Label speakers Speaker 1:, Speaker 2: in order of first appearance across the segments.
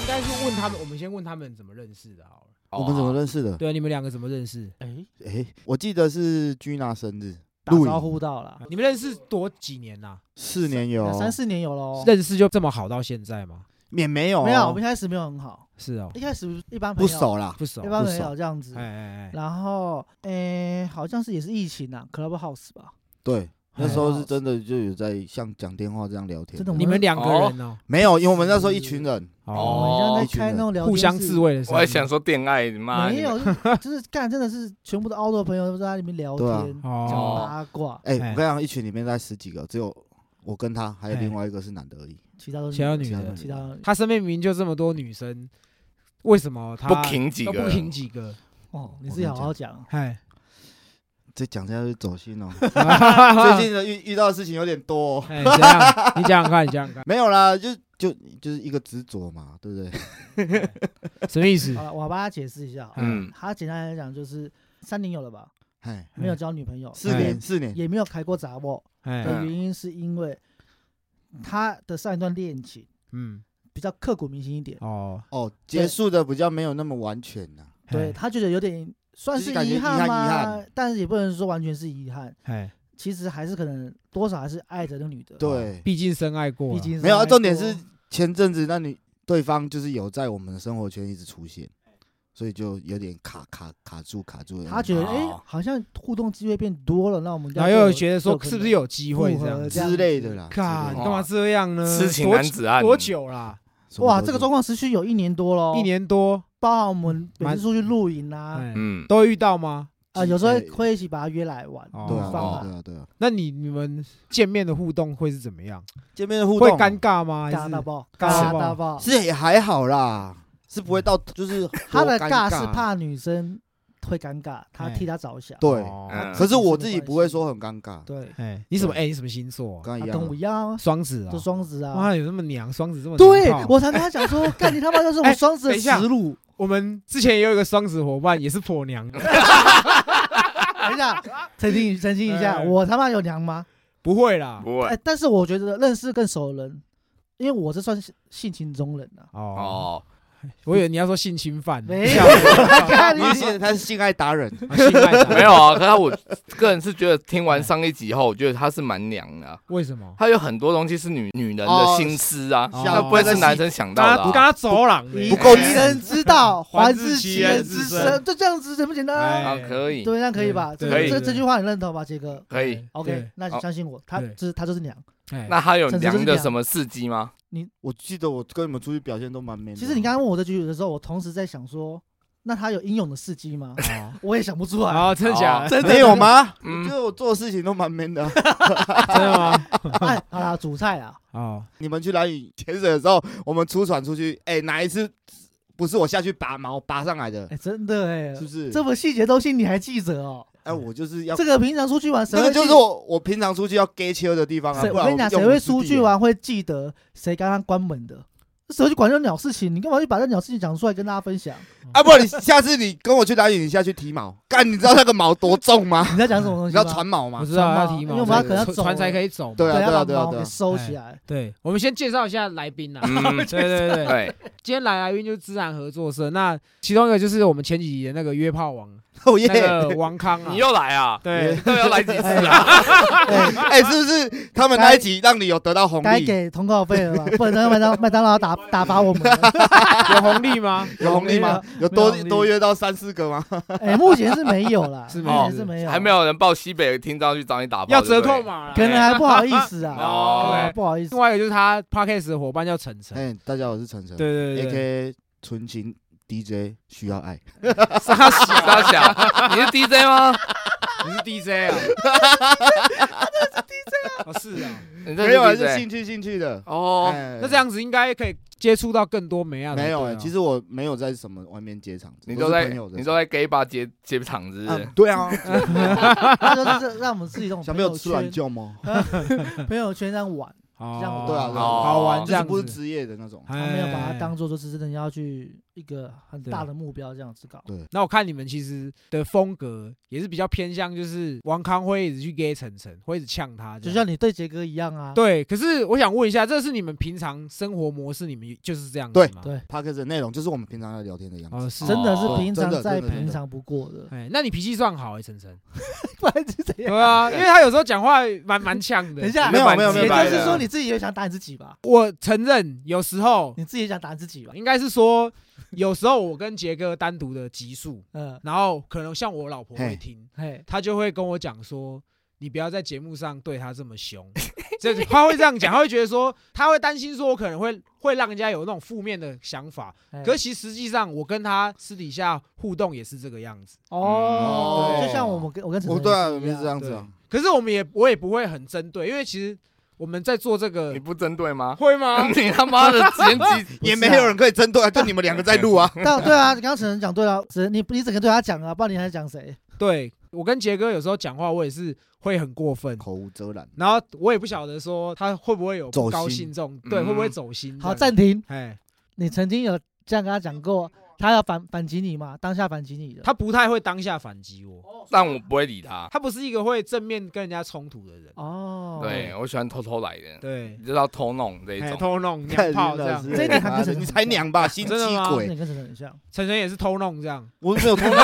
Speaker 1: 应该是问他们，我们先问他们怎么认识的好了。
Speaker 2: 哦
Speaker 3: 我们怎么认识的？
Speaker 1: 对，你们两个怎么认识？
Speaker 2: 哎，
Speaker 3: 哎，我记得是居娜生日，
Speaker 2: 打
Speaker 3: 露
Speaker 2: 招
Speaker 3: 营
Speaker 2: 呼到了，
Speaker 1: 你们认识多几年啊呐、
Speaker 3: 四年有，
Speaker 2: 三四年有喽。
Speaker 1: 认识就这么好到现在吗？
Speaker 3: 也没有哦，
Speaker 2: 没有，我们一开始没有很好，
Speaker 1: 是哦，
Speaker 2: 一开始一般朋
Speaker 3: 不
Speaker 2: 友，
Speaker 3: 熟啦。
Speaker 1: 不熟
Speaker 2: 哎一。般
Speaker 3: 不
Speaker 2: 朋友
Speaker 3: 熟
Speaker 2: 这样子
Speaker 1: 哎。哎哎，
Speaker 2: 然后，诶，好像是也是疫情啊，Clubhouse 吧，
Speaker 3: 对，那时候是
Speaker 2: Clubhouse
Speaker 3: 真的就有在像讲电话这样聊天的，
Speaker 2: 真的我
Speaker 1: 你们两个人哦，
Speaker 3: 没有，因为我们那时候一群人，
Speaker 1: 哦，
Speaker 2: 我们
Speaker 3: 一
Speaker 2: 像在
Speaker 3: 群
Speaker 2: 开
Speaker 3: 人
Speaker 2: 那种聊天
Speaker 1: 互相
Speaker 2: 室
Speaker 1: 自慰的时候，
Speaker 4: 我还想说恋爱，你妈
Speaker 2: 没
Speaker 4: 你们
Speaker 2: 有，就是 就是干，真的是全部的澳洲朋友都在里面聊
Speaker 3: 对啊
Speaker 2: 天，讲
Speaker 1: 哦
Speaker 4: 哦，
Speaker 2: 八卦，
Speaker 3: 哎，我
Speaker 1: 哎
Speaker 3: 跟你讲，一群里面大概十几个，只有我跟他，还有
Speaker 1: 哎
Speaker 3: 另外一个是男的而已。
Speaker 2: 其他都是
Speaker 1: 其他
Speaker 2: 女
Speaker 1: 女
Speaker 3: 的
Speaker 1: 的，
Speaker 2: 其他都哦
Speaker 1: 他身边明明就这么多女生，为什么他
Speaker 4: 不停几
Speaker 1: 都
Speaker 4: 个，
Speaker 1: 不停几个？哎
Speaker 2: 哦，你自己好好讲。
Speaker 1: 嗨，
Speaker 3: 这讲下去走 心哦，
Speaker 1: 最
Speaker 3: 最近的遇遇到的事情有点多哦。
Speaker 1: 哎，怎哎样？你讲讲看，你讲讲
Speaker 3: 没有啦，就就就是一个执着嘛，对不 对？
Speaker 1: 看，什么意思
Speaker 2: 好？了，我帮他解释一下好了。
Speaker 4: 嗯，
Speaker 2: 他简单来讲就是三年有了吧，
Speaker 3: 哎，
Speaker 2: 没有交女朋友，
Speaker 3: 四
Speaker 1: 哎
Speaker 3: 年四年，
Speaker 2: 也没有开过杂货
Speaker 1: 哎，
Speaker 2: 的原因是因为他的上一段恋情
Speaker 1: 嗯，
Speaker 2: 比较刻骨铭心一点，
Speaker 1: 哦，哎
Speaker 3: 哦，结束的比较没有那么完全呐、
Speaker 2: 对他觉得有点算
Speaker 3: 就是
Speaker 2: 是
Speaker 3: 感觉
Speaker 2: 遗
Speaker 3: 遗憾
Speaker 2: 憾
Speaker 3: 遗
Speaker 2: 吗
Speaker 3: 憾？
Speaker 2: 但是也不能说完全是遗憾，
Speaker 1: 哎，
Speaker 2: 其实还是可能多少还是爱着那个女的。，
Speaker 3: 对，
Speaker 1: 毕竟深爱过啊，
Speaker 2: 毕竟是
Speaker 3: 没有啊。
Speaker 2: 爱
Speaker 3: 重点
Speaker 2: 过
Speaker 3: 是前阵子那你对方就是有在我们的生活圈一直出现，所以就有点卡卡卡住卡住的那种。
Speaker 2: 他觉得哎、
Speaker 4: 哦
Speaker 2: 好像互动机会变多了，那我们
Speaker 1: 然后
Speaker 2: 要
Speaker 1: 又有
Speaker 2: 做
Speaker 1: 觉得说是不是有机会这
Speaker 2: 复合
Speaker 1: 样
Speaker 2: 这
Speaker 1: 子？
Speaker 2: 样
Speaker 3: 之类的啦。
Speaker 1: 嘎，
Speaker 3: 之
Speaker 1: 你干
Speaker 3: 类的
Speaker 1: 嘛这样呢？
Speaker 4: 痴情
Speaker 1: 多
Speaker 4: 男
Speaker 1: 久
Speaker 4: 子汉啊
Speaker 1: 多久啦？
Speaker 3: 什么
Speaker 2: 哇，
Speaker 3: 都
Speaker 2: 这个
Speaker 3: 是
Speaker 2: 状况持续有一年多喽，
Speaker 1: 一年多，
Speaker 2: 包含我们每
Speaker 1: 蛮
Speaker 2: 次出去露营哦啊，
Speaker 1: 哎，
Speaker 4: 嗯，
Speaker 1: 都会遇到吗？
Speaker 2: 啊，有时候
Speaker 3: 哎
Speaker 2: 会一起把他约来玩，
Speaker 1: 哦
Speaker 3: 对
Speaker 2: 对
Speaker 3: 啊对
Speaker 2: 方
Speaker 3: 啊
Speaker 2: 啊
Speaker 3: 对啊对啊，
Speaker 1: 那你你们见面的互动会是怎么样？
Speaker 3: 见面的互
Speaker 1: 会
Speaker 3: 动
Speaker 1: 尴尬吗？还
Speaker 3: 啊
Speaker 2: 尬到
Speaker 1: 是
Speaker 2: 爆，
Speaker 1: 尬到
Speaker 2: 尬
Speaker 1: 爆
Speaker 2: 到爆。
Speaker 3: 是也还好啦，是不会到 就是
Speaker 2: 嗯他
Speaker 3: 多
Speaker 2: 的
Speaker 3: 尴
Speaker 2: 尬是怕女生会尴尬，他
Speaker 1: 哎
Speaker 2: 替他着想。
Speaker 3: 对，
Speaker 1: 哦
Speaker 4: 嗯
Speaker 3: 可是我自己不会说很尴尬，
Speaker 2: 对，
Speaker 1: 哎，你什么？
Speaker 3: 对
Speaker 1: 哎，你什么星座啊？
Speaker 3: 跟他
Speaker 2: 啊
Speaker 3: 一样
Speaker 2: 哦跟我
Speaker 3: 啊。
Speaker 2: 一样啊，
Speaker 1: 双子啊
Speaker 2: 就。双子啊。
Speaker 1: 哇，有那么娘，双子这么
Speaker 2: 对
Speaker 1: 娘炮
Speaker 2: 我常跟他讲 说，干你他妈就是我
Speaker 1: 哎
Speaker 2: 双子
Speaker 1: 等
Speaker 2: 的
Speaker 1: 一下
Speaker 2: 死路。
Speaker 1: 我们之前也有一个双子伙伴，也是婆娘，
Speaker 2: 等 一下，澄清澄清一下，
Speaker 1: 哎
Speaker 2: 我他妈有娘吗？
Speaker 1: 不会啦。
Speaker 4: 不
Speaker 2: 哎、
Speaker 4: 会
Speaker 2: 但是我觉得认识更熟的人，因为我这算是性情中人啊。
Speaker 1: 哦，
Speaker 4: 哦，
Speaker 1: 我以为你要说性侵犯，
Speaker 2: 没有
Speaker 1: 吓我
Speaker 2: 看你
Speaker 3: 你现在他是性爱达人，
Speaker 1: 啊性爱达人
Speaker 4: 没有啊。可是我个人是觉得听完上一集后，我觉得他是蛮娘的啊，
Speaker 1: 为什么？
Speaker 4: 他有很多东西是女女人的心思啊，
Speaker 1: 哦
Speaker 4: 那不会是男生想到
Speaker 1: 他
Speaker 4: 的
Speaker 1: 跟
Speaker 4: 啊。
Speaker 1: 他走廊的
Speaker 3: 不够
Speaker 2: 其人之道， 还治其
Speaker 1: 还
Speaker 2: 人之
Speaker 1: 治其人之哎
Speaker 2: 身，就这样子，怎么简单啊？
Speaker 4: 啊，可以，
Speaker 2: 对，那可以吧？这
Speaker 1: 对哎
Speaker 4: 可
Speaker 2: 个
Speaker 4: 以
Speaker 2: 这这句话你认同吧，杰哥
Speaker 4: 可以。
Speaker 2: ？OK，那你
Speaker 4: 好
Speaker 2: 相信我，他
Speaker 1: 对
Speaker 2: 就是他就是娘。
Speaker 1: 那
Speaker 4: 那他有
Speaker 2: 甚至就是
Speaker 4: 娘的
Speaker 2: 娘
Speaker 4: 什么事 迹吗？
Speaker 3: 我记得我跟你们出去表现都蛮 man 的。啊
Speaker 2: 其实你刚刚问我这句的时候，我同时在想说，那他有英勇的事迹吗？我也想不出来。啊
Speaker 1: 哦，真的假的？
Speaker 4: 哦
Speaker 1: 真
Speaker 3: 没有吗？我
Speaker 4: 嗯
Speaker 3: 觉，得我做的事情都蛮 man 的啊。
Speaker 1: 的吗？
Speaker 2: 哎，好啦，煮菜啊，
Speaker 1: 哦，
Speaker 3: 你们去蓝屿潜水的时候，我们出船出去，哎、哪一次不是我下去拔毛拔上来的？
Speaker 2: 哎，真的哎
Speaker 3: 是，不是？
Speaker 2: 这么细节东西你还记着哦？
Speaker 3: 哎、我就是要
Speaker 2: 这个平常出去玩，谁
Speaker 3: 那
Speaker 2: 会
Speaker 3: 个
Speaker 2: 记
Speaker 3: 就是我我平常出去要 gay 车的地方啊。
Speaker 2: 谁
Speaker 3: 不然
Speaker 2: 我跟你讲，
Speaker 3: 用
Speaker 2: 谁
Speaker 3: 武
Speaker 2: 会
Speaker 3: 之
Speaker 2: 出
Speaker 3: 地
Speaker 2: 去
Speaker 3: 啊？
Speaker 2: 玩会记得谁刚刚关门的？谁会去管这种鸟事情？你干嘛去把这鸟事情讲出来跟大家分享？
Speaker 3: 啊，不然你下次你跟我去蓝屿，你下去提毛，干，你知道那个毛多重 吗？
Speaker 2: 你在讲什么东
Speaker 3: 你知
Speaker 2: 西
Speaker 3: 道
Speaker 2: 吗？
Speaker 3: 船毛
Speaker 1: 我
Speaker 3: 吗？
Speaker 1: 知道
Speaker 2: 船
Speaker 1: 要
Speaker 2: 吗
Speaker 1: 提
Speaker 2: 因
Speaker 1: 毛，
Speaker 2: 为我们要
Speaker 1: 才
Speaker 2: 可能
Speaker 1: 船
Speaker 2: 走
Speaker 1: 船
Speaker 2: 了
Speaker 1: 才可以走嘛。
Speaker 3: 对啊，
Speaker 2: 对，要
Speaker 3: 对啊，
Speaker 2: 把
Speaker 3: 对啊，
Speaker 2: 毛
Speaker 3: 对
Speaker 2: 给
Speaker 3: 啊。
Speaker 2: 收
Speaker 1: 哎
Speaker 2: 起来。
Speaker 1: 对，我们先介绍一下来宾啊。
Speaker 4: 嗯，
Speaker 1: 对对 对，对
Speaker 4: 对，
Speaker 1: 今天来来宾就是自然合作社，那其中一个就是我们前几集的那个约炮王，
Speaker 3: 哦 耶
Speaker 1: 那！个王康啊
Speaker 4: 你，又来啊？
Speaker 1: 对，
Speaker 4: 又要来几次啊？
Speaker 3: 哎，是不是他们那一集让你有得到红
Speaker 2: 该
Speaker 3: 利？
Speaker 2: 给通告费了吧？不然让 麦当麦当劳打打发我们了。
Speaker 1: 有红利吗？
Speaker 3: 有红利吗？有多
Speaker 2: 没有红利
Speaker 3: 多约到三四个 吗？
Speaker 2: 哎，目前是没有啦，
Speaker 1: 是
Speaker 2: 目
Speaker 1: 吗
Speaker 2: 前是
Speaker 3: 哦
Speaker 2: 没有，
Speaker 4: 还没有人报西北的听众去找你打包，
Speaker 1: 要折扣？码啦
Speaker 2: 可能
Speaker 3: 哎
Speaker 2: 还不好意 思啊。
Speaker 4: 哦
Speaker 2: 对啊
Speaker 1: 对
Speaker 2: 不好意思
Speaker 1: 另，外一个就是他 podcast 的伙伴叫晨晨，
Speaker 3: 哎，大家好，我是晨晨
Speaker 1: 对对对对，
Speaker 3: ，A.K. 纯情 DJ 需要爱。
Speaker 4: 傻小，傻小，你是 DJ 吗？
Speaker 1: 你是 DJ 啊？他真的是 DJ 啊？哦，是啊。
Speaker 4: 你
Speaker 3: 没有啊，
Speaker 4: 这
Speaker 3: 是
Speaker 4: DJ
Speaker 3: 兴趣兴趣的。
Speaker 4: 哦，
Speaker 3: 哎
Speaker 1: 那这样子应该可以接触到更多美亚的。
Speaker 3: 没有哎、
Speaker 1: 对啊
Speaker 3: 其实我没有在什么外面接场子，
Speaker 4: 你
Speaker 3: 都
Speaker 4: 都在
Speaker 3: 是朋友的
Speaker 4: 你都在 gay 吧接接场子，
Speaker 3: 啊对啊，
Speaker 1: 哦
Speaker 2: 他就是让我们自己这种
Speaker 3: 小
Speaker 2: 朋
Speaker 3: 朋友
Speaker 2: 友
Speaker 3: 吃软
Speaker 2: 圈，
Speaker 3: 觉吗？
Speaker 2: 朋友圈这样玩，
Speaker 1: 哦
Speaker 2: 这样
Speaker 3: 对啊对啊
Speaker 1: 好玩
Speaker 4: 哦
Speaker 1: 这
Speaker 3: 就是
Speaker 1: 样
Speaker 3: 不是
Speaker 1: 子，
Speaker 3: 职业的那种，
Speaker 2: 他没有把它当
Speaker 1: 哎
Speaker 2: 做说是真的要去一个很大的目标这样子搞。
Speaker 1: 那我看你们其实的风格也是比较偏向，就是王康辉一直去 gay 晨晨，会一直呛他这
Speaker 2: 就
Speaker 1: 样，
Speaker 2: 像你对杰哥一样啊，
Speaker 1: 对。可是我想问一下，这是你们平常生活模式，你们就是这样子
Speaker 3: 对
Speaker 1: 吗？
Speaker 2: 对，
Speaker 3: p o d c a s 的内容就是我们平常在聊天的样子。
Speaker 1: 哦，是
Speaker 2: 真的是
Speaker 4: 哦
Speaker 2: 平
Speaker 3: 真
Speaker 2: 常
Speaker 3: 的
Speaker 2: 再
Speaker 3: 真的真
Speaker 2: 平
Speaker 3: 的
Speaker 2: 常不过的，
Speaker 1: 哎，那你脾气算好哎，晨晨。
Speaker 2: 不然是怎样？
Speaker 1: 对啊，因为他有时候讲话蛮蛮呛的。
Speaker 2: 等一下，
Speaker 3: 没有没有没有哦
Speaker 2: 也
Speaker 3: 白
Speaker 2: 就是
Speaker 3: 的
Speaker 2: 说你自己也想打你自己吧，
Speaker 1: 我承认有时候
Speaker 2: 你自己也想打你自己吧，
Speaker 1: 应该是说，有时候我跟杰哥单独的集数，
Speaker 2: 嗯，
Speaker 1: 然后可能像我老婆会
Speaker 3: 嘿
Speaker 1: 听，
Speaker 2: 嘿，
Speaker 1: 她就会跟我讲说。你不要在节目上对她这么凶，这她会这样讲，她会觉得说，她会担心说，我可能会会让人家有那种负面的想法。
Speaker 2: 嘿
Speaker 1: 可是其实实际上，我跟她私底下互动也是这个样子。
Speaker 2: 哦，
Speaker 3: 嗯
Speaker 2: 就像我们跟我跟陈
Speaker 3: 哦，
Speaker 2: 晨
Speaker 3: 对啊，
Speaker 2: 也
Speaker 3: 我们是这
Speaker 2: 样，
Speaker 3: 样子啊。
Speaker 1: 可是我们也我也不会很针对，因为其实我们在做这
Speaker 4: 你
Speaker 1: 个
Speaker 4: 不针对 吗？
Speaker 1: 会
Speaker 3: 啊
Speaker 1: 吗？
Speaker 4: 你他妈的前几
Speaker 3: 也没有人可以针对啊，就你们两个在录 啊。
Speaker 2: 但对啊，你刚刚陈晨讲对了，只你你只能对他讲啊，不然你还讲谁？
Speaker 1: 对我跟杰哥有时候讲话，我也是会很过分，
Speaker 3: 口无遮拦，
Speaker 1: 然后我也不晓得说他会不会有不
Speaker 3: 走
Speaker 1: 高
Speaker 3: 心
Speaker 1: 兴这种，对，
Speaker 4: 嗯
Speaker 1: 会不会走心？
Speaker 2: 好，暂停。
Speaker 1: 哎，
Speaker 2: 你曾经有这样跟他讲过，他要反反击你嘛？当下反击你的，
Speaker 1: 他不太会当下反击我，
Speaker 4: 但我不会理他。
Speaker 1: 他不是一个会正面跟人家冲突的人，
Speaker 2: 哦，
Speaker 4: 对我喜欢偷偷来的，
Speaker 1: 对
Speaker 4: 你，知道偷弄这一
Speaker 1: 哎
Speaker 4: 种。
Speaker 1: 偷弄娘 炮这样，
Speaker 3: 看你老师
Speaker 2: 这一点还跟
Speaker 3: 妈的
Speaker 2: 陈
Speaker 3: 你才娘吧，心机
Speaker 1: 真哦的吗
Speaker 2: 那
Speaker 3: 鬼！
Speaker 2: 你跟陈晨很像。
Speaker 1: 晨晨也是偷弄这样，
Speaker 3: 我没有偷弄，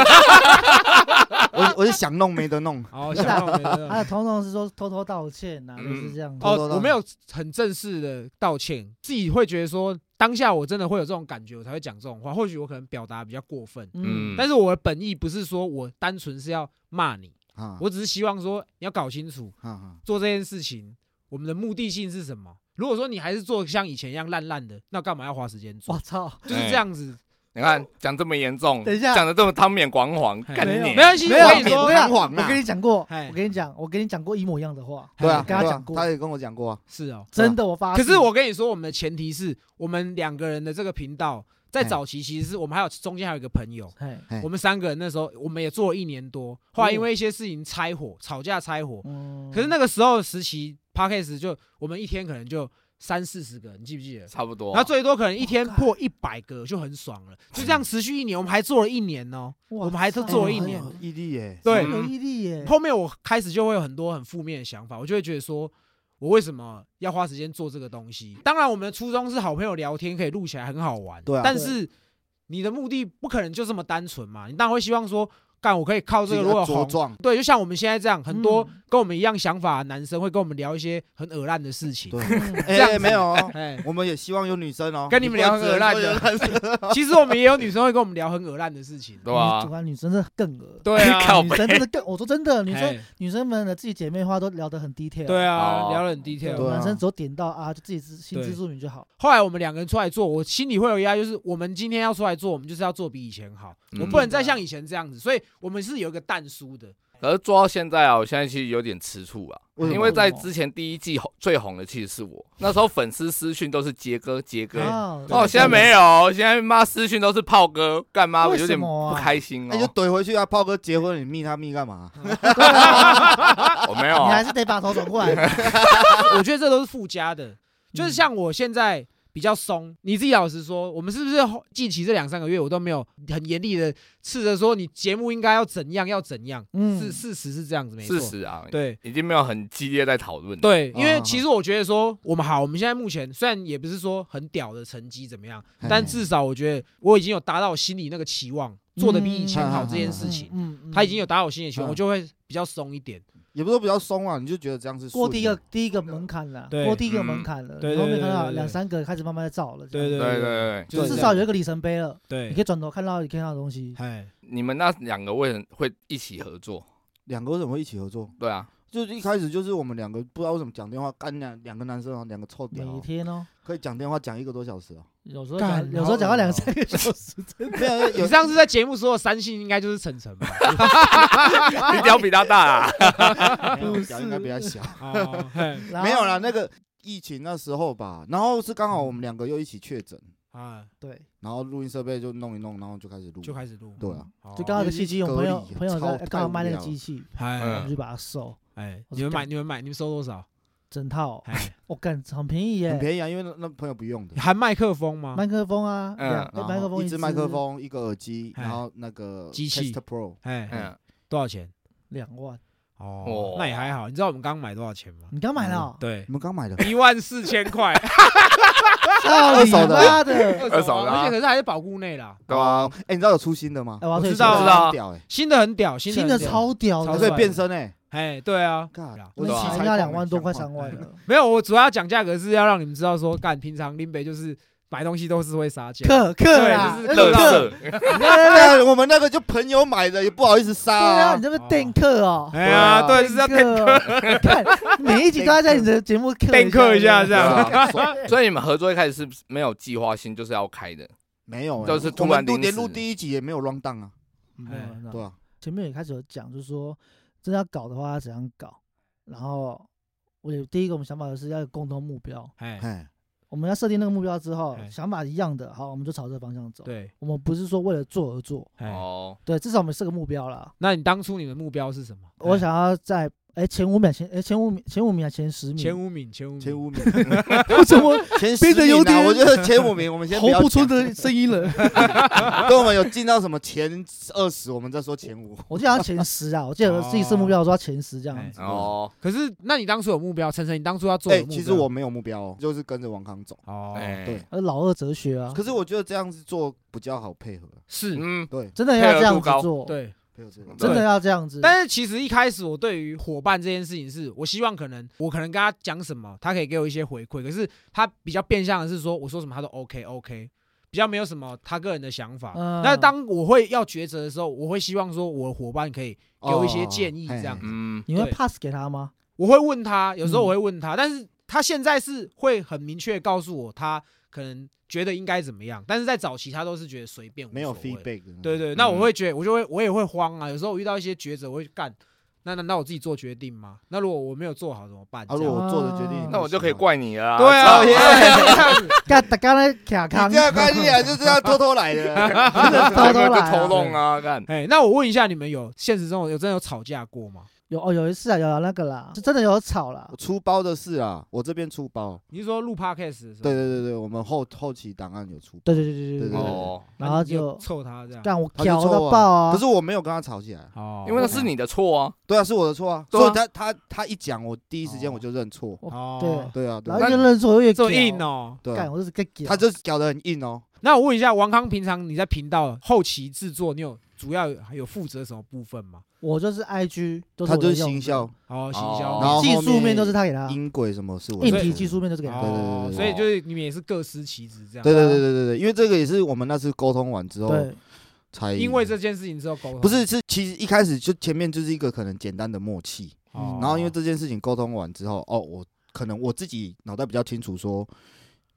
Speaker 3: 我我是想弄没得弄。
Speaker 1: 哦，
Speaker 2: 不是
Speaker 1: 想
Speaker 2: 啊
Speaker 1: 到没有
Speaker 2: 他的通常是说偷偷道歉呐、啊，
Speaker 4: 嗯
Speaker 2: 就是这样子。
Speaker 3: 偷偷
Speaker 1: 哦，
Speaker 3: 的
Speaker 1: 我没有很正式的道歉，自己会觉得说当下我真的会有这种感觉，我才会讲这种话，或许我可能表达比较过分，
Speaker 2: 嗯，
Speaker 1: 但是我的本意不是说我单纯是要骂你。
Speaker 3: 啊
Speaker 1: 我只是希望说，你要搞清楚
Speaker 3: 啊啊
Speaker 1: 做这件事情，我们的目的性是什么。如果说你还是做像以前一样烂烂的，那干嘛要花时间做？
Speaker 2: 我操，
Speaker 1: 就是这样子，
Speaker 4: 你看讲这么严重，
Speaker 2: 等一下
Speaker 4: 讲的这么汤面光黄，
Speaker 1: 哎
Speaker 4: 干
Speaker 2: 没有
Speaker 4: 你
Speaker 1: 没关系，
Speaker 2: 没
Speaker 1: 我
Speaker 2: 有
Speaker 1: 跟你
Speaker 3: 没有
Speaker 1: 说
Speaker 3: 没，
Speaker 2: 有
Speaker 3: 弹簧啊
Speaker 2: 我跟你讲过，
Speaker 1: 嘿
Speaker 2: 我跟你讲，我跟你讲过一模一样的话，
Speaker 3: 对啊，
Speaker 1: 嘿
Speaker 2: 跟他
Speaker 3: 对啊
Speaker 2: 讲过
Speaker 3: 他也跟我讲过啊。
Speaker 1: 是哦。
Speaker 2: 真的，我发誓。
Speaker 1: 可是我跟你说，我们的前提是我们两个人的这个频道在早期其实是我们还有中间还有一个朋友，
Speaker 2: 嘿，
Speaker 3: 哎
Speaker 1: 我们三个人那时候我们也做了一年多，后来因为一些事情拆伙，吵架拆伙。
Speaker 2: 嗯，
Speaker 1: 可是那个时候时期 p a c k a g e 就我们一天可能就三四十个人，你记不记得？
Speaker 4: 差不多。
Speaker 1: 然后最多可能一天
Speaker 2: 哇
Speaker 1: 破一百个就很爽了，就这样持续一年，我们还做了一年哦。
Speaker 2: 我
Speaker 1: 我们还是做了一年
Speaker 3: 哎呦毅力耶，
Speaker 1: 对
Speaker 2: 有毅力耶。
Speaker 1: 后面我开始就会有很多很负面的想法，我就会觉得说，我为什么要花时间做这个东西？当然，我们的初衷是好朋友聊天可以录起来很好玩，
Speaker 3: 对啊
Speaker 1: 但是你的目的不可能就这么单纯嘛，你当然会希望说，干我可以哦靠这个如果有
Speaker 3: 要茁
Speaker 1: 红，
Speaker 3: 壮，
Speaker 1: 对，就像我们现在这样，很多
Speaker 2: 嗯
Speaker 1: 跟我们一样想法的男生会跟我们聊一些很恶烂的事情，
Speaker 3: 对
Speaker 2: 嗯
Speaker 1: 这样子
Speaker 3: 哎，没有哦，
Speaker 1: 哎，
Speaker 3: 我们也希望有女生哦，
Speaker 1: 跟你们聊很恶烂的
Speaker 3: 你不能只能说有男生
Speaker 1: 其实我们也有女生会跟我们聊很恶烂的事情，
Speaker 4: 对啊吧
Speaker 2: 女主？管女生真的更恶，
Speaker 1: 对 啊，
Speaker 4: 靠
Speaker 2: 女
Speaker 4: 背
Speaker 2: 生真的更，我说真的，女生
Speaker 1: 哎
Speaker 2: 女生们的自己姐妹花都聊得很 detail。
Speaker 1: 对啊，
Speaker 4: 哦
Speaker 1: 聊得很 detail。
Speaker 3: 对啊
Speaker 2: 男生只有点到啊，就自己自心知
Speaker 1: 对
Speaker 2: 肚明就好。
Speaker 1: 后来我们两个人出来做，我心里会有压力，就是我们今天要出来做，我们就是要做比以前好，
Speaker 4: 嗯
Speaker 1: 我不能再像以前这样子，所以我们是有一个淡疏的。
Speaker 4: 可是做到现在啊，我现在其实有点吃醋啊，
Speaker 3: 为什么
Speaker 4: 因 为在之前第一季红最红的其实是我，那时候粉丝私讯都是杰哥杰哥
Speaker 1: 对，
Speaker 3: 啊
Speaker 2: 哦
Speaker 1: 对
Speaker 4: 哦，现在没有，现在妈私讯都是炮哥，干妈我
Speaker 2: 为
Speaker 4: 有
Speaker 2: 什
Speaker 4: 点
Speaker 2: 么啊
Speaker 4: 不开心
Speaker 3: 那就
Speaker 4: 哦，
Speaker 3: 怼回去啊！炮哥结婚，你密他密 干嘛？
Speaker 4: 我没有
Speaker 2: 啊你还
Speaker 4: 啊，
Speaker 2: 是得把头转过来。
Speaker 1: 我觉得这都是附加的，就是像我现在比较松，你自己老实说，我们是不是后近期这两三个月我都没有很严厉的斥责说你节目应该要怎样要怎样？
Speaker 2: 嗯
Speaker 1: 是事实是这样子，没错
Speaker 4: 事。实啊，
Speaker 1: 对
Speaker 4: 已经没有很激烈在讨论，，
Speaker 1: 对，
Speaker 3: 哦
Speaker 1: 因
Speaker 2: 啊
Speaker 1: 为其实我觉得说我们好，我们现在目前虽然也不是说很屌的成绩怎么样，但至少我觉得我已经有达到我心里那个期望，做的比以前好这件事情，
Speaker 2: 嗯，嗯
Speaker 1: 他已经有达到我心里的期望，
Speaker 3: 嗯
Speaker 1: 我就会比较松一点。
Speaker 3: 也不是说比较松啊，你就觉得这样是
Speaker 2: 过第一个
Speaker 3: 顺的
Speaker 2: 第一个门槛了，
Speaker 1: 对
Speaker 2: 过第一个门槛了，
Speaker 1: 对对
Speaker 2: 然后面看
Speaker 1: 对
Speaker 2: 到
Speaker 1: 对对
Speaker 2: 两三个开始慢慢在造了，
Speaker 1: 对
Speaker 4: 对对对，
Speaker 1: 就是
Speaker 2: 至
Speaker 1: 这
Speaker 2: 少
Speaker 1: 样
Speaker 2: 有一个里程碑了，你可
Speaker 1: 对，
Speaker 2: 以转头看到你看到的东西。
Speaker 1: 哎，
Speaker 4: 你们那两个为什么会一起合作？
Speaker 3: 两个为什么会一起合作？
Speaker 4: 对啊，
Speaker 3: 就是一开始就是我们两个不知道为什么讲电话，干两两个男生啊，两个臭屌
Speaker 2: 每
Speaker 3: 哦，
Speaker 2: 天哦，
Speaker 3: 可以讲电话讲一个多小时 哦。
Speaker 2: 有时候
Speaker 1: 干
Speaker 2: 讲有时候讲到两
Speaker 1: 好恶哦
Speaker 2: 三个 小时，
Speaker 3: 没有
Speaker 1: 你
Speaker 3: 有
Speaker 1: 上次在节目说的三星应该就是晨 晨吧？
Speaker 4: 你屌比他大啊，
Speaker 3: 没有讲应该比较 小，
Speaker 1: 哦嘿
Speaker 2: 然后
Speaker 3: 没有啦，那个疫情那时候吧，然后是刚好我们两个又一起确诊，
Speaker 1: 啊，
Speaker 2: 对，
Speaker 3: 然后录音设备就弄一弄，然后就开始录，
Speaker 1: 就开始录，
Speaker 3: 对啊，
Speaker 1: 哦
Speaker 2: 就刚好有个机器，我朋友
Speaker 3: 隔离
Speaker 2: 朋友
Speaker 3: 超
Speaker 2: 在刚好卖那个
Speaker 3: 太无聊了
Speaker 2: 机器，我
Speaker 1: 哎
Speaker 2: 们就把它收。
Speaker 1: 哎，
Speaker 2: 我哦
Speaker 1: 你们
Speaker 2: 干
Speaker 1: 买你们买你们收多少？
Speaker 2: 整套，
Speaker 1: 哎，
Speaker 2: 我干很便宜
Speaker 3: 很
Speaker 2: 耶，
Speaker 3: 便宜啊，因为那那朋友不用的。
Speaker 1: 含麦克风吗？
Speaker 2: 麦克风啊，
Speaker 4: 嗯
Speaker 2: 两
Speaker 3: 然
Speaker 2: 麦克
Speaker 3: 后
Speaker 2: 风
Speaker 3: 一支麦克，风，一个耳机，
Speaker 1: 哎
Speaker 3: 然后那个
Speaker 1: 机器
Speaker 3: Test Pro
Speaker 1: 哎，
Speaker 4: 嗯，
Speaker 1: 多少钱？
Speaker 2: 两万，
Speaker 1: 哦
Speaker 4: 哦，
Speaker 1: 那也还好。你知道我们刚买多少钱吗？
Speaker 2: 你刚买了哦？
Speaker 1: 对
Speaker 3: 你，们刚买的
Speaker 1: 一万四千块，
Speaker 2: 二
Speaker 3: 二 手的
Speaker 2: 妈的，
Speaker 4: 二手的啊
Speaker 1: 而且可是还是保固内啦。
Speaker 4: 对啊，
Speaker 3: 哎，你知道有出新的吗
Speaker 2: 哎？我要
Speaker 1: 我
Speaker 2: 退
Speaker 1: 知
Speaker 2: 出
Speaker 1: 道
Speaker 4: 知
Speaker 2: 了
Speaker 4: 道
Speaker 3: 很
Speaker 4: 啊
Speaker 3: 屌哎，
Speaker 1: 新的很屌，新
Speaker 2: 新
Speaker 1: 的很
Speaker 2: 的
Speaker 1: 屌，
Speaker 2: 超屌
Speaker 1: 超
Speaker 2: 的，
Speaker 3: 所以
Speaker 1: 帅
Speaker 3: 变身哎，
Speaker 1: 哎，对啊，
Speaker 3: 干
Speaker 1: 对啊，
Speaker 3: 我
Speaker 2: 那
Speaker 4: 对啊
Speaker 3: 器
Speaker 2: 起
Speaker 3: 材
Speaker 2: 人家
Speaker 3: 控
Speaker 2: 两万多，
Speaker 3: 像
Speaker 2: 快
Speaker 3: 话
Speaker 2: 三 万了，
Speaker 1: 没有，我主要讲价格是要让你们知道说，干平常林北就是买东西都是会杀价，
Speaker 2: 克克啦，
Speaker 1: 对
Speaker 2: 那
Speaker 1: 就是
Speaker 4: 乐
Speaker 1: 乐
Speaker 2: 克，
Speaker 4: 色，
Speaker 3: 对啊，我们那个就朋友买的，也不好意思杀
Speaker 2: 对啊，
Speaker 3: 啊
Speaker 2: 你。这边电克 哦，
Speaker 1: 哎呀，对，
Speaker 3: 对
Speaker 2: 电
Speaker 1: 就是要
Speaker 2: 克， 看每一集都要在你的节目克
Speaker 1: 电克一下这
Speaker 4: 对
Speaker 1: 样
Speaker 4: 啊，
Speaker 3: 爽
Speaker 4: 所以你们合作一开始是不是没有计划性，就是要开的？
Speaker 3: 没有 哎，
Speaker 4: 就是突
Speaker 3: 我
Speaker 4: 然
Speaker 3: 们录
Speaker 4: 临
Speaker 3: 连
Speaker 4: 时
Speaker 3: 录第一集也没有 round down 啊，
Speaker 2: 没有没有
Speaker 3: 对啊，
Speaker 2: 嗯前面也开始有讲，就是说真的要搞的话，要怎样搞。然后我有第一个我们想法就是要有共同目标，
Speaker 1: 哎，
Speaker 3: 哎，
Speaker 2: 我们要设定那个目标之后，
Speaker 1: 哎
Speaker 2: 想法一样的，好，我们就朝这个方向走。
Speaker 1: 对，
Speaker 2: 我们不是说为了做而做，
Speaker 1: 哎，
Speaker 4: 哦，
Speaker 2: 对，至少我们设个目标啦。
Speaker 1: 那你当初你的目标是什么？
Speaker 2: 我想要在哎前五秒前哎前五名前五名还是前十名？
Speaker 1: 哎前五名，前五名，
Speaker 3: 前五名，
Speaker 2: 嗯 为什么
Speaker 3: 前十
Speaker 2: 变得
Speaker 3: 名
Speaker 2: 有
Speaker 3: 啊，
Speaker 2: 点
Speaker 3: 我觉得前五名我们先不
Speaker 2: 侯
Speaker 3: 要
Speaker 2: 不村
Speaker 3: 讲，
Speaker 2: 的声音了？
Speaker 3: 等我们有进到什么前二十，我们再说前五。
Speaker 2: 我就想要前十啊！我记得我自己设目标说要前十这啊样子。
Speaker 4: 哦，
Speaker 1: 可是，那你当初有目标，晨晨，你当初要做
Speaker 3: 哎，
Speaker 1: 的目标？
Speaker 3: 其实我没有目标哦，就是跟着王康走。
Speaker 1: 哦，
Speaker 4: 哎
Speaker 3: 对，
Speaker 2: 呃，老二哲学啊
Speaker 3: 可，是我觉得这样子做比较好配合，
Speaker 1: 是，
Speaker 4: 嗯，
Speaker 3: 对，
Speaker 2: 真的要这样
Speaker 4: 配合度
Speaker 2: 子做，
Speaker 1: 对。
Speaker 3: 配合这个。
Speaker 2: 真的要这样子。
Speaker 1: 但是其实一开始我对于伙伴这件事情是，我希望可能我可能跟他讲什么，他可以给我一些回馈，可是他比较变相的是说，我说什么他都 OK OK，比较没有什么他个人的想法。
Speaker 2: 嗯
Speaker 1: 那当我会要抉择的时候，我会希望说我的伙伴可以给我一些
Speaker 3: 哦
Speaker 1: 建议这样
Speaker 3: 嘿
Speaker 4: 嗯，
Speaker 2: 你会
Speaker 1: 对
Speaker 2: pass 给他吗？
Speaker 1: 我会问他，有时候我会问他，但是他现在是会很明确告诉我他可能觉得应该怎么样，但是在早期他都是觉得随便，
Speaker 3: 没有
Speaker 1: 无所谓
Speaker 3: feedback 嗯的。
Speaker 1: 对对，那我会觉得我就会我也会慌啊，有时候我遇到一些抉择，我会干。那难道我自己做决定吗？那如果我没有做好怎么办？
Speaker 3: 啊，
Speaker 1: 这
Speaker 3: 如
Speaker 1: 样
Speaker 3: 果我做的决定
Speaker 1: 哦
Speaker 2: 啊，
Speaker 4: 那我就可以怪你了。
Speaker 1: 对啊，
Speaker 4: 操
Speaker 1: 对啊这样
Speaker 2: 干大家来卡康
Speaker 3: 你，这 样怪你啊，就这样偷偷来的。
Speaker 2: 偷
Speaker 4: 这
Speaker 2: 偷
Speaker 4: 个就
Speaker 2: 来
Speaker 4: 头
Speaker 2: 啊。
Speaker 4: 弄啊，干，
Speaker 1: 哎，那我问一下，你们有现实中有真的有吵架过吗？
Speaker 2: 有哦，有一次啊，有有那个啦，是真的有吵啦
Speaker 3: 我。出包的事啊，我这边出包。
Speaker 1: 你是说录 podcast 的时候，
Speaker 3: 对对对对，我们后后期档案有出包，
Speaker 2: 对对对对
Speaker 3: 对对对
Speaker 4: 哦，
Speaker 1: 那
Speaker 2: 然后
Speaker 1: 你有
Speaker 2: 就
Speaker 1: 凑他这样。
Speaker 2: 干我
Speaker 3: 他
Speaker 2: 屌
Speaker 3: 就
Speaker 2: 到
Speaker 3: 抽我
Speaker 2: 爆啊！
Speaker 3: 可是我没有跟他吵起来。啊
Speaker 1: 哦，
Speaker 4: 因为那是你的错啊，
Speaker 3: 对啊，是我的错啊，
Speaker 4: 对啊
Speaker 3: 所以他他他一讲，我第一时间我就认错。
Speaker 1: 哦，
Speaker 2: 对，
Speaker 3: 对啊，对
Speaker 2: 然
Speaker 3: 啊
Speaker 2: 后越认错越
Speaker 1: 这么硬
Speaker 2: 哦，
Speaker 1: 哦。
Speaker 3: 对
Speaker 2: 干
Speaker 3: 啊，
Speaker 2: 我就是个屌。
Speaker 3: 他就搞得很硬哦。
Speaker 1: 那我问一下，王康平常你在频道后期制作，你有主要有有负责什么部分吗？
Speaker 2: 我就是 IG 都是
Speaker 3: 他
Speaker 2: 我
Speaker 3: 就是
Speaker 2: 用的
Speaker 3: 行销，
Speaker 1: 哦，行
Speaker 4: 哦
Speaker 1: 销，
Speaker 3: 然后
Speaker 2: 技
Speaker 3: 后
Speaker 2: 术面
Speaker 3: 面
Speaker 2: 都是他给他，啊
Speaker 3: 音轨什么是我的
Speaker 2: 硬
Speaker 3: 错
Speaker 2: 体技术。面都是给他。啊
Speaker 1: 哦
Speaker 3: 对对对对对
Speaker 1: 所以就是你们也是各司其职这样。
Speaker 3: 对对对对对对，因为这个也是我们那次沟通完之后
Speaker 2: 对，
Speaker 3: 才
Speaker 1: 因为这件事情之后沟通，
Speaker 3: 不是，是其实一开始就前面就是一个可能简单的默契，
Speaker 1: 哦，
Speaker 3: 嗯然后因为这件事情沟通完之后，哦，我可能我自己脑袋比较清楚，说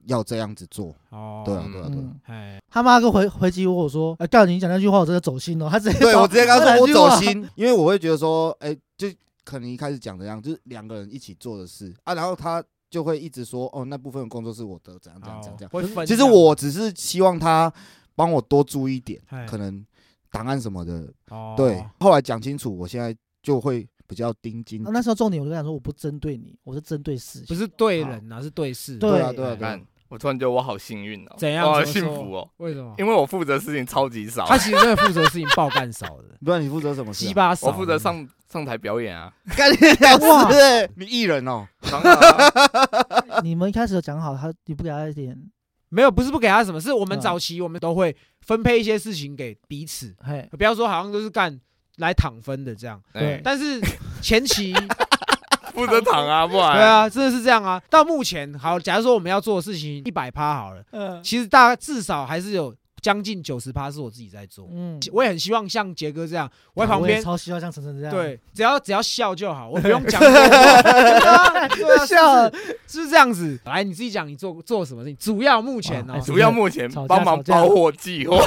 Speaker 3: 要这样子做，
Speaker 1: 哦，
Speaker 3: 对啊，
Speaker 4: 嗯
Speaker 3: 对啊，对 啊。
Speaker 2: 嗯，
Speaker 1: 哎，
Speaker 2: 他妈跟回回击我说，哎，告诉你讲那句话，我真的走心哦了。他直接
Speaker 3: 对
Speaker 2: 把
Speaker 3: 我直接跟他
Speaker 2: 把
Speaker 3: 说我
Speaker 2: 那句话
Speaker 3: 走心， 因为我会觉得说，哎，就可能一开始讲的样，就是两个人一起做的事啊，然后他就会一直说，哦，那部分的工作是我的，怎样怎样怎样怎
Speaker 1: 哦
Speaker 3: 样。
Speaker 1: 会分
Speaker 3: 其
Speaker 1: 这
Speaker 3: 实
Speaker 1: 样。
Speaker 3: 我只是希望他帮我多注意一点，
Speaker 1: 哎
Speaker 3: 可能档案什么的，
Speaker 1: 哦
Speaker 3: 对，后来讲清楚，我现在就会比较盯紧
Speaker 2: 啊。那时候重点我就跟他说，我不针对你，我是针对事情。
Speaker 1: 不是对人呐，是对事。
Speaker 2: 对
Speaker 3: 对啊，对啊，对啊，
Speaker 4: 哎干，，我突然觉得我好幸运哦，
Speaker 1: 怎样
Speaker 4: 我好
Speaker 1: 怎么
Speaker 4: 幸
Speaker 1: 说
Speaker 4: 福哦，
Speaker 1: 为什么？
Speaker 4: 因为我负责事情超级少，
Speaker 1: 他其实真的负责的事情爆干少的
Speaker 3: 不然你负责什么事
Speaker 1: 鸡
Speaker 3: 啊？
Speaker 1: 巴少。
Speaker 4: 我负责，上上台表 演啊，
Speaker 3: 干你两
Speaker 2: 哇
Speaker 3: 次欸，你艺人哦，
Speaker 4: 当然啊
Speaker 2: 你们一开始有讲好，他你不给他一点，
Speaker 1: 没有，不是不给他什么，是我们
Speaker 2: 嗯
Speaker 1: 早期我们都会分配一些事情给彼此，
Speaker 2: 嘿，
Speaker 1: 不要说好像都是干来躺分的这样。
Speaker 2: 对
Speaker 4: 哎
Speaker 1: 但是前 期
Speaker 4: 负责躺啊，不然
Speaker 1: 对啊，真的是这样啊。到目前，好，假如说我们要做的事情一百趴好了，
Speaker 2: 嗯
Speaker 1: 其实大概至少还是有将近九十趴是我自己在做。
Speaker 2: 嗯，
Speaker 1: 我也很希望像杰哥这样，我在
Speaker 2: 啊
Speaker 1: 旁
Speaker 2: 我也
Speaker 1: 边，
Speaker 2: 超希望像晨晨这样，
Speaker 1: 对，只要只要笑就好，我不用讲多话。对啊对啊，
Speaker 2: 笑
Speaker 1: 是 不是是不是这样子。来，你自己讲，你做做什么事情？主要目前
Speaker 2: 哇
Speaker 1: 哦
Speaker 2: 哎，
Speaker 4: 主要目前
Speaker 2: 吵架
Speaker 4: 帮忙
Speaker 2: 吵架
Speaker 4: 包货 寄货，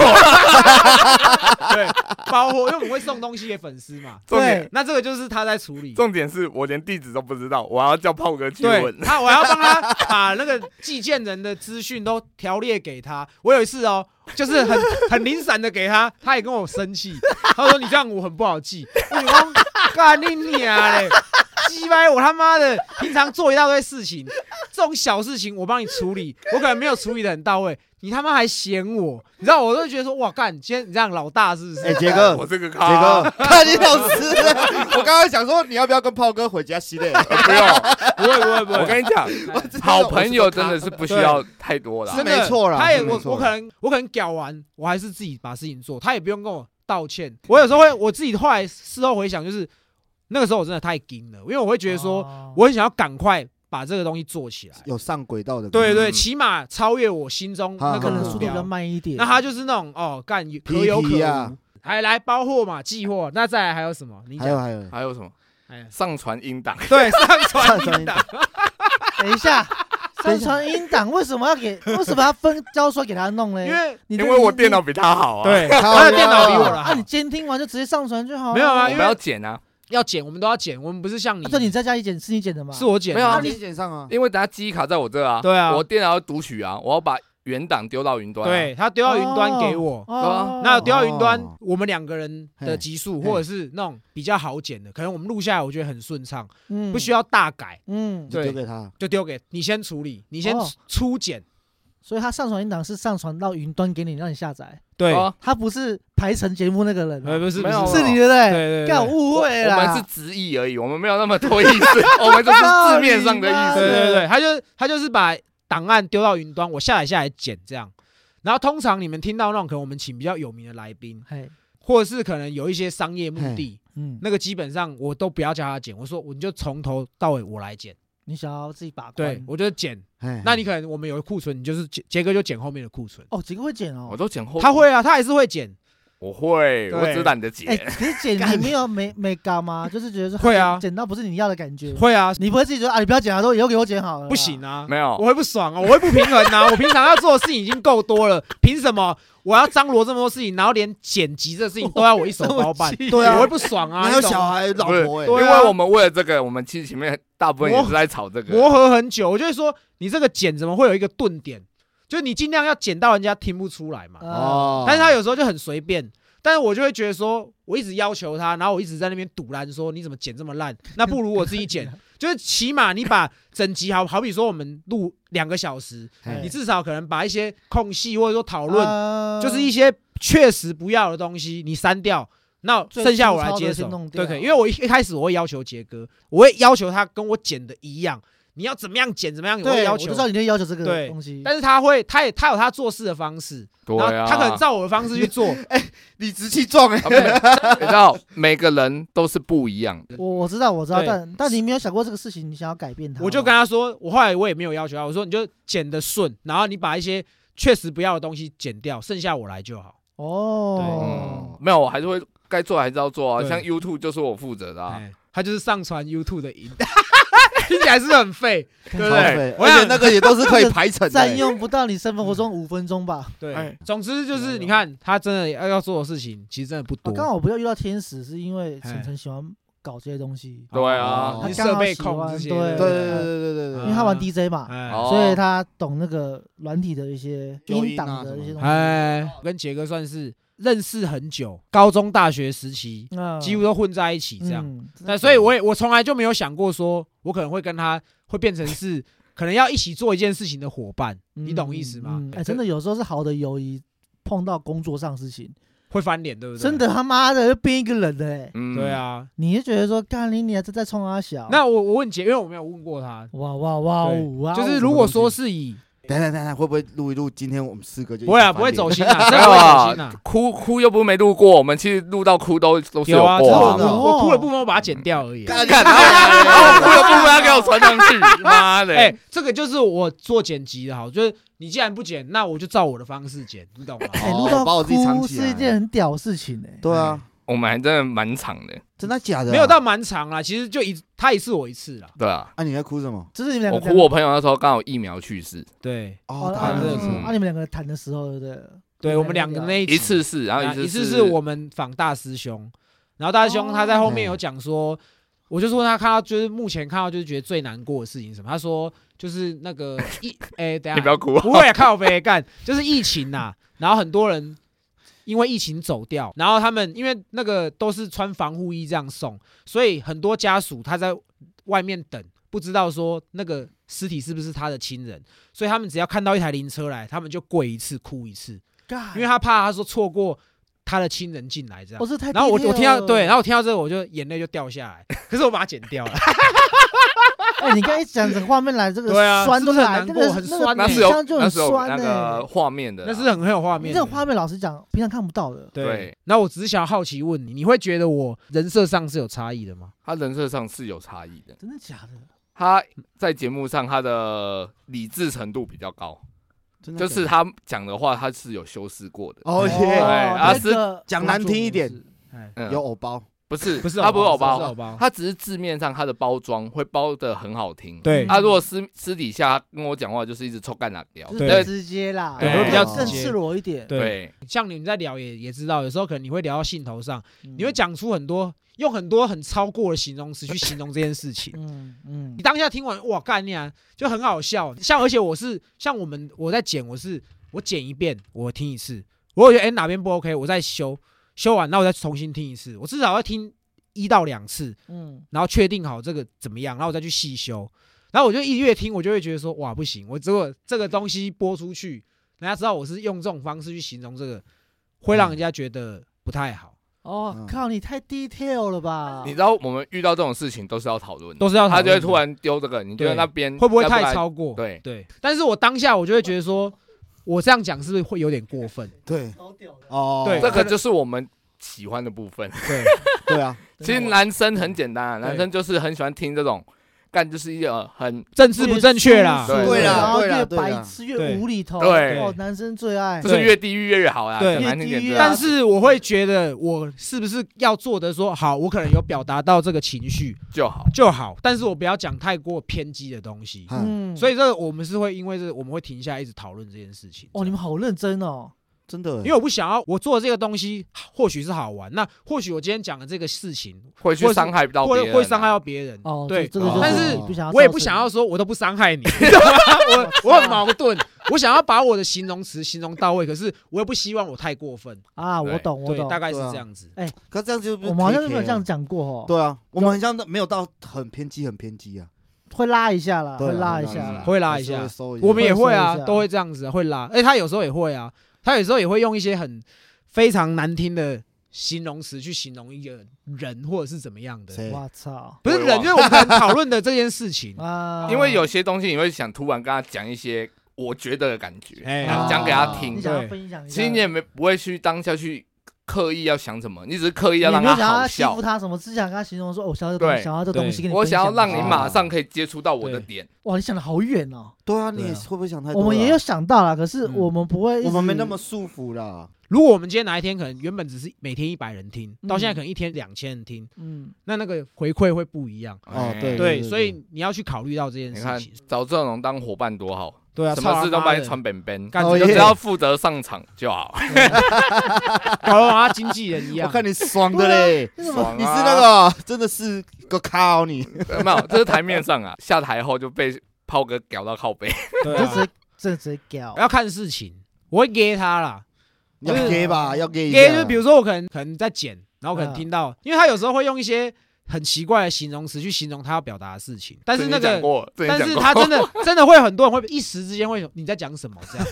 Speaker 1: 对，包括因为我们会送东西给粉丝嘛，
Speaker 4: 重点
Speaker 2: 对，
Speaker 1: 那这个就是他在处理。
Speaker 4: 重点是我连地址都不知道，我要叫炮哥去
Speaker 1: 对
Speaker 4: 问，
Speaker 1: 他，我要帮他把那个寄件人的资讯都条列给他。我有一次哦，就是很很零散的给他，他也跟我生气，他说你这样我很不好记。我说干你娘嘞！鸡掰我他妈的，平常做一大堆事情，这种小事情我帮你处理，我可能没有处理的很到位，你他妈还嫌我，你知道我都觉得说，哇干，今天你这样老大是不
Speaker 3: 哎，
Speaker 1: 是？
Speaker 3: 杰 哥，
Speaker 4: 我
Speaker 3: 杰
Speaker 4: 这个咖，
Speaker 3: 哥，看你老师， 我刚刚想说你要不要跟炮哥回家洗 脸？
Speaker 4: 呃不用，
Speaker 1: 不会不会不
Speaker 4: 我
Speaker 1: 会，
Speaker 4: 跟你 讲，
Speaker 3: 我知道
Speaker 4: 好朋友真的是不需要太多
Speaker 3: 是
Speaker 4: 啦。
Speaker 1: 真的
Speaker 3: 没错啦
Speaker 1: 他也
Speaker 3: 是没
Speaker 1: 我
Speaker 3: 错
Speaker 1: 我
Speaker 3: 啦
Speaker 1: 可能我可能屌完，我还是自己把事情做，他也不用跟我道歉。我有时候会我自己后来事后回想，就是那个时候我真的太硬了，因为我会觉得说，
Speaker 2: 哦
Speaker 1: 我很想要赶快把这个东西做起来。
Speaker 3: 啊有上轨道的，
Speaker 1: 对对，
Speaker 4: 嗯
Speaker 1: 起码超越我心中那
Speaker 3: 啊
Speaker 2: 可
Speaker 1: 个
Speaker 2: 能
Speaker 1: 目
Speaker 2: 速度比
Speaker 1: 标
Speaker 2: 较。慢一点。
Speaker 1: 那他就是那种哦，干有可
Speaker 3: 皮
Speaker 1: 有可
Speaker 3: 皮
Speaker 1: 无。
Speaker 3: 啊
Speaker 1: 还来包货嘛，寄货。那再来还有什么？你
Speaker 3: 还有
Speaker 1: 讲。
Speaker 3: 还有，
Speaker 4: 还有什么
Speaker 1: 哎呀
Speaker 4: 上传音档？
Speaker 1: 对，上传
Speaker 3: 上传
Speaker 1: 音
Speaker 3: 音
Speaker 1: 档
Speaker 3: 档。
Speaker 2: 等一下，
Speaker 3: 等
Speaker 2: 上
Speaker 3: 一下
Speaker 2: 传音档为什么要给？为什么要分交出来给他弄嘞？
Speaker 1: 因为
Speaker 2: 你
Speaker 4: 因
Speaker 2: 这
Speaker 4: 为我
Speaker 2: 你
Speaker 4: 电脑比他好啊。，
Speaker 1: 对，
Speaker 3: 好
Speaker 1: 他的电脑比我了
Speaker 2: 啊，
Speaker 1: 好
Speaker 2: 你。监听完就直接上传就好了。
Speaker 1: 没有啊
Speaker 4: 我
Speaker 1: 因为
Speaker 4: 们要剪啊，
Speaker 1: 要剪，我们都要剪，我们不是像你
Speaker 2: 啊，，这你在家里剪是你剪的吗？
Speaker 1: 是我剪的。
Speaker 4: 没有啊
Speaker 3: 你剪上啊，
Speaker 4: 因为等下记忆卡在我这啊。
Speaker 1: 对啊
Speaker 4: 我电脑要读取啊，我要把原档丢到云端。，
Speaker 1: 对他丢到云端给我。
Speaker 4: 啊
Speaker 2: 哦。
Speaker 1: 那丢到云端
Speaker 3: 哦，
Speaker 1: 我们两个人的
Speaker 3: 嘿
Speaker 1: 集数，
Speaker 3: 嘿
Speaker 1: 或者是那种比较好剪的，可能我们录下来，我觉得很顺畅，
Speaker 2: 嗯
Speaker 1: 不需。要大改，
Speaker 2: 嗯
Speaker 3: 你，就丢给他，
Speaker 1: 就丢给你先处理，你先
Speaker 2: 哦
Speaker 1: 初剪。
Speaker 2: 所以他上传音档是上传到云端给你，让你下载。
Speaker 1: 对，
Speaker 4: 啊，
Speaker 2: 他不是排成节目那个人
Speaker 1: 呃，
Speaker 2: 啊，
Speaker 1: 不是，
Speaker 4: 没有
Speaker 1: 不
Speaker 2: 是你对
Speaker 1: 对
Speaker 2: 不对？
Speaker 1: 对对，
Speaker 2: 干我误会
Speaker 4: 我
Speaker 2: 了。
Speaker 4: 们是直译而已，我们没有那么多意 思，我们就是字面上的
Speaker 1: 对
Speaker 4: 意思。
Speaker 1: 对对对，他就他就是把档案丢到云端，我下载下来剪这样。然后通常你们听到那种可能我们请比较有名的来宾，
Speaker 2: 嘿，
Speaker 1: 或者是可能有一些商业目的，
Speaker 2: 嗯，
Speaker 1: 那个基本上我都不要叫他剪，我说我就从头到尾我来剪，
Speaker 2: 你想要自己把关。
Speaker 1: 对我就剪。
Speaker 3: 哎，
Speaker 1: 那你可能我们有库存，你就是杰杰哥就剪后面的库存，
Speaker 2: 哦，杰哥会剪
Speaker 4: 我
Speaker 2: 哦。
Speaker 4: 都剪后，
Speaker 1: 他，会啊，他还是会剪，
Speaker 4: 我会，
Speaker 1: 对
Speaker 4: 我只懒得
Speaker 2: 哎，
Speaker 4: 剪。
Speaker 2: 可是剪你没有没没嘎吗？就是觉得说
Speaker 1: 会啊
Speaker 2: 剪到不是你要的感
Speaker 3: 嗯
Speaker 2: 觉。
Speaker 1: 会啊，
Speaker 2: 你不会自己说啊，你不要剪啊，都以后给我剪好了。
Speaker 1: 不行，啊，
Speaker 4: 没有，
Speaker 1: 我会不爽啊，我会不平衡啊，我平常要做的事情已经够多了，凭什么我要张罗这么多事情，然后连剪辑这事情都要我一手包办？
Speaker 2: 对
Speaker 3: 对啊
Speaker 1: 我会不爽啊！
Speaker 3: 你还有
Speaker 1: 你懂
Speaker 3: 小
Speaker 1: 吗
Speaker 3: 孩老
Speaker 4: 不是
Speaker 3: 婆哎
Speaker 4: 因
Speaker 1: 对，啊
Speaker 4: 为我们为了这个，我们其实前面大部分也是在吵这个。
Speaker 1: 磨合很久，我就会说你这个剪怎么会有一个顿点？就是你尽量要剪到人家听不出来嘛。
Speaker 2: 哦，
Speaker 1: 啊
Speaker 3: 哦，
Speaker 1: 但是他有时候就很随便，但是我就会觉得说，我一直要求他，然后我一直在那边堵拦说你怎么剪这么烂？那 不如我自己剪，就是起码你把整集好好比说我们录两个小时，
Speaker 3: 嘿
Speaker 1: 你至少可能把一些空隙或者说讨论，
Speaker 2: 论
Speaker 1: 就是一些确实不要的东西你删掉。那
Speaker 2: 最
Speaker 1: 剩下我
Speaker 2: 粗
Speaker 1: 来
Speaker 2: 糙的
Speaker 1: 接
Speaker 2: 先
Speaker 1: 手
Speaker 2: 弄，
Speaker 1: 对
Speaker 2: 掉
Speaker 1: 可以，因为我一一开始我会要求杰哥，我会要求他跟我剪的一样，你要怎么样剪怎么样，我会
Speaker 2: 对，
Speaker 1: 要
Speaker 2: 我
Speaker 1: 求
Speaker 2: 就知。道你就要求这
Speaker 1: 对
Speaker 2: 个东西。
Speaker 1: 但是他会，他也他有他做事的方式，
Speaker 4: 对
Speaker 1: 然后
Speaker 4: 啊，
Speaker 1: 他可能照我的方式去做，
Speaker 3: 理直气壮
Speaker 1: 欸
Speaker 3: 哎，
Speaker 4: 对， 你知道每个人都是不一样的。
Speaker 2: 我我知道我知道，
Speaker 1: 对
Speaker 2: 但但你没有想过这个事情，你想要改变它吗。
Speaker 1: 我就跟他说，我后来我也没有要求他，我说你就剪的顺，然后你把一些确实不要的东西剪掉，剩下我来就好。
Speaker 2: 哦，
Speaker 4: 嗯，没有，我还是会该做还是要做啊。
Speaker 1: 对
Speaker 4: 像 YouTube 就是我负责的啊。
Speaker 1: 哎，他就是上传 YouTube 的 影，听起来是不是很废，对不
Speaker 3: 超
Speaker 1: 对？
Speaker 3: 费
Speaker 1: 我
Speaker 3: 而且
Speaker 1: 想
Speaker 3: 那个也都是可以排成的
Speaker 2: 占
Speaker 3: 欸，
Speaker 2: 用不到你生活中五分钟吧。
Speaker 1: 对
Speaker 4: 哎，
Speaker 1: 总之就是
Speaker 2: 有
Speaker 1: 你看他真的要要做的事情，其实真的不多。
Speaker 2: 我啊刚好不要遇到天使，是因为
Speaker 1: 哎
Speaker 2: 晨晨喜欢搞这些东西，
Speaker 4: 对啊
Speaker 3: 哦
Speaker 1: 你
Speaker 2: 他
Speaker 1: 是
Speaker 2: 刚
Speaker 1: 设
Speaker 2: 好
Speaker 1: 备
Speaker 2: 喜
Speaker 1: 控
Speaker 2: 欢
Speaker 1: 这些，
Speaker 2: 对
Speaker 3: 对
Speaker 1: 不
Speaker 3: 对对对对对
Speaker 2: 因
Speaker 3: 对
Speaker 2: 为他玩
Speaker 1: 啊
Speaker 2: DJ 嘛，
Speaker 1: 哎
Speaker 4: 哦
Speaker 2: 所以他懂那个软体的一些
Speaker 3: 纠
Speaker 2: 音
Speaker 3: 音啊
Speaker 2: 档的
Speaker 3: 什么
Speaker 2: 一些
Speaker 3: 的
Speaker 2: 东西。
Speaker 1: 哎，我跟杰哥算是认识很久，高中、大学时期
Speaker 2: 嗯
Speaker 1: 几乎都混在一起这样。
Speaker 2: 嗯
Speaker 1: 那所以我也我从来就没有想过说，我可能会跟他会变成是可能要一起做一件事情的伙伴，你懂意思吗
Speaker 2: 嗯？哎、
Speaker 1: 对
Speaker 2: 真的有时候是好的友谊碰到工作上的事情，
Speaker 1: 会翻脸，对不对？
Speaker 2: 真，的他妈的就变一个人了、哎，
Speaker 4: 嗯，
Speaker 1: 对。啊。
Speaker 2: 你就觉得说干你你还是在冲阿小，
Speaker 1: 那我我问姐，因为我没有问过他，
Speaker 2: 哇哇哇
Speaker 1: 对
Speaker 2: 哦哇哦，
Speaker 1: 就是如果说是以
Speaker 3: 等等等等，会不会录一录？今天我们四个就一起
Speaker 1: 不会啊，
Speaker 3: 翻
Speaker 1: 不会
Speaker 3: 脸
Speaker 1: 走心啊，真的不会走心 啊。
Speaker 4: 哭哭又不是没录过，我们其实录到哭都都是
Speaker 1: 有啊，只是
Speaker 4: 过
Speaker 1: 我
Speaker 4: 啊嗯
Speaker 3: 真。的
Speaker 1: 我我哭的部分我把它剪掉而已啊。
Speaker 3: 干
Speaker 4: 看，然后然后哭的部分要给我传上去，妈 的！
Speaker 1: 哎，这个就是我做剪辑的好，就是你既然不剪，那我就照我的方式剪，你懂吗？
Speaker 2: 哎、
Speaker 3: 哦
Speaker 2: 录到
Speaker 3: 把我自己藏
Speaker 2: 哭
Speaker 3: 起来
Speaker 2: 是一件很屌的事情哎、
Speaker 3: 对啊，
Speaker 4: 我们还真的蛮长的，
Speaker 3: 真的假的啊？
Speaker 1: 没有到蛮长啦，其实就一他一次我一次啦。
Speaker 4: 对啊。
Speaker 3: 啊，你在哭什么？
Speaker 2: 就是你们两
Speaker 4: 我
Speaker 2: 个
Speaker 1: 哦
Speaker 4: 哭我朋友那时候刚好疫苗去世，
Speaker 1: 对，
Speaker 2: 哦
Speaker 3: 哦，
Speaker 2: 啊
Speaker 3: 他
Speaker 1: 真
Speaker 3: 这
Speaker 1: 的
Speaker 3: 个
Speaker 1: 是
Speaker 2: 嗯啊你们两个谈的时候对不对？
Speaker 1: 对我们两个那
Speaker 4: 一次是，然
Speaker 1: 啊
Speaker 4: 后
Speaker 1: 一次
Speaker 4: 次
Speaker 1: 是 我们访大师兄，然后大师兄他在后面有讲说，我就说他看到就是目前看到就是觉得最难过的事情是什么，他说就是那 个疫，哎，等
Speaker 4: 你
Speaker 1: 一
Speaker 4: 不
Speaker 1: 下
Speaker 4: 要哭，
Speaker 1: 不会啊靠背干，就是疫情呐、然后很多人。因为疫情走掉，然后他们因为那个都是穿防护衣这样送，所以很多家属他在外面等，不知道说那个尸体是不是他的亲人，所以他们只要看到一台灵车来，他们就跪一次哭一次，因为他怕他说错过他的亲人进来这样
Speaker 2: 哎我。是太低
Speaker 1: 然后我我听到
Speaker 2: 调
Speaker 1: 对，
Speaker 2: 了
Speaker 1: 然后我听到这个我就眼泪就掉下来， 可是我把它剪掉了。
Speaker 2: 哎，你刚才讲整个画面来，这 个
Speaker 1: 对啊
Speaker 2: 酸都
Speaker 1: 是不是
Speaker 2: 来，
Speaker 1: 很难
Speaker 2: 那个
Speaker 1: 过很
Speaker 2: 那个
Speaker 1: 酸
Speaker 4: 那
Speaker 1: 欸
Speaker 4: 是
Speaker 2: 影
Speaker 4: 有
Speaker 2: 像就
Speaker 4: 那
Speaker 2: 很
Speaker 4: 是有那
Speaker 2: 酸
Speaker 4: 个
Speaker 2: 呢。
Speaker 4: 画面的啊啦，
Speaker 1: 那是很很有画
Speaker 2: 你
Speaker 1: 面
Speaker 2: 这
Speaker 1: 的，
Speaker 2: 个画面，老实讲，平常看不到的。
Speaker 1: 对
Speaker 4: 对。
Speaker 1: 然后我只是想好奇问你，你会觉得我人设上是有差异的吗？
Speaker 4: 他人设上是有差异的。
Speaker 2: 真的假的？
Speaker 4: 他在节目上他的理智程度比较高，
Speaker 1: 嗯
Speaker 2: 真的
Speaker 4: 就
Speaker 2: 假
Speaker 4: 是
Speaker 2: 的
Speaker 4: 他讲的话他是有修饰过的。
Speaker 3: 哦
Speaker 4: 对
Speaker 3: 耶，
Speaker 1: 啊
Speaker 4: 阿
Speaker 2: 那
Speaker 4: 斯
Speaker 2: 个
Speaker 3: 讲难听一点，
Speaker 1: 哎，
Speaker 4: 嗯
Speaker 3: 有偶包，
Speaker 4: 不是
Speaker 1: 不是
Speaker 4: 他不是偶
Speaker 1: 是偶
Speaker 4: 包，
Speaker 1: 包，
Speaker 4: 他只是字面上他的包装会包的很好听。
Speaker 1: 对
Speaker 2: 嗯
Speaker 4: 他如果私私底下跟我讲话就是一直臭干辣聊，
Speaker 2: 就是
Speaker 1: 对
Speaker 2: 更直接啦，
Speaker 4: 对比较
Speaker 2: 更
Speaker 1: 直接
Speaker 2: 赤裸一点。
Speaker 1: 对，
Speaker 4: 对
Speaker 1: 像你们在聊也也知道，有时候可能你会聊到兴头上，
Speaker 2: 你
Speaker 1: 你会，讲出很多用很多很超过的形容词去形容这件事情。
Speaker 2: 嗯嗯
Speaker 1: 你，当下听完哇干你啊，就很好笑。像而且我是像我们我在剪，我是我剪一遍，我听一次，我觉得哎、诶哪边不 OK，我再修，修完那我再重新听一次，我至少要听一到两次，
Speaker 2: 嗯，
Speaker 1: 然后确定好这个怎么样，然后我再去细修。然后我就一越听，我就会觉得说哇不行，我如果这个东西播出去，人家知道我是用这种方式去形容这个，会让人家觉得不太好，
Speaker 2: 哦
Speaker 3: 嗯，
Speaker 2: 靠，你太 detail 了吧？
Speaker 4: 你知道我们遇到这种事情都是要讨论的，
Speaker 1: 都是要讨
Speaker 4: 他
Speaker 1: 论
Speaker 4: 就
Speaker 1: 的
Speaker 4: 会突然丢这个，你觉得
Speaker 1: 对
Speaker 4: 那边
Speaker 1: 会不会
Speaker 4: 要
Speaker 1: 太
Speaker 4: 然？
Speaker 1: 超过？
Speaker 4: 对
Speaker 1: 对，但是我当下我就会觉得说，我这样讲是不是会有点过分？
Speaker 3: 对
Speaker 2: 超屌的，
Speaker 3: 哦，
Speaker 1: 对
Speaker 4: 这个就是我们喜欢的部分。
Speaker 1: 对，
Speaker 3: 对啊，
Speaker 4: 其实
Speaker 2: 真的
Speaker 4: 男生很简单啊，
Speaker 1: 对
Speaker 4: 男生就是很喜欢听这种，干就是一个很
Speaker 1: 政治不正确啦，
Speaker 4: 对
Speaker 3: 对啦
Speaker 2: 然后
Speaker 3: 对啦
Speaker 2: 越
Speaker 3: 对啦
Speaker 2: 白痴越
Speaker 1: 对
Speaker 2: 无厘头，
Speaker 4: 对
Speaker 2: 哦，男生最爱
Speaker 4: 就。是越地狱越好啦，
Speaker 1: 对
Speaker 4: 讲难听点
Speaker 2: 越地狱
Speaker 4: 对
Speaker 2: 越
Speaker 4: 啊
Speaker 1: 但是我会觉得我是不是要做的说好，我可能有表达到这个情绪
Speaker 4: 就好。
Speaker 1: 就好，但是我不要讲太过偏激的东西。
Speaker 3: 嗯，
Speaker 1: 所
Speaker 2: 以
Speaker 1: 以这个我们是会因为这个我们会停下来一直讨论这件事情。
Speaker 2: 哦，你们好认真哦，
Speaker 3: 真的，
Speaker 1: 因为我不想要我做的这个东西或许是好玩，那或许我今天讲的这个事情
Speaker 4: 会去伤害到别
Speaker 1: 会
Speaker 4: 人啊，
Speaker 1: 会伤害到别人。
Speaker 2: 哦，
Speaker 1: 对，
Speaker 2: 这这个就是
Speaker 1: 但是
Speaker 2: 你不想要，
Speaker 1: 我也不想要，说，我都不伤 害你，我我很矛盾。我想要把我的形容词形容到位，可是我又不希望我太过分。
Speaker 2: 啊，我
Speaker 4: 对
Speaker 2: 懂我
Speaker 1: 对，
Speaker 2: 懂
Speaker 1: 大，概是
Speaker 3: 对啊
Speaker 1: 这样子。
Speaker 3: 可这样就不
Speaker 2: 我们好像没有
Speaker 3: KK
Speaker 2: 这样
Speaker 3: 了，
Speaker 2: 讲过哦，
Speaker 3: 啊对啊，我们好像都没有到很偏激，很偏激啊，
Speaker 2: 会拉一下啦，
Speaker 3: 对
Speaker 2: 会
Speaker 3: 啊
Speaker 2: 拉一
Speaker 3: 对啊
Speaker 2: 下
Speaker 3: 对啊
Speaker 2: 啦，
Speaker 1: 会拉
Speaker 3: 还
Speaker 1: 一
Speaker 3: 是
Speaker 1: 下
Speaker 3: 会收一下，
Speaker 1: 我们也会
Speaker 2: 会收
Speaker 1: 啊
Speaker 2: 一，下
Speaker 1: 都会这样子啊，会拉。哎，他有时候也会啊，他有时候也会用一些很非常难听的形容词去形容一个人或者是怎么样的，
Speaker 3: 谁
Speaker 2: 我操。
Speaker 1: 不是
Speaker 4: 我也
Speaker 1: 人，
Speaker 4: 忘
Speaker 1: 就是我们可能讨论的这件事情
Speaker 2: 啊！
Speaker 4: 因为有些东西你会想突然跟他讲一些我觉得的感觉，
Speaker 1: 哎
Speaker 4: 然后讲给他听
Speaker 2: 你。想要分享一下，
Speaker 4: 其实你也没不会去当下去刻意要想什么，你只是刻意
Speaker 2: 你
Speaker 4: 要让
Speaker 2: 没有想
Speaker 4: 好
Speaker 2: 要欺
Speaker 4: 笑
Speaker 2: 负。他什么，只想跟他形容说，哦我想要这东西
Speaker 4: 对
Speaker 2: 想要这东西
Speaker 1: 对
Speaker 2: 跟你
Speaker 4: 我
Speaker 2: 分享
Speaker 4: 想
Speaker 2: 一下，
Speaker 4: 要让你
Speaker 3: 啊
Speaker 4: 马上可以接触到我的
Speaker 1: 哦对
Speaker 4: 点，
Speaker 2: 哇，你想的好远哦。
Speaker 3: 对啊，你
Speaker 1: 对啊
Speaker 3: 也是会不会想太多
Speaker 2: 我
Speaker 3: 了？
Speaker 2: 们也有想到啦，可是
Speaker 1: 嗯
Speaker 2: 我们不会一直，
Speaker 3: 我们没那么束缚啦，
Speaker 1: 如果我们今天哪一天可能原本只是每天一百人听，到现在
Speaker 2: 嗯
Speaker 1: 可能一天两千人听，
Speaker 2: 嗯，
Speaker 1: 那那个回馈会不一样。
Speaker 3: 哦
Speaker 4: 哎
Speaker 3: 对
Speaker 1: 对，所以你要去考虑到这件
Speaker 4: 你
Speaker 1: 事
Speaker 4: 看
Speaker 1: 情。
Speaker 4: 找这种当伙伴多好，
Speaker 1: 对啊，
Speaker 4: 什么事都
Speaker 1: 把
Speaker 4: 帮你传本本，
Speaker 1: 干，
Speaker 3: 哦
Speaker 1: 你就
Speaker 3: 耶
Speaker 4: 只
Speaker 1: 知道
Speaker 4: 要负责上场就好。
Speaker 1: 搞得好像经纪人一
Speaker 3: 我
Speaker 1: 样。
Speaker 3: 看你爽的嘞，
Speaker 2: 那么
Speaker 4: 爽啊
Speaker 3: 你是那个真的是个咖哦你，
Speaker 4: 呃没有，这是台面上啊，下台后就被炮哥屌到靠背。
Speaker 1: 对
Speaker 2: 这
Speaker 1: 啊
Speaker 2: 直接这直接屌，
Speaker 1: 要看事情，我会 get 他啦
Speaker 3: 要
Speaker 1: 就是
Speaker 3: gay 吧，要 gay 一
Speaker 1: ，get
Speaker 3: 下，
Speaker 1: 就是比如说我可能可能在剪，然后可能
Speaker 2: 嗯
Speaker 1: 听到，因为他有时候会用一些很奇怪的形容词去形容他要表达的事情，但是那
Speaker 4: 这
Speaker 1: 个
Speaker 4: 你讲过，这你
Speaker 1: 但
Speaker 4: 讲
Speaker 1: 是
Speaker 4: 过
Speaker 1: 他真 的真的会很多人会一时之间会你在讲什么这样，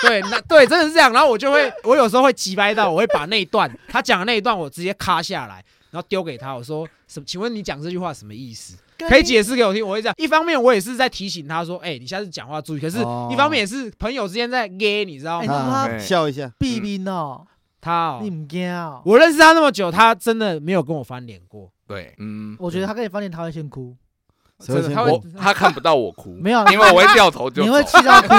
Speaker 1: 对对，那对真的是这样。然后我就会我有时候会急掰到，我会把那一段他讲的那一段我直接卡下来，然后丢给他，我说什么？请问你讲这句话什么意思？可以解释给我听，我会这样。一方面我也是在提醒他说，哎、你下次讲话注意。可是，
Speaker 3: 哦
Speaker 1: 一方面也是朋友之间在 gay，你知道
Speaker 2: 哎
Speaker 1: 吗？
Speaker 2: 那
Speaker 3: 啊
Speaker 4: 他
Speaker 3: 笑一下，
Speaker 2: 避兵哦，
Speaker 1: 他、哦
Speaker 2: 你，唔惊哦？
Speaker 1: 我认识他那么久，他真的没有跟我翻脸过。
Speaker 4: 对，嗯，
Speaker 2: 我觉得他跟你翻脸，他会先哭，
Speaker 1: 真的
Speaker 3: 谁
Speaker 1: 他
Speaker 3: 会
Speaker 1: 会
Speaker 4: 我他看不到我哭，
Speaker 2: 没有，
Speaker 4: 因 为我会掉头就
Speaker 2: 你
Speaker 4: 走，
Speaker 2: 会气到哭，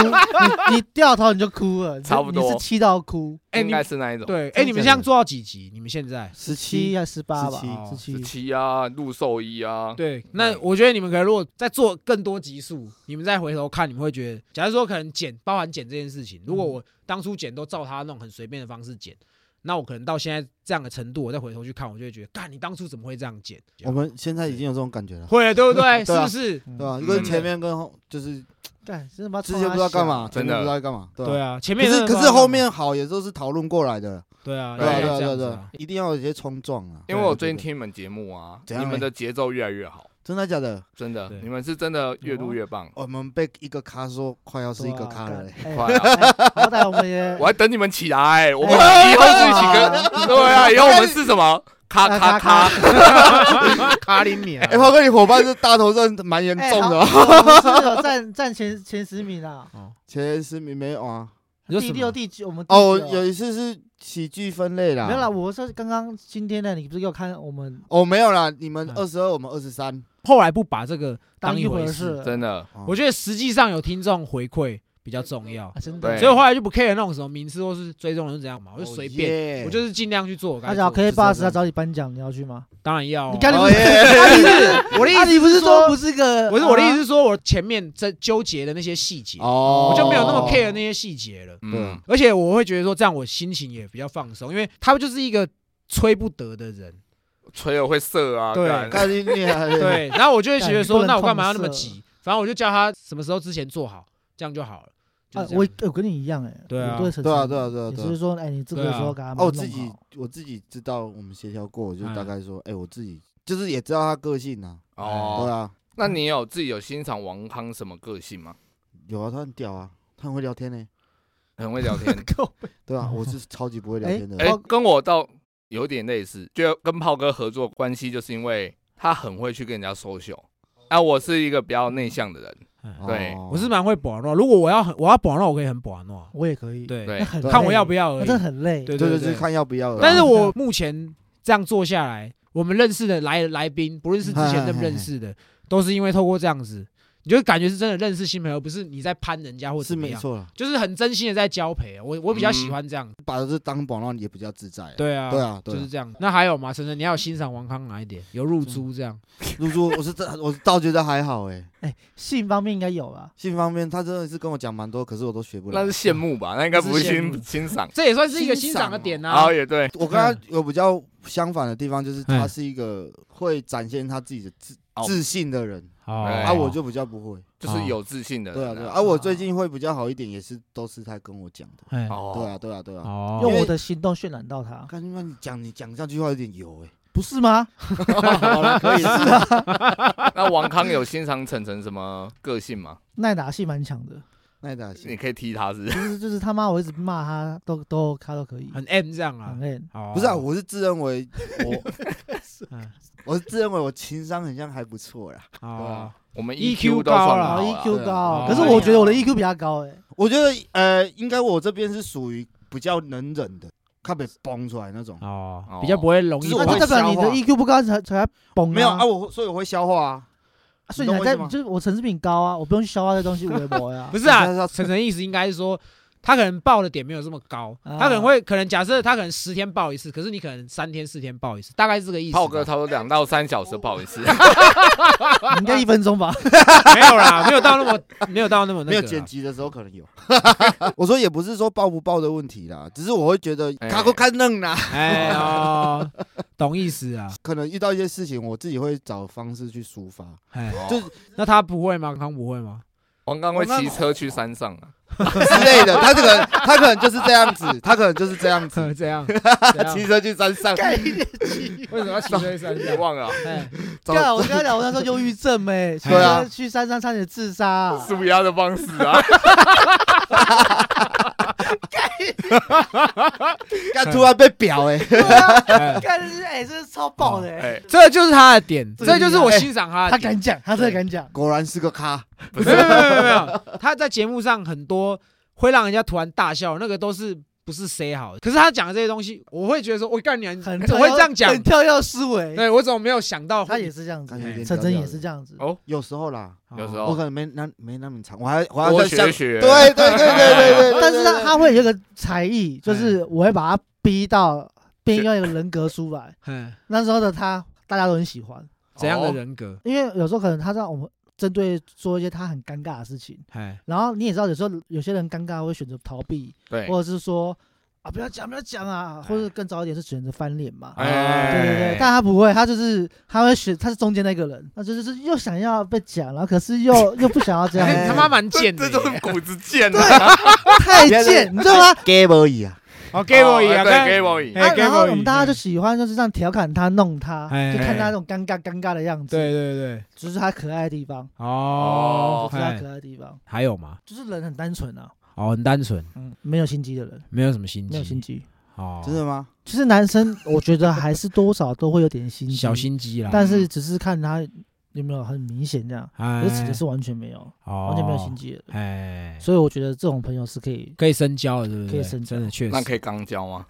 Speaker 2: 你你掉头你就哭了，你是
Speaker 4: 差不多
Speaker 2: 你是气到哭，
Speaker 1: 哎、
Speaker 4: 应
Speaker 1: 你
Speaker 4: 该是那一种。
Speaker 1: 对，哎、
Speaker 3: 真的
Speaker 1: 你们
Speaker 3: 假的
Speaker 1: 现在做到几集？你们现在？
Speaker 3: 十
Speaker 2: 七啊
Speaker 3: 七
Speaker 2: 还是十八吧
Speaker 3: 十七，
Speaker 1: 哦
Speaker 2: 十
Speaker 4: 十
Speaker 2: 七，
Speaker 4: 七啊，陆兽医啊，
Speaker 1: 对，
Speaker 4: 那
Speaker 1: 那我觉得你们可能如果再做更多集数，你们再回头看，你们会觉得，假如说可能剪，包含剪这件事情，如
Speaker 3: 嗯
Speaker 1: 果我当初剪都照他那种很随便的方式剪，那我可能到现在这样的程度，我再回头去看，我就会觉得，干，你当初怎么会这样剪？
Speaker 3: 我们现在已经有这种感觉了，
Speaker 1: 会了，对不对？
Speaker 3: 对啊
Speaker 1: 是不是？
Speaker 2: 嗯
Speaker 3: 对吧？
Speaker 4: 嗯
Speaker 3: 跟前面跟后就是
Speaker 2: 干，真的妈
Speaker 3: 之前不知道干嘛，
Speaker 4: 真
Speaker 3: 前
Speaker 4: 的
Speaker 3: 面不知道干嘛，对
Speaker 1: 对
Speaker 3: 吧？
Speaker 1: 啊，前
Speaker 3: 可
Speaker 1: 面
Speaker 3: 是
Speaker 1: 真的
Speaker 3: 可
Speaker 1: 不知
Speaker 3: 是
Speaker 1: 道
Speaker 3: 后面好也都是讨论过来的，
Speaker 1: 对啊，
Speaker 3: 对啊
Speaker 1: 应
Speaker 3: 对
Speaker 1: 该这
Speaker 3: 啊对啊
Speaker 1: 样子
Speaker 3: 对
Speaker 1: 啊
Speaker 3: 啊，一定要有一些冲撞啊，
Speaker 4: 因为我最近听你们节目啊，
Speaker 3: 怎样
Speaker 4: 你们的节奏越来越好，
Speaker 3: 真的假的？
Speaker 4: 真的
Speaker 1: 对，
Speaker 4: 你们是真的越录越棒，
Speaker 3: 我们被一个咖说快要是一个咖了、欸，
Speaker 4: 快
Speaker 2: 哎，
Speaker 4: 啊！
Speaker 2: 好歹我们也
Speaker 4: 我还等你们起来，我们以后是几个？对啊，以后我们是什么？咔咔咔！
Speaker 2: 哎
Speaker 1: 啊
Speaker 3: 啊
Speaker 1: 卡林米啊
Speaker 3: 哎、，涛哥，你伙伴是大头症蛮严
Speaker 2: 哎
Speaker 3: 重的、
Speaker 2: 好
Speaker 3: 哦，
Speaker 2: 我们是不是有占占前前十名啊，
Speaker 3: 前十名没有啊？
Speaker 1: 你说
Speaker 2: 第
Speaker 1: 什
Speaker 2: 六、
Speaker 1: 么？
Speaker 2: 第九，我们第
Speaker 1: 啊
Speaker 3: 哦，
Speaker 2: 九
Speaker 3: 有一次是喜剧分类啦，
Speaker 2: 没有啦？我说刚刚今天的，你不是给我看我们
Speaker 3: 哦，没有啦，你们
Speaker 1: 嗯
Speaker 3: 二十二，我们二十三，
Speaker 1: 后来不把这个当
Speaker 2: 一
Speaker 1: 一回
Speaker 2: 回
Speaker 1: 事，
Speaker 4: 真的，
Speaker 1: 我觉得实际上有听众回馈比较重要
Speaker 2: 啊，，真
Speaker 4: 对
Speaker 2: 的。
Speaker 1: 所以我后来就不 care 那种什么名次或是追踪人是怎样
Speaker 3: 哦
Speaker 1: 嘛，我就哦随便，
Speaker 3: 便
Speaker 1: 我就是尽量去做我该
Speaker 2: 他
Speaker 1: 做的
Speaker 2: 讲
Speaker 1: 事。
Speaker 2: 可以
Speaker 3: 是这样
Speaker 2: 八十，他找你颁奖，你要去吗？
Speaker 1: 当然要啊。
Speaker 2: 你看
Speaker 3: 哦耶，
Speaker 2: 啊，你是
Speaker 1: 我的意
Speaker 2: 啊
Speaker 1: 思，
Speaker 2: 你不是说不是个？
Speaker 1: 不是我的意思
Speaker 2: 啊，
Speaker 1: 是说，我前面在纠结的那些细节，
Speaker 3: 哦
Speaker 1: 我就没有那么 care 那些细节了。
Speaker 4: 嗯，
Speaker 1: 而且我会觉得说，这样我心情也比较放松，因为他们就是一个吹不得的人，
Speaker 4: 吹了会射啊，
Speaker 1: 对
Speaker 4: 干
Speaker 3: 干你娘的
Speaker 1: 对。然后我就会觉得
Speaker 2: 干你不
Speaker 1: 说，
Speaker 2: 能
Speaker 1: 那我干嘛要那么
Speaker 2: 痛射
Speaker 1: 急？反正我就叫他什么时候之前做好，这样就好了。就是
Speaker 2: 啊
Speaker 1: 这样
Speaker 2: 我我跟你一样哎，
Speaker 1: 对啊
Speaker 2: 我对
Speaker 3: 对啊对啊对啊
Speaker 2: 你
Speaker 3: 对啊
Speaker 2: 是不是说哎，你这个
Speaker 1: 对啊
Speaker 2: 时候给他们
Speaker 3: 哦，我
Speaker 2: 弄
Speaker 3: 自己
Speaker 2: 好
Speaker 3: 我自己知道，我们协调过，我就
Speaker 1: 哎
Speaker 3: 大概说，哎、我自己就是也知道他个性啊，对
Speaker 4: 哦。
Speaker 3: 啊，
Speaker 4: 那你有自己有欣赏王康什么个性吗？
Speaker 3: 有啊，他很屌啊，他很会聊天呢、
Speaker 4: 很会聊天，
Speaker 3: 对啊，我 是超级不会聊天的，
Speaker 4: 哎、跟我倒有点类似，就跟炮哥合作关系，就是因为他很会去跟人家 social。啊，我是一个比较内向的人，
Speaker 1: 嗯
Speaker 4: 对
Speaker 3: 哦
Speaker 1: 我是蛮会保诺，如果我要很我要保诺，我可以很保诺。
Speaker 2: 我也可以，
Speaker 1: 对，
Speaker 4: 对
Speaker 2: 那很累，
Speaker 1: 看我要不要
Speaker 2: 那
Speaker 1: 而已
Speaker 2: 真。的很累。
Speaker 1: 对
Speaker 3: 对
Speaker 1: 对
Speaker 3: 对，就是啊看要不要而已。
Speaker 1: 但是我目前这样做下来，我们认识的来来宾，不论是之前认不认识
Speaker 3: 嗯
Speaker 1: 的，都是因为透过这样子，你就会感觉是真的认识新朋友，不是你在攀人家或
Speaker 3: 是
Speaker 1: 怎么
Speaker 3: 没
Speaker 1: 样，
Speaker 3: 错嗯了，
Speaker 1: 就是很真心的在交陪。啊我我比较喜欢这样，
Speaker 3: 把这当榜样也比较自在啊。
Speaker 1: 对啊，
Speaker 3: 对啊，对
Speaker 1: 就
Speaker 3: 啊
Speaker 1: 是这样。那还有吗？晨晨，你要有欣赏王康哪一点？有入珠这样，
Speaker 3: 露珠，我是真，我倒觉得还好哎、
Speaker 2: 哎，性方面应该有吧？
Speaker 3: 性方面他真的是跟我讲蛮多，可是我都学不
Speaker 4: 那是。
Speaker 3: 来
Speaker 4: 羡慕吧？那应该不是欣欣赏。
Speaker 1: 这也算是一个欣赏的点
Speaker 4: 然
Speaker 1: 啊
Speaker 3: 嗯
Speaker 4: 后。也对，
Speaker 3: 我跟他有比较相反的地方，就是他
Speaker 1: 嗯
Speaker 3: 是一个会展现他自己的自
Speaker 4: 哦
Speaker 3: 自信的人，
Speaker 1: 好
Speaker 4: 哎
Speaker 3: 啊，我就比较不会。
Speaker 4: 就是有自信的嗯
Speaker 3: 对啊，
Speaker 4: 人、
Speaker 3: 对啊，啊，我最近会比较好一点，也是都是他跟我讲的。
Speaker 1: 哎
Speaker 4: 哦，
Speaker 3: 对啊，对啊，对啊。
Speaker 1: 哦
Speaker 2: 用我的行动渲染到他，
Speaker 3: 看你妈，你讲你讲这句话有点油哎。
Speaker 2: 不是吗？
Speaker 3: 好了，可以了。
Speaker 4: 那王康有欣赏晨晨什么个性吗？
Speaker 2: 耐打性蛮强的，
Speaker 3: 那打
Speaker 4: 你
Speaker 3: 行。
Speaker 4: 可以踢他是不是
Speaker 2: 就是就是他妈，我一直骂他都都他都可以，
Speaker 1: 很 M 这样啊
Speaker 2: 很。累。
Speaker 1: 好
Speaker 3: 不是啊，我是自认为我
Speaker 1: 嗯
Speaker 3: 我是自认为我情商很像还不错啦。啊
Speaker 1: 哦
Speaker 4: 我们
Speaker 3: E
Speaker 4: E
Speaker 1: EQ
Speaker 4: 都算
Speaker 1: 高
Speaker 4: 好
Speaker 1: 啦
Speaker 2: 然后
Speaker 4: 啦
Speaker 2: EQ
Speaker 1: 对啊
Speaker 2: 高，可是我觉得我的 EQ 比他高哎。
Speaker 3: 我觉得呃，应该我这边是属于比较能忍的，他被崩出来那种。
Speaker 1: 哦
Speaker 4: 哦，
Speaker 1: 比较不会容易
Speaker 3: 就是我
Speaker 2: 那
Speaker 1: 爆
Speaker 2: 就
Speaker 3: 会
Speaker 2: 代表你的
Speaker 3: 消化
Speaker 2: EQ 不高才才崩
Speaker 3: 没有啊，我所以我会消化啊。
Speaker 2: 啊所以你还
Speaker 3: 你
Speaker 2: 在，
Speaker 3: 懂我意思吗
Speaker 2: 就是我层次比你高啊，我不用去消化这东西，我也不会 啊。
Speaker 1: 不
Speaker 2: 是，
Speaker 1: 是
Speaker 3: 就是
Speaker 1: 啊，
Speaker 3: 要
Speaker 1: 晨晨意思应该是说，他可能报的点没有这么高，
Speaker 2: 啊
Speaker 1: 他可能会可能假设他可能十天报一次，可是你可能三天四天报一次，大概是这个意思吧。
Speaker 3: 啊
Speaker 4: 炮哥他说两到三小时不好意 思，
Speaker 3: 哦
Speaker 2: 你应该一分钟吧？
Speaker 1: 没有啦，没有到那么没有到那么
Speaker 3: 没
Speaker 1: 那
Speaker 3: 有
Speaker 1: 个
Speaker 3: 剪
Speaker 1: 啦。
Speaker 3: 辑的时候可能有。我说也不是说爆不爆的问题啦，只是我会觉得
Speaker 4: 哎
Speaker 3: 卡过看嫩啊啦，
Speaker 1: 哎哦，懂意思啊？
Speaker 3: 可能遇到一些事情，我自己会找方式去抒发。
Speaker 1: 哎，
Speaker 3: 就
Speaker 4: 就是
Speaker 1: 那他不会吗？康不会吗？
Speaker 4: 王刚会骑车去山上啊，
Speaker 3: 之类的，他这个他可能就是这样子，他可能就是这样子，
Speaker 1: 这样，
Speaker 3: 他
Speaker 1: 怎
Speaker 3: 骑
Speaker 1: 样
Speaker 3: 车去山上
Speaker 1: 为什么要骑车三
Speaker 4: 你忘了啊
Speaker 1: 哎，
Speaker 3: 找
Speaker 2: 对啊，我刚才讲，我那时候忧郁症 哎，
Speaker 1: 对
Speaker 3: 啊
Speaker 2: 去去山上差点自 杀啊。
Speaker 4: 舒压的方式啊，
Speaker 3: 干突然被表哎，
Speaker 2: 对啊，
Speaker 1: 哎
Speaker 2: 看这是哎，这是超爆
Speaker 3: 哦
Speaker 2: 的哎。
Speaker 4: 哎，
Speaker 1: 这就是他的点，
Speaker 2: 这个
Speaker 1: 这就是我欣赏他
Speaker 2: 他
Speaker 1: 的点。
Speaker 2: 敢讲，他真的敢讲。
Speaker 3: 果然是个咖。
Speaker 4: 不是
Speaker 1: 没有没有没有没有，他在节目上很多会让人家突然大笑，那个都是不是 say 好的。可是他讲的这些东西，我会觉得说，我干你娘，
Speaker 2: 很
Speaker 1: 你怎么会这样讲
Speaker 2: 很？跳跃思维。
Speaker 1: 对我怎么没有想到？
Speaker 2: 他也是这样子
Speaker 3: 感觉有点，
Speaker 2: 晨晨
Speaker 3: 屌屌
Speaker 2: 也
Speaker 3: 的
Speaker 2: 是这样子。
Speaker 4: 哦
Speaker 3: 有时候啦，
Speaker 4: 有时
Speaker 1: 哦
Speaker 3: 我
Speaker 4: 候
Speaker 3: 可能没那没那么长，我还我还
Speaker 4: 多
Speaker 3: 在想
Speaker 4: 学，学，啊哦
Speaker 3: 对对对对对对对，
Speaker 2: 但是
Speaker 3: 对哎
Speaker 2: 呢，他会有一个才艺，就是我会把他逼到逼到一个人格出来。
Speaker 1: 嗯，
Speaker 2: 那时候的他，大家都很喜欢，
Speaker 1: 怎样的人格？
Speaker 2: 因为有时候可能他让我们针对做一些他很尴尬的事情，
Speaker 1: 哎，
Speaker 2: 然后你也知道，有时候有些人尴尬会选择逃避，
Speaker 4: 对，
Speaker 2: 或者是说啊不要讲不要讲啊，或
Speaker 1: 哎
Speaker 2: 者更早一点是选择翻脸嘛。对
Speaker 4: 哎，
Speaker 2: 对对，但他不会，他就是他会选，他是中间那个人，他就是就是又想要被讲，然后可是 又又不想要这样
Speaker 1: 哎你
Speaker 2: 子，
Speaker 1: 他妈蛮贱的
Speaker 4: 这
Speaker 1: 耶，
Speaker 4: 这就是骨子贱啊，
Speaker 2: 太贱，你知道吗？
Speaker 3: game 而已啊，
Speaker 1: 好 g a b
Speaker 4: 哦
Speaker 1: o 一样，
Speaker 4: 对
Speaker 1: 看
Speaker 4: g a b o y
Speaker 1: 哎
Speaker 2: 啊，然后
Speaker 1: Gameboy，
Speaker 2: 我们大家就
Speaker 1: 哎
Speaker 2: 喜欢就是这样调侃他、弄他，
Speaker 1: 哎
Speaker 2: 就看他那种尴尬尴尬的样子，
Speaker 1: 对，对对，
Speaker 2: 就是他可爱的地方，
Speaker 1: 哦
Speaker 4: 哦，
Speaker 2: 就是他
Speaker 1: 哎
Speaker 2: 可爱的地方，
Speaker 1: 还有吗？
Speaker 2: 就是人很单纯啊，
Speaker 1: 哦，很单纯，
Speaker 2: 嗯，没有心机的人，
Speaker 1: 没有什么心
Speaker 2: 没有心
Speaker 1: 机，
Speaker 2: 机。
Speaker 1: 哦，
Speaker 3: 真的吗？
Speaker 2: 其实嗯男生我觉得还是多少都会有点心机，
Speaker 1: 小，心啊嗯机啦，
Speaker 2: 但是只是看他有没有很明显这样，
Speaker 1: 哎
Speaker 2: 可是此的是完全没有，
Speaker 1: 完
Speaker 2: 完全没有心，机的人，
Speaker 1: 哎，
Speaker 2: 所以我觉得这种朋友是可以，
Speaker 1: 可以深交了，对不对？
Speaker 2: 可以深交
Speaker 1: 真的确实
Speaker 4: 那可以刚交吗？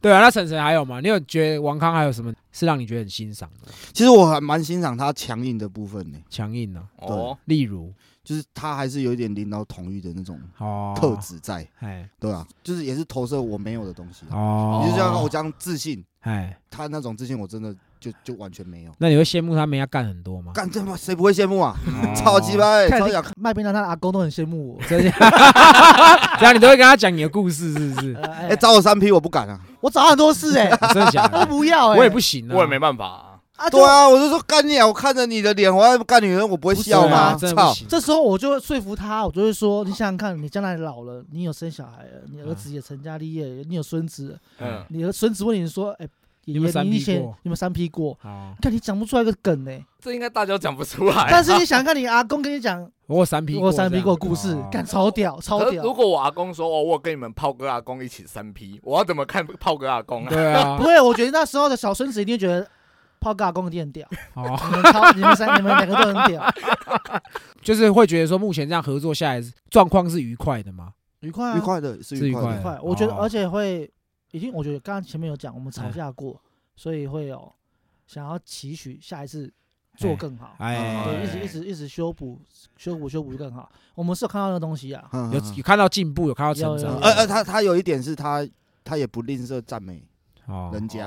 Speaker 1: 对啊，那晨晨还有吗？你有觉得王康还有什么是让你觉得很欣赏的？
Speaker 3: 其实我还蛮欣赏他强硬的部分呢，
Speaker 1: 强硬呢、
Speaker 4: 哦，
Speaker 1: 例如
Speaker 3: 就是他还是有一点领导统一的那种
Speaker 1: 哦，
Speaker 3: 特，质在，
Speaker 1: 哎，
Speaker 3: 对啊，就是也是投射我没有的东西啊。
Speaker 1: 哦，
Speaker 3: 你就像我，讲自信，
Speaker 1: 哎，
Speaker 3: 他那种自信我真的就就完全没有。
Speaker 1: 那你会羡慕他没他干很多吗？
Speaker 3: 干这么谁不会羡慕啊？
Speaker 1: 哦，
Speaker 3: 超级，掰，
Speaker 2: 看
Speaker 3: 哎超想
Speaker 2: 麦冰娜他的阿公都很羡慕我
Speaker 1: 真的，这样你都会跟他讲你的故事，是不 是？
Speaker 2: 呃哎
Speaker 3: 哎，找我三 P 我不敢啊。
Speaker 2: 我找他很多事哎，
Speaker 1: 真的假
Speaker 2: 他都
Speaker 1: 的？
Speaker 2: 不要 哎，
Speaker 1: 我也不行啊，
Speaker 4: 我也没办法啊。
Speaker 2: 啊，
Speaker 3: 对
Speaker 2: 就
Speaker 3: 啊，我就说干你啊！我看着你的脸，我要干女人，我不会
Speaker 2: 不是
Speaker 1: 对啊
Speaker 3: 笑吗？
Speaker 1: 真的不
Speaker 3: 操！
Speaker 1: 行。
Speaker 2: 这时候我就会说服他，我就会说：你想想看，你将来老了，你有生小孩了，你
Speaker 1: 嗯
Speaker 2: 儿子也成家立业，你有孙子了，
Speaker 4: 嗯，
Speaker 2: 你的孙子问你说：哎、爷
Speaker 1: 有没有
Speaker 2: 爷，
Speaker 1: 三
Speaker 2: 你以
Speaker 1: P
Speaker 2: 前
Speaker 1: 过
Speaker 2: 有没有三 P 过？
Speaker 1: 好，
Speaker 2: 看你讲不出来个梗呢、哎
Speaker 4: 这应该大家都讲不出
Speaker 3: 哎
Speaker 4: 来。啊
Speaker 2: 但是你想想看，你阿公跟你讲
Speaker 1: 我有三 P，
Speaker 2: 我三 P 过的故
Speaker 1: 这
Speaker 2: 事
Speaker 1: 样，
Speaker 2: 干超屌，超
Speaker 4: 可是
Speaker 2: 屌
Speaker 4: 如。果我阿公说哦，我跟你们炮哥阿公一起三 P，我要怎么看炮哥阿公啊？
Speaker 1: 对啊
Speaker 2: 不，会，我觉得那时候的小孙子一定觉得泡个阿公一定 很屌，
Speaker 1: 哦，
Speaker 2: 你们超，你们三，你们两个都很屌，
Speaker 1: 就是会觉得说目前这样合作下来状况是愉快的吗？
Speaker 2: 愉快啊，
Speaker 3: 愉快的是
Speaker 1: 是愉
Speaker 3: 愉快
Speaker 1: 快
Speaker 3: 的，
Speaker 2: 快。我觉得，
Speaker 1: 哦
Speaker 2: 而且会一定，我觉得刚刚前面有讲，我们吵架过，所以会有想要期许下一次做更好，
Speaker 1: 哎，
Speaker 2: 对，一直一直一直修补，修补修补更好。我们是有看到那个东西啊，
Speaker 3: 嗯
Speaker 1: 有
Speaker 3: 嗯
Speaker 1: 有看到进步，有看到成
Speaker 2: 有
Speaker 1: 长
Speaker 3: 嗯，
Speaker 2: 有有
Speaker 3: 呃呃，他他有一点是他他也不吝啬赞美
Speaker 1: 哦
Speaker 3: 人家，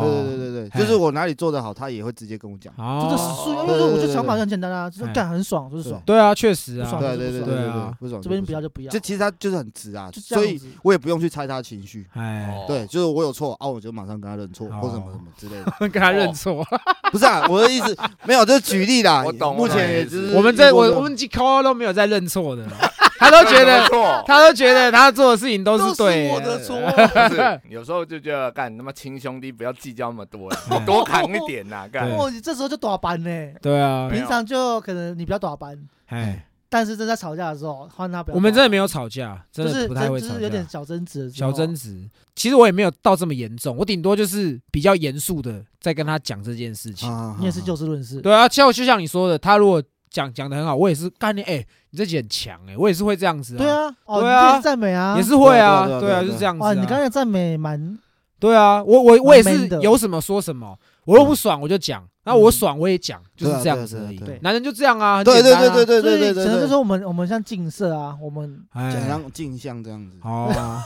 Speaker 1: 哦，
Speaker 3: 对对对对对，
Speaker 1: 嘿
Speaker 3: 就是我哪里做的好，他也会直接跟我讲。
Speaker 1: 哦，
Speaker 2: 这个时速，因为
Speaker 3: 对对
Speaker 2: 我
Speaker 3: 对
Speaker 2: 就
Speaker 3: 对
Speaker 2: 想法就很简单啊，就是
Speaker 1: 哎
Speaker 2: 干很爽就是爽，
Speaker 1: 对啊，确实
Speaker 2: 不
Speaker 1: 啊，
Speaker 2: 爽
Speaker 3: 对对对
Speaker 2: 不爽
Speaker 1: 对
Speaker 3: 对
Speaker 1: 啊
Speaker 3: 不爽
Speaker 2: 这边不要
Speaker 3: 就
Speaker 2: 就不要，
Speaker 3: 爽，就
Speaker 2: 就
Speaker 3: 其实他就是很直啊，
Speaker 2: 这
Speaker 3: 所
Speaker 2: 样
Speaker 3: 以
Speaker 2: 子。
Speaker 3: 我也不用去猜他情绪。
Speaker 1: 哎，
Speaker 4: 哦
Speaker 3: 对，就是我有错啊，我就马上跟他认错
Speaker 1: 哦
Speaker 3: 或什么什么之类的。
Speaker 1: 跟他认错。
Speaker 3: 不是啊，我的意思没有，这是举 例啦。
Speaker 4: 我懂
Speaker 3: 目
Speaker 4: 我
Speaker 3: 前
Speaker 4: 懂
Speaker 3: 也就是
Speaker 1: 我们这我我
Speaker 3: 们
Speaker 1: 们几抠都没有在认错的， 他都觉 得
Speaker 4: 错，
Speaker 1: 他都觉得他做的事情都是对
Speaker 3: 我的错。
Speaker 4: 不是有时候就觉得干他妈亲兄弟不要计较那么多了，
Speaker 1: 嗯
Speaker 4: 多扛一点呐，干
Speaker 1: 对
Speaker 2: 哦，你这时候就打班呢，
Speaker 1: 对啊
Speaker 4: 没，有
Speaker 2: 平常就可能你不要打班，
Speaker 1: 哎，
Speaker 2: 但是正在吵架的时候换他不要打扮。
Speaker 1: 我们真的没有吵架，真
Speaker 2: 就是
Speaker 1: 的不太
Speaker 2: 真
Speaker 1: 会
Speaker 2: 就
Speaker 1: 吵
Speaker 2: 是有点
Speaker 1: 架。
Speaker 2: 小争执的时候，
Speaker 1: 小争执，其实我也没有到这么严重，我顶多就是比较严肃的在跟他讲这件事情。
Speaker 3: 啊
Speaker 2: 你也是就事论事。
Speaker 1: 对啊，像就像你说的，他如果讲讲的很好，我也是干你哎，你这集很强哎，我也是会这样子，
Speaker 2: 对，啊，哦，
Speaker 1: 对啊
Speaker 2: 你也是赞美啊，
Speaker 1: 也是会
Speaker 3: 对啊对啊
Speaker 1: 对啊，
Speaker 3: 对啊
Speaker 1: 就是这样子啊。
Speaker 2: 哇，你刚才赞美蛮
Speaker 1: 对啊，我我我也
Speaker 2: 蛮
Speaker 1: 是
Speaker 2: man 的嗯
Speaker 1: 有什么说什么，我又不爽我就讲，那我爽我也讲，就是这样子而已
Speaker 3: 对啊对啊对啊对。
Speaker 1: 男人就这样啊，很
Speaker 3: 对
Speaker 1: 简
Speaker 3: 对
Speaker 1: 单啊
Speaker 3: 对对对对对
Speaker 2: 所以只能
Speaker 3: 对
Speaker 2: 就
Speaker 3: 对，
Speaker 2: 说我们我们像近色啊，我 们
Speaker 3: 讲
Speaker 1: 哎，
Speaker 3: 像镜像这样子。
Speaker 1: 哦，
Speaker 3: 啊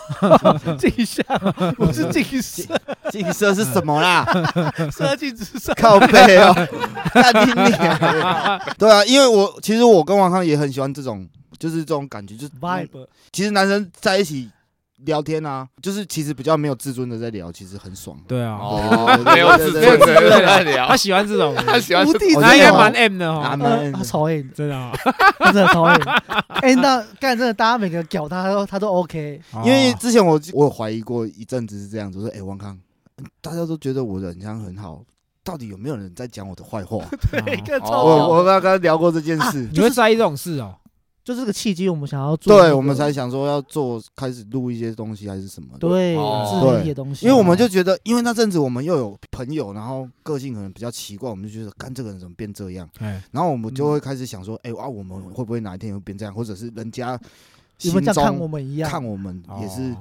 Speaker 2: 镜像，我是 近色，
Speaker 3: 镜射是什么啦？
Speaker 2: 色镜 之上。
Speaker 3: 靠背 哦，干你娘！对啊，因为我其实我跟王康也很喜欢这种，就是这种感觉，就是
Speaker 2: vibe，
Speaker 3: 其实男生在一起聊天啊，就是其实比较没有自尊的在聊，其实很爽。
Speaker 1: 对 啊，
Speaker 4: 哦，
Speaker 3: 对对对对
Speaker 4: 没有自尊的人在聊
Speaker 1: 他，喜欢这种，
Speaker 4: 他喜欢
Speaker 2: 无
Speaker 4: 是
Speaker 2: 地呃
Speaker 3: 我
Speaker 1: 他
Speaker 3: 觉
Speaker 1: 应
Speaker 3: 得
Speaker 1: 该
Speaker 3: 我
Speaker 1: 蛮 M 的哈，
Speaker 3: 们
Speaker 2: 他讨厌，
Speaker 1: 真的哦，
Speaker 2: 他真的讨 厌。哎，那干真的，大家每个屌他都他都 OK，
Speaker 3: 因为
Speaker 1: 哦
Speaker 3: 之前我我有怀疑过一阵子是这样子，我说哎、王康，大家都觉得我人像很好，到底有没有人在讲我的坏话？
Speaker 1: 对
Speaker 2: 干
Speaker 4: 哦
Speaker 3: 我我刚刚聊过这件事。
Speaker 1: 你会在意这种事 哦，
Speaker 2: 就是这个契机，我们想要做那
Speaker 3: 对，
Speaker 2: 个，
Speaker 3: 我们才想说要做开始录一些东西还是什么的，
Speaker 2: 对
Speaker 4: 哦
Speaker 2: 自媒体的东西，啊
Speaker 3: 因为我们就觉得，因为那阵子我们又有朋友，然后个性可能比较奇怪，我们就觉得干这个人怎么变这样，
Speaker 1: 哎，
Speaker 3: 然后我们
Speaker 2: 嗯
Speaker 3: 就会开始想说，哎、啊，我们会不会哪一天会变这样，或者是人家
Speaker 2: 有
Speaker 3: 心
Speaker 2: 没有
Speaker 3: 中
Speaker 2: 像看我们一样，
Speaker 3: 看我们也是
Speaker 1: 哦，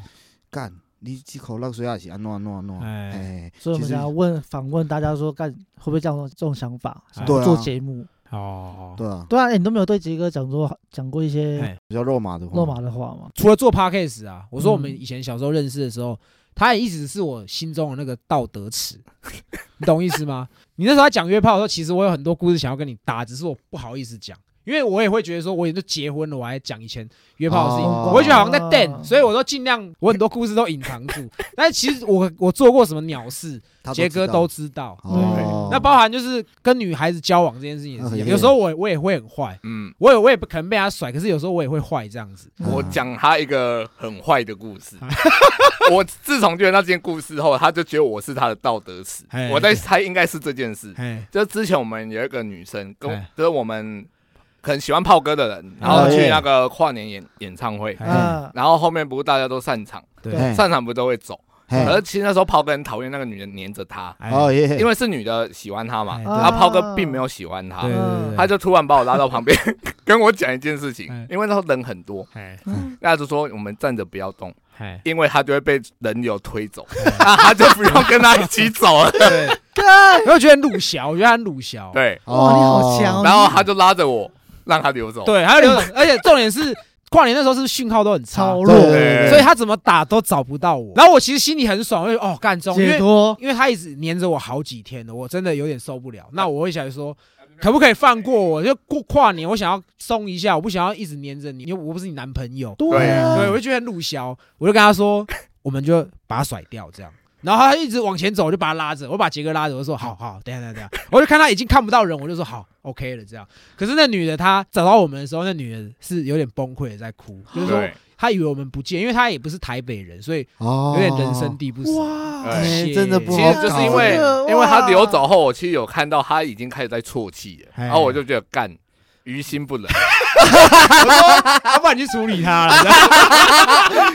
Speaker 3: 干、你几口浪水啊，是安诺安诺安诺，
Speaker 1: 哎，
Speaker 3: 哎，
Speaker 2: 所以我们
Speaker 3: 其实
Speaker 2: 想要问访问大家说，干会不会这样这种想法？
Speaker 1: 哎
Speaker 2: 想
Speaker 3: 对啊
Speaker 2: 做节目，
Speaker 1: 哦，
Speaker 3: 对啊，
Speaker 2: 对啊，哎你都没有对杰哥讲过讲过一些
Speaker 1: 哎，
Speaker 3: 比较肉麻的话，
Speaker 2: 肉麻的话嘛？
Speaker 1: 除了做 podcast 啊，我说我们
Speaker 2: 嗯
Speaker 1: 以前小时候认识的时候，他也一直是我心中的那个道德尺， 你懂意思吗？你那时候在讲约炮的时候，其实我有很多故事想要跟你搭，只是我不好意思讲，因为我也会觉得说，我也都结婚了，我还讲以前约炮的事情，
Speaker 3: 哦
Speaker 1: 我会觉得好像在瞪，
Speaker 2: 哦
Speaker 1: 所以我都尽量，我很多故事都隐藏住。但是其实我我做过什么鸟事，
Speaker 3: 他
Speaker 1: 杰
Speaker 3: 知道
Speaker 1: 哥都知道。
Speaker 3: 哦，
Speaker 1: 那包含就是跟女孩子交往这件事情也是一样，
Speaker 3: 嗯
Speaker 1: 有时候我我也会很坏，
Speaker 4: 嗯，
Speaker 1: 我也我也不可能被他甩，可是有时候我也会坏这样子。
Speaker 2: 嗯
Speaker 3: 嗯
Speaker 4: 我
Speaker 2: 啊
Speaker 4: 讲他一个很坏的故事。 我自从觉得那件故事后，他就觉得我是他的道德使
Speaker 1: 嘿。
Speaker 4: 我在猜应该是这件事。
Speaker 1: 哎，
Speaker 4: 就之前我们有一个女生跟
Speaker 1: 哎，啊
Speaker 4: 就是我们很喜欢炮哥的人，然后去那个跨年演演唱会，
Speaker 1: 哎
Speaker 2: 啊，
Speaker 4: 然后后面不是大家都散场，
Speaker 1: 对，
Speaker 3: 哎
Speaker 4: 散场不都会走？
Speaker 3: 嘿
Speaker 4: 而其实那时候炮哥很讨厌那个女人黏着他，
Speaker 1: 哎
Speaker 3: 哦耶，
Speaker 4: 因为是女的喜欢他嘛，
Speaker 1: 哎
Speaker 4: 然后炮哥并没有喜欢
Speaker 1: 对
Speaker 4: 她，
Speaker 1: 对对，
Speaker 4: 他就突然把我拉到旁边 跟我讲一件事情
Speaker 1: 哎，
Speaker 4: 因为那时候人很多，
Speaker 1: 哎
Speaker 2: 嗯
Speaker 4: 那就说我们站着不要动，
Speaker 1: 哎，
Speaker 4: 因为他就会被人流推走， 那他就不用跟他一 起走了。
Speaker 1: 因为我觉得很鲁小，我觉得他很鲁小，
Speaker 4: 对，
Speaker 2: 哇，你好强哦！
Speaker 4: 然后他就拉着我让他流走。
Speaker 1: 对，还有留着，而且重点是跨年那时候是不是讯号都很差
Speaker 3: 对
Speaker 2: 超，弱，
Speaker 3: 对对对
Speaker 1: 所以他怎么打都找不到我。然后我其实心里很爽，我就哦干中，因
Speaker 2: 解
Speaker 1: 为
Speaker 2: 脱，
Speaker 1: 因为他一直黏着我好几天了，我真的有点受不了。那我会想说，可不可以放过我？就过跨年，我想要松一下，我不想要一直黏着你，因为我不是你男朋友。
Speaker 2: 对
Speaker 3: 嗯
Speaker 2: 啊，
Speaker 1: 对，我就觉得很鲁小，我就跟他 说，我们就把他甩掉这样。然后他一直往前走，我就把他拉着，我把杰哥拉着，我就说好好，等一下等一下等一 下，我就看他已经看不到人，我就说好，OK 了这样。可是那女的她找到我们的时候，那女的是有点崩溃的在哭，就是说
Speaker 4: 对，
Speaker 1: 她以为我们不见，因为她也不是台北人，所以
Speaker 3: 哦
Speaker 1: 有点人生地
Speaker 3: 啊
Speaker 1: 不熟。
Speaker 2: 哇，
Speaker 4: 哎
Speaker 1: 谢
Speaker 3: 真的不
Speaker 4: 其
Speaker 3: 好
Speaker 4: 实就是因
Speaker 2: 这
Speaker 4: 为
Speaker 2: 个
Speaker 4: 因为他
Speaker 2: 哇
Speaker 4: 流走后，我其实有看到他已经开始在啜泣了，
Speaker 1: 哎
Speaker 4: 然后我就觉得干。于心不忍，
Speaker 1: 我说，要不然你去处理 她了，这样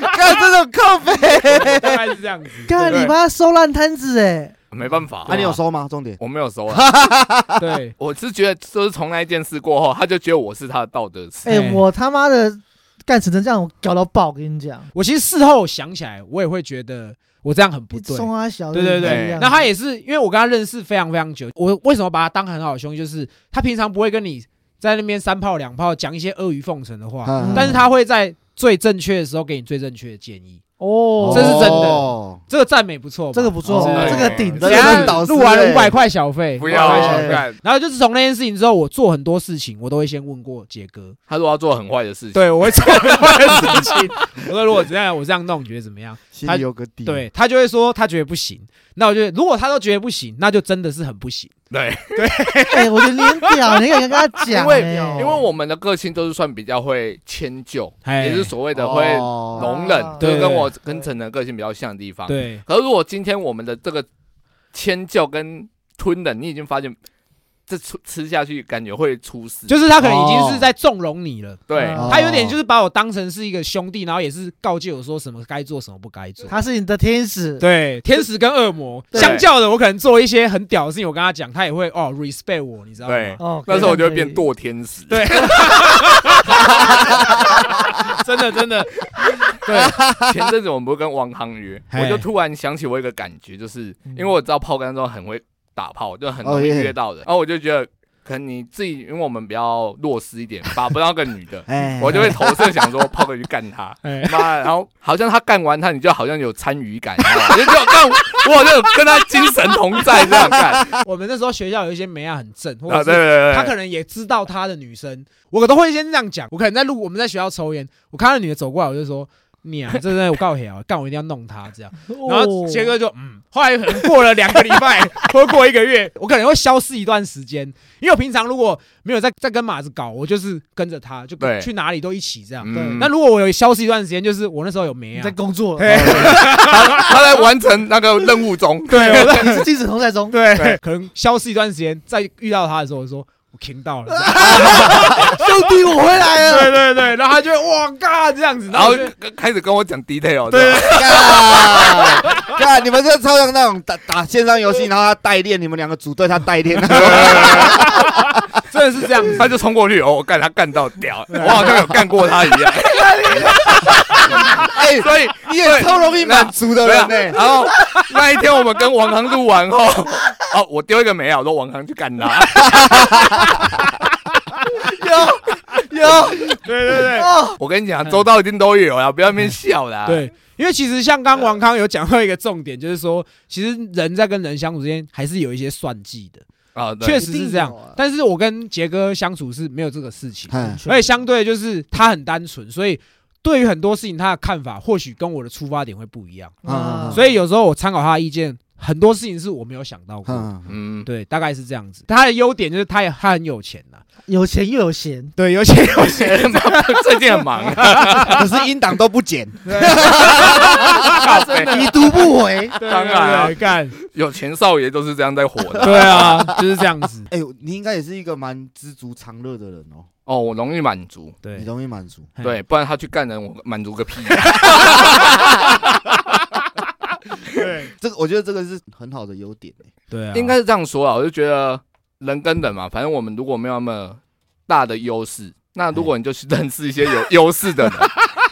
Speaker 3: 干这种靠背，
Speaker 1: 大概是这样子。
Speaker 2: 干
Speaker 4: 对
Speaker 2: 你妈收烂摊子哎！
Speaker 4: 没办法。
Speaker 3: 啊，你有收吗？重点
Speaker 4: 我没有收啊，
Speaker 1: 对，
Speaker 4: 我是觉得就是从那一件事过后，他就觉得我是他的道德使。
Speaker 1: 哎
Speaker 2: 哎，我他妈的干成这样，我搞到爆，我跟你讲，
Speaker 1: 我其实事后想起来，我也会觉得我这样很不对。
Speaker 2: 送他啊小，
Speaker 1: 对对
Speaker 4: 对
Speaker 1: 那他也是，因为我跟他认识非常非常久，我为什么把他当很好的兄弟，就是他平常不会跟你在那边三炮两炮讲一些阿谀奉承的话，
Speaker 3: 嗯
Speaker 1: 但是他会在最正确的时候给你最正确的建议，
Speaker 2: 哦，
Speaker 1: 这是真的
Speaker 3: 哦
Speaker 1: 这个赞美不错吧，
Speaker 2: 这个不错
Speaker 3: 哦，
Speaker 1: 哎
Speaker 2: 这个顶
Speaker 3: 这个
Speaker 2: 的
Speaker 1: 等一下
Speaker 3: 是导师
Speaker 1: 录完
Speaker 3: 欸
Speaker 1: 五百块小费，
Speaker 4: 不
Speaker 1: 500
Speaker 4: 要
Speaker 1: 块小
Speaker 4: 啊
Speaker 1: 费
Speaker 3: 哎
Speaker 4: 干！
Speaker 1: 然后就是从那件事情之后，我做很多事情，我都会先问过杰哥，
Speaker 4: 他说他做很坏的事情，
Speaker 1: 对我会做很多事情。 我说如果这样我这样弄，你觉得怎么样？
Speaker 3: 心里有个
Speaker 2: 嗯
Speaker 3: 底，
Speaker 1: 对他就会说他觉得不行，那我就如果他都觉得不行，那就真的是很不行。
Speaker 4: 对，
Speaker 2: 哎，我觉得你很屌，你敢跟他讲，
Speaker 4: 因为
Speaker 2: 哎
Speaker 4: 因为我们的个性都是算比较会迁就，
Speaker 1: 哎
Speaker 4: 也是所谓的会
Speaker 3: 哦
Speaker 4: 容忍，
Speaker 2: 啊
Speaker 4: 就是
Speaker 1: 对
Speaker 4: 跟我跟陈的个性比较像的地方。，
Speaker 1: 对，
Speaker 4: 可是如果今天我们的这个迁就跟吞忍，你已经发现这吃吃下去感觉会出事，
Speaker 1: 就是他可能已经是在纵容你了，
Speaker 4: 对
Speaker 2: 哦
Speaker 1: 他有点就是把我当成是一个兄弟，然后也是告诫我说什么该做什么不该做。
Speaker 2: 他是你的天使，
Speaker 1: 对，天使跟恶魔
Speaker 4: 对
Speaker 1: 相较的，我可能做一些很屌的事情，我跟他讲，他也会哦 respect 我，你知道
Speaker 4: 对
Speaker 1: 吗？
Speaker 2: 哦，
Speaker 4: 那时候我就会
Speaker 2: 可以
Speaker 4: 变，堕天使。
Speaker 1: 对， 真的真的，
Speaker 4: 前阵子我们不是跟汪康约，
Speaker 1: 嘿
Speaker 4: 我就突然想起我一个感觉，就是
Speaker 2: 嗯
Speaker 4: 因为我知道炮杆中很会打炮，就很容易
Speaker 3: 哦耶。
Speaker 4: 约到人，然后我就觉得可能你自己，因为我们比较弱势一点，把不到个女的
Speaker 3: 哎，
Speaker 4: 我就会投射想说炮哥去干他，
Speaker 1: 哎
Speaker 4: 妈的，然后好像他干完他，你就好像有参与感，你知道吗我就觉得干，我好像有跟他精神同在这样干，啊
Speaker 1: 我们那时候学校有一些美亚很正，或者
Speaker 4: 对
Speaker 1: 是
Speaker 4: 对对，
Speaker 1: 他可能也知道他的女生，我都会先这样讲。我可能在路，我们在学校抽烟，我看到女的走过来，我就说。你啊，这真的我告诉你啊，干我一定要弄她这样。
Speaker 2: 哦
Speaker 1: 然后杰哥就嗯，后来可能过了两个礼拜或者过一个月，我可能会消失一段时间，因为我平常如果没有在在跟马子搞，我就是跟着他，就
Speaker 4: 对
Speaker 1: 去哪里都一起这样。
Speaker 4: 嗯
Speaker 1: 那如果我有消失一段时间，就是我那时候有没
Speaker 2: 你
Speaker 1: 啊
Speaker 2: 在，工作，
Speaker 3: 哎
Speaker 1: 嘿
Speaker 4: 他在完成那个任务中，
Speaker 1: 对，我在
Speaker 2: 哦你是精神同 在中，啊
Speaker 1: 对，可能消失一段时间，再遇到他的时候，我说我听到了。
Speaker 2: 兄弟，我回来了，
Speaker 1: 对对对，然后他就会哇嘎这样子，
Speaker 4: 然后
Speaker 1: 就
Speaker 4: 跟开始跟我讲 detail，
Speaker 1: 对
Speaker 4: 知道吗
Speaker 3: 干干，你们这超像那种打打线上游戏，然后他代练，你们两个组队，他代练，
Speaker 1: 真的是这样子。
Speaker 4: 他就冲过去，哦，我干他干到屌，我好像有干过他一样，
Speaker 3: 哎，
Speaker 4: 所以
Speaker 3: 你也超容易满足 的
Speaker 4: 对啊，
Speaker 3: 人呢。
Speaker 4: 然后那一天我们跟王航录完后， 哦，我丢一个没啊，我说王航去干他，
Speaker 3: 有
Speaker 1: 对对对
Speaker 2: 哦，
Speaker 4: 我跟你讲，周到一定都有啊，不要在那边笑啦。，
Speaker 1: 对，因为其实像刚王康有讲到一个重点，就是说，其实人在跟人相处之间还是有一些算计的。
Speaker 4: 啊，对
Speaker 1: 确实是这样
Speaker 2: 一定有啊。
Speaker 1: 但是我跟杰哥相处是没有这个事情，
Speaker 3: 哎
Speaker 2: 完，全
Speaker 1: 而且相对就是他很单纯，所以对于很多事情他的看法或许跟我的出发点会不一样，
Speaker 3: 啊
Speaker 1: 所以有时候我参考他的意见，很多事情是我没有想到过的。
Speaker 3: 嗯，
Speaker 4: 嗯，
Speaker 1: 对，大概是这样子。他的优点就是他也他很有钱呐，
Speaker 2: 有钱又有闲，
Speaker 1: 对，有钱有
Speaker 4: 最近很忙，
Speaker 3: 可是音档都不 剪，
Speaker 4: 靠北
Speaker 2: 已读不回。
Speaker 4: 当然啊
Speaker 1: 对干，
Speaker 4: 有钱少爷都是这样在火的。
Speaker 1: 对啊，就是这样子。
Speaker 3: 哎，你应该也是一个蛮知足常乐的人哦，
Speaker 4: 哦，我容易满足，
Speaker 1: 对，
Speaker 3: 你容易满足。
Speaker 1: 嘿
Speaker 4: 对，不然他去干人，我满足个屁。
Speaker 1: 对
Speaker 3: 这个我觉得这个是很好的优点欸
Speaker 1: 对啊，
Speaker 4: 应该是这样说啊，我就觉得人跟人嘛，反正我们如果没有那么大的优势，那如果你就去认识一些有 优势的人，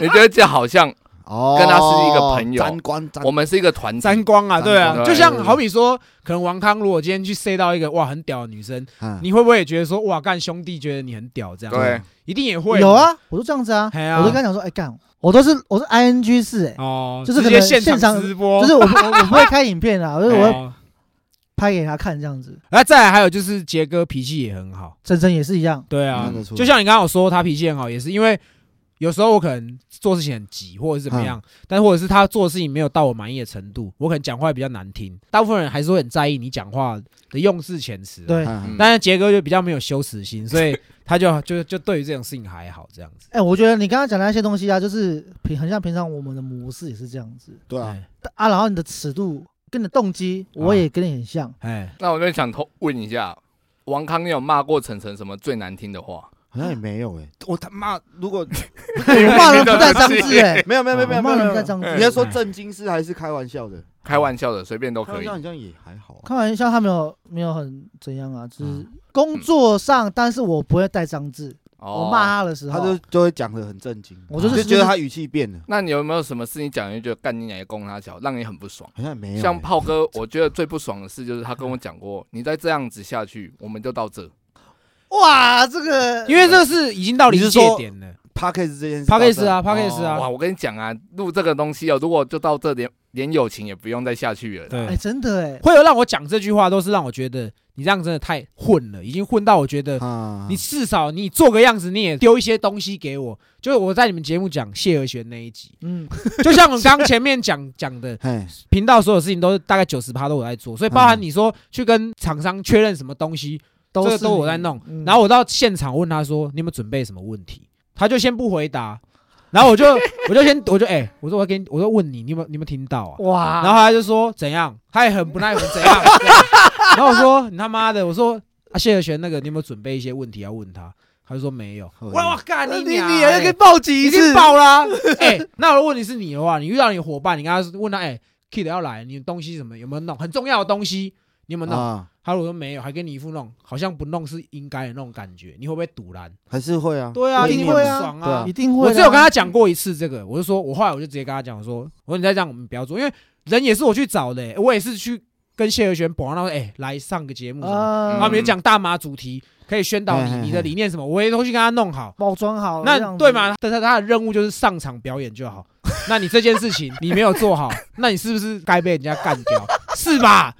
Speaker 4: 你就会这好 像
Speaker 3: 哦，
Speaker 4: 跟他是一个朋友
Speaker 3: 沾光沾
Speaker 4: 我们是一个团体
Speaker 1: 沾。光啊，对啊，
Speaker 4: 对
Speaker 1: 就像
Speaker 3: 对
Speaker 1: 好比说，可能王康如果今天去 say 到一个哇很屌的女生，
Speaker 3: 嗯
Speaker 1: 你会不会也觉得说哇干兄弟觉得你很屌这样？
Speaker 4: 对，
Speaker 1: 一定也会
Speaker 2: 有，啊，我就这样子啊，
Speaker 1: 嘿啊
Speaker 2: 我就跟他讲说，哎干，我都是我是 ing 式哎，
Speaker 1: 哦，
Speaker 2: 就是
Speaker 1: 直
Speaker 2: 可
Speaker 1: 接
Speaker 2: 能
Speaker 1: 现
Speaker 2: 现场
Speaker 1: 直
Speaker 4: 哦
Speaker 1: 播，
Speaker 2: 就是我不我我不会开影 片啊，就是我会
Speaker 1: 哦
Speaker 2: 拍给他看这样子。
Speaker 1: 然后再来还有就是杰哥脾气也很好，
Speaker 2: 真真也是一样，
Speaker 1: 对啊
Speaker 3: 看得出，来
Speaker 1: 就像你刚刚有说他脾气很好，也是因为有时候我可能做事情很急或者是怎么样，
Speaker 3: 嗯
Speaker 1: 但或者是他做事情没有到我满意的程度，我可能讲话也比较难听，大部分人还是会很在意你讲话的用字遣词啊。
Speaker 2: 对，哎、
Speaker 3: 嗯
Speaker 4: 嗯
Speaker 1: 但是杰哥就比较没有羞耻心，所 以他就就就对于这种事情还好这样子。
Speaker 2: 哎我觉得你刚刚讲的那些东西啊，就是平很像平常我们的模式也是这样子
Speaker 3: 对啊，
Speaker 1: 哎
Speaker 2: 啊，然后你的尺度跟你的动机，
Speaker 1: 啊
Speaker 2: 我也跟你 很像，
Speaker 1: 哎，
Speaker 4: 那我就想偷问一下，王康，你有骂过晨晨什么最难听的话？
Speaker 3: 好像也没有哎，我他妈 如果，
Speaker 2: 我骂人不带脏字哎
Speaker 3: 没有没有没有没
Speaker 2: 我
Speaker 3: 有
Speaker 2: 骂
Speaker 3: 没
Speaker 2: 人
Speaker 3: 有没
Speaker 2: 不带
Speaker 3: 有，
Speaker 2: 脏字。
Speaker 4: 嗯
Speaker 3: 你在说正经事还是开玩笑的？
Speaker 4: 开玩笑的，随便都
Speaker 3: 开
Speaker 4: 可
Speaker 3: 玩
Speaker 4: 以
Speaker 3: 笑。好像也还好啊。
Speaker 2: 开玩笑，他没有没有很怎样啊，就是
Speaker 1: 嗯
Speaker 2: 工作上，但是我不会带脏字。我
Speaker 4: 哦
Speaker 2: 骂他的时候，
Speaker 3: 他就就会讲的很正经，
Speaker 2: 我就是
Speaker 3: 就觉得他语气变了，
Speaker 4: 那你有没有什么事情讲就觉得干你娘也攻他小，让你很不爽？
Speaker 3: 好像也没有欸。
Speaker 4: 像炮哥，我觉得最不爽的事就是他跟我讲过，你再这样子下去，我们就到这。
Speaker 2: 哇，这个
Speaker 1: 因为这是已经到
Speaker 3: 呃你
Speaker 1: 临
Speaker 3: 是
Speaker 1: 界
Speaker 3: 说
Speaker 1: 点了
Speaker 3: p a c k a g e 这件事
Speaker 1: p a c k a g e
Speaker 3: 到
Speaker 1: 啊 p a c k a g e
Speaker 4: 哇，
Speaker 1: 啊，
Speaker 4: 我跟你讲啊，录这个东西哦，如果就到这，连连友情也不用再下去了啦。
Speaker 2: 哎，
Speaker 1: 对，
Speaker 2: 真的哎，
Speaker 1: 会有让我讲这句话，都是让我觉得你这样真的太混了，已经混到我觉得
Speaker 4: 哦
Speaker 3: 这啊，
Speaker 1: 你至少你做个样子，你也丢一些东西给我。就是我在你们节目讲谢和弦那一集，
Speaker 2: 嗯，
Speaker 1: 就像我们刚前面讲讲的，
Speaker 3: 嘿，
Speaker 1: 频道所有事情都是大概九十趴都我在做，所以包含你说去跟厂商确认什么东西，
Speaker 2: 都
Speaker 1: 这个
Speaker 2: 是
Speaker 1: 都我在
Speaker 2: 你
Speaker 1: 弄。
Speaker 2: 嗯
Speaker 1: 然后我到现场问他说：“你有没有准备什么问题？”他就先不回答，然后我就我就先我就哎、我说我要给你，我就问你，你有没有你有没有听到啊？
Speaker 2: 哇，
Speaker 1: 然后他就说怎样，他也很不耐烦怎样。这样然后我说你他妈的，我说啊谢和弦那个你有没有准备一些问题要问他？他就说没有。
Speaker 3: 哦
Speaker 1: 我我干你
Speaker 2: 你
Speaker 1: 娘
Speaker 2: 你
Speaker 1: 欸
Speaker 2: 要给暴击
Speaker 1: 已
Speaker 2: 一
Speaker 1: 经
Speaker 2: 次，
Speaker 1: 爆啦、哎、那如果你是你的话，你遇到你伙伴，你跟他问他，哎、k i d 要来，你东西什么有没有弄？很重要的东西你有没有弄？
Speaker 3: 啊，
Speaker 1: 他如果说没有，还跟你一副弄，好像不弄是应该的那种感觉，你会不会堵拦？
Speaker 3: 还是会啊，
Speaker 1: 对啊，
Speaker 2: 一定
Speaker 1: 定会
Speaker 2: 会
Speaker 1: 不
Speaker 2: 啊
Speaker 1: 爽
Speaker 3: 对啊
Speaker 2: 一定会的啊。
Speaker 1: 我只有跟他讲过一次这个，我就说，我后来我就直接跟他讲，我说，我说你再这样我们不要做，因为人也是我去找的、欸我也是去跟谢和弦保，然后哎、来上个节目什么，
Speaker 2: 啊，哎
Speaker 1: 他们也讲大麻主题，可以宣导
Speaker 3: 嘿嘿
Speaker 1: 你
Speaker 3: 嘿
Speaker 1: 你的理念什么，我也都去跟他弄好。
Speaker 2: 包装好，
Speaker 1: 那对？嘛？但是他的任务就是上场表演就好。 那你这件事情你没有做好，那你是不是该被人家干掉？是吧？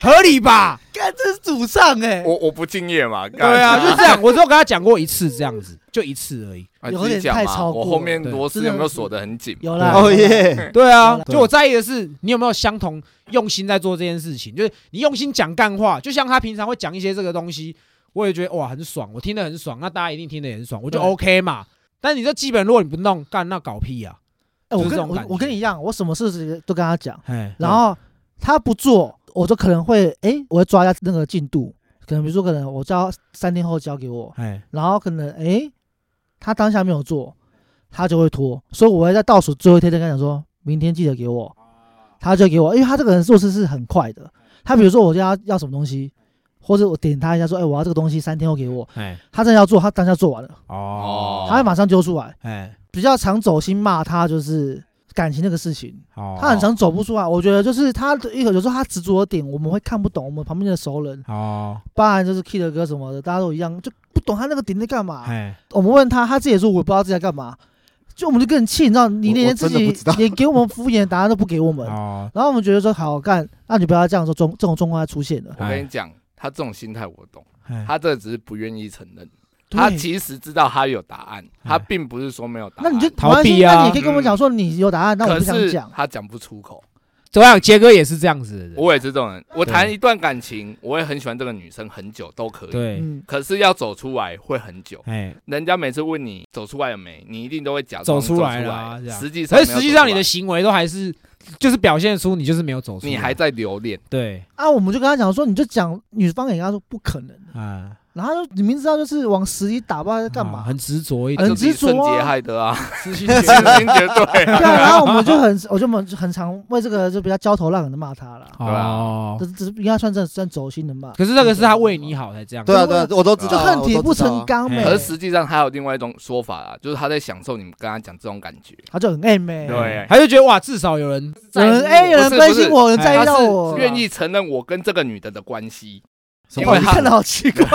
Speaker 1: 合理吧？
Speaker 2: 干，这是主唱哎，
Speaker 4: 我我不敬业嘛，对
Speaker 1: 对啊，就这样。我只有跟他讲过一次，这样子就一次而已。
Speaker 4: 啊
Speaker 2: 有点太超过
Speaker 4: 我
Speaker 2: 了
Speaker 4: 后面
Speaker 1: 对
Speaker 4: 螺丝
Speaker 2: 真的
Speaker 4: 有没有锁得很紧？
Speaker 2: 有啦，
Speaker 3: 哦耶，
Speaker 1: 对啊，
Speaker 3: 对
Speaker 1: 就我在意的是你有没有相同用心在做这件事情，就是你用心讲干话，就像他平常会讲一些这个东西，我也觉得哇很爽，我听得很爽，那大家一定听得也很爽，我就
Speaker 2: 对
Speaker 1: OK 嘛。但你这基本如果你不弄干，那搞屁啊！
Speaker 2: 哎，我
Speaker 1: 就是这
Speaker 2: 跟
Speaker 1: 种
Speaker 2: 我
Speaker 1: 感觉
Speaker 2: 我跟你一样，我什么事情都跟他讲，
Speaker 1: 哎，
Speaker 2: 然后他不做，我就可能会哎，我会抓一下那个进度，可能比如说可能我交三天后交给我，
Speaker 1: 哎，
Speaker 2: 然后可能哎，他当下没有做，他就会拖，所以我会在倒数最后一天再跟他讲说，明天记得给我，他就给我，因为他这个人做事是很快的，他比如说我叫他要什么东西，或者我点他一下说，哎，我要这个东西三天后给我，
Speaker 1: 哎，
Speaker 2: 他真的要做，他当下做完了，
Speaker 1: 哦，
Speaker 2: 他会马上揪出来。
Speaker 1: 哎，
Speaker 2: 比较常走心骂他就是感情那个事情，
Speaker 1: 好，
Speaker 2: 他很常走不出来。我觉得就是他有有时候他执着的点，我们会看不懂，我们旁边的熟人，
Speaker 1: 哦，
Speaker 2: 包含就是 Kid 哥什么的，大家都一样，就不懂他那个点在干嘛。
Speaker 1: 哎，
Speaker 2: 我们问他，他自己也说我不知道自己在干嘛，就我们就更气，你知道，你
Speaker 3: 我
Speaker 2: 连
Speaker 3: 我
Speaker 2: 自
Speaker 3: 真的
Speaker 2: 己
Speaker 3: 不知道
Speaker 2: 连给我们敷衍的答案都不给我们，
Speaker 1: 哦，
Speaker 2: 然后我们觉得说好干，那你不要这样说，中这种状况要出现了。
Speaker 4: 我跟你讲，他这种心态我懂，
Speaker 2: 嗯
Speaker 1: 哎
Speaker 4: 他这只是不愿意承认。
Speaker 2: 对
Speaker 4: 他其实知道他有答案，他
Speaker 1: 哎
Speaker 4: 并不是说没有答案。
Speaker 2: 那你就
Speaker 1: 逃避
Speaker 2: 没关系
Speaker 1: 啊
Speaker 2: 那你可以跟我讲说你有答案，那我
Speaker 4: 可
Speaker 2: 不想
Speaker 4: 是
Speaker 2: 讲。
Speaker 4: 他讲不出口。
Speaker 1: 怎么样？杰哥也是这样子的人，
Speaker 4: 我也是这种人，我
Speaker 1: 对
Speaker 4: 谈一段感情，我也很喜欢这个女生，很久都可以。
Speaker 1: 对，
Speaker 2: 嗯，
Speaker 4: 可是要走出来会很久，
Speaker 1: 哎，
Speaker 4: 人家每次问你走出来了没，你一定都会假
Speaker 1: 走
Speaker 4: 装
Speaker 1: 出
Speaker 4: 出
Speaker 1: 来了啊这样
Speaker 4: 实际
Speaker 1: 而
Speaker 4: 上没有走
Speaker 1: 实际
Speaker 4: 出
Speaker 1: 上你的
Speaker 4: 来
Speaker 1: 行为都还是，就是表现出你就是没有走出来，
Speaker 4: 你还在留恋，
Speaker 1: 对
Speaker 2: 啊，我们就跟他讲说，你就讲女方也跟他说不可能，
Speaker 1: 啊，
Speaker 2: 然后他就你明知道就是往死里打，不知道在干
Speaker 1: 啊
Speaker 2: 嘛。
Speaker 1: 很执着一
Speaker 2: 很
Speaker 1: 点，
Speaker 4: 就自己
Speaker 2: 执着
Speaker 4: 瞬
Speaker 2: 啊
Speaker 4: 间害 的啊，
Speaker 1: 痴心
Speaker 4: 痴心绝对
Speaker 1: 哎
Speaker 4: 啊。
Speaker 2: 对 啊，然后我们就很，我就很很常为这个就比较焦头烂额的骂他了。
Speaker 4: 对啊
Speaker 1: 哦
Speaker 2: 这，这是应该算算算轴心的骂，
Speaker 1: 可是这个是他为你好才这样，
Speaker 3: 对啊对 啊，我都知
Speaker 2: 就
Speaker 3: 道啊，
Speaker 2: 恨铁
Speaker 3: 我
Speaker 2: 不
Speaker 3: 都知道啊
Speaker 2: 成钢呗
Speaker 1: 对。
Speaker 4: 可是实际上还有另外一种说法啊，就是他在享受你们跟他讲这种感觉，
Speaker 2: 他就很爱妹，
Speaker 4: 对
Speaker 1: 他就觉得哇，至少有 人
Speaker 2: 有
Speaker 4: 在
Speaker 2: 人
Speaker 4: 乎
Speaker 2: 哎，有
Speaker 4: 不
Speaker 2: 人
Speaker 4: 是
Speaker 2: 关
Speaker 4: 不是
Speaker 2: 心我，有人在
Speaker 4: 他
Speaker 2: 意
Speaker 3: 哎
Speaker 2: 到
Speaker 4: 是
Speaker 2: 我，
Speaker 4: 愿意承认我跟这个女的的关系，
Speaker 3: 什
Speaker 4: 因
Speaker 3: 么
Speaker 4: 为
Speaker 2: 哇你
Speaker 4: 他
Speaker 2: 看的好奇怪，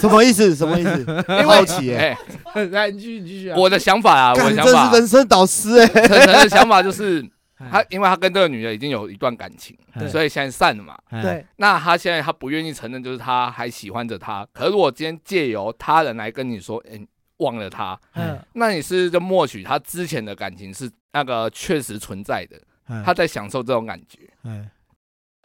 Speaker 3: 什么意思？什么意思？
Speaker 4: 因
Speaker 3: 好
Speaker 4: 为
Speaker 3: 奇 哎，
Speaker 4: 哎，
Speaker 1: 来，你继续，你继续啊。
Speaker 4: 我的想法啊，我
Speaker 3: 干
Speaker 4: 的
Speaker 3: 你
Speaker 4: 想
Speaker 3: 真是
Speaker 4: 法，
Speaker 3: 人生导师哎，
Speaker 4: 陈晨的想法就是他
Speaker 1: 哎，
Speaker 4: 因为他跟这个女的已经有一段感情
Speaker 1: 对，
Speaker 4: 所以现在散了嘛。
Speaker 1: 哎，
Speaker 2: 对，
Speaker 4: 那他现在他不愿意承认，就是他还喜欢着她。可是我今天借由他人来跟你说，哎、你忘了他，
Speaker 1: 哎
Speaker 2: 嗯，
Speaker 4: 那你是就默许他之前的感情是那个确实存在的，他
Speaker 1: 他
Speaker 4: 在享受这种感觉。
Speaker 1: 哎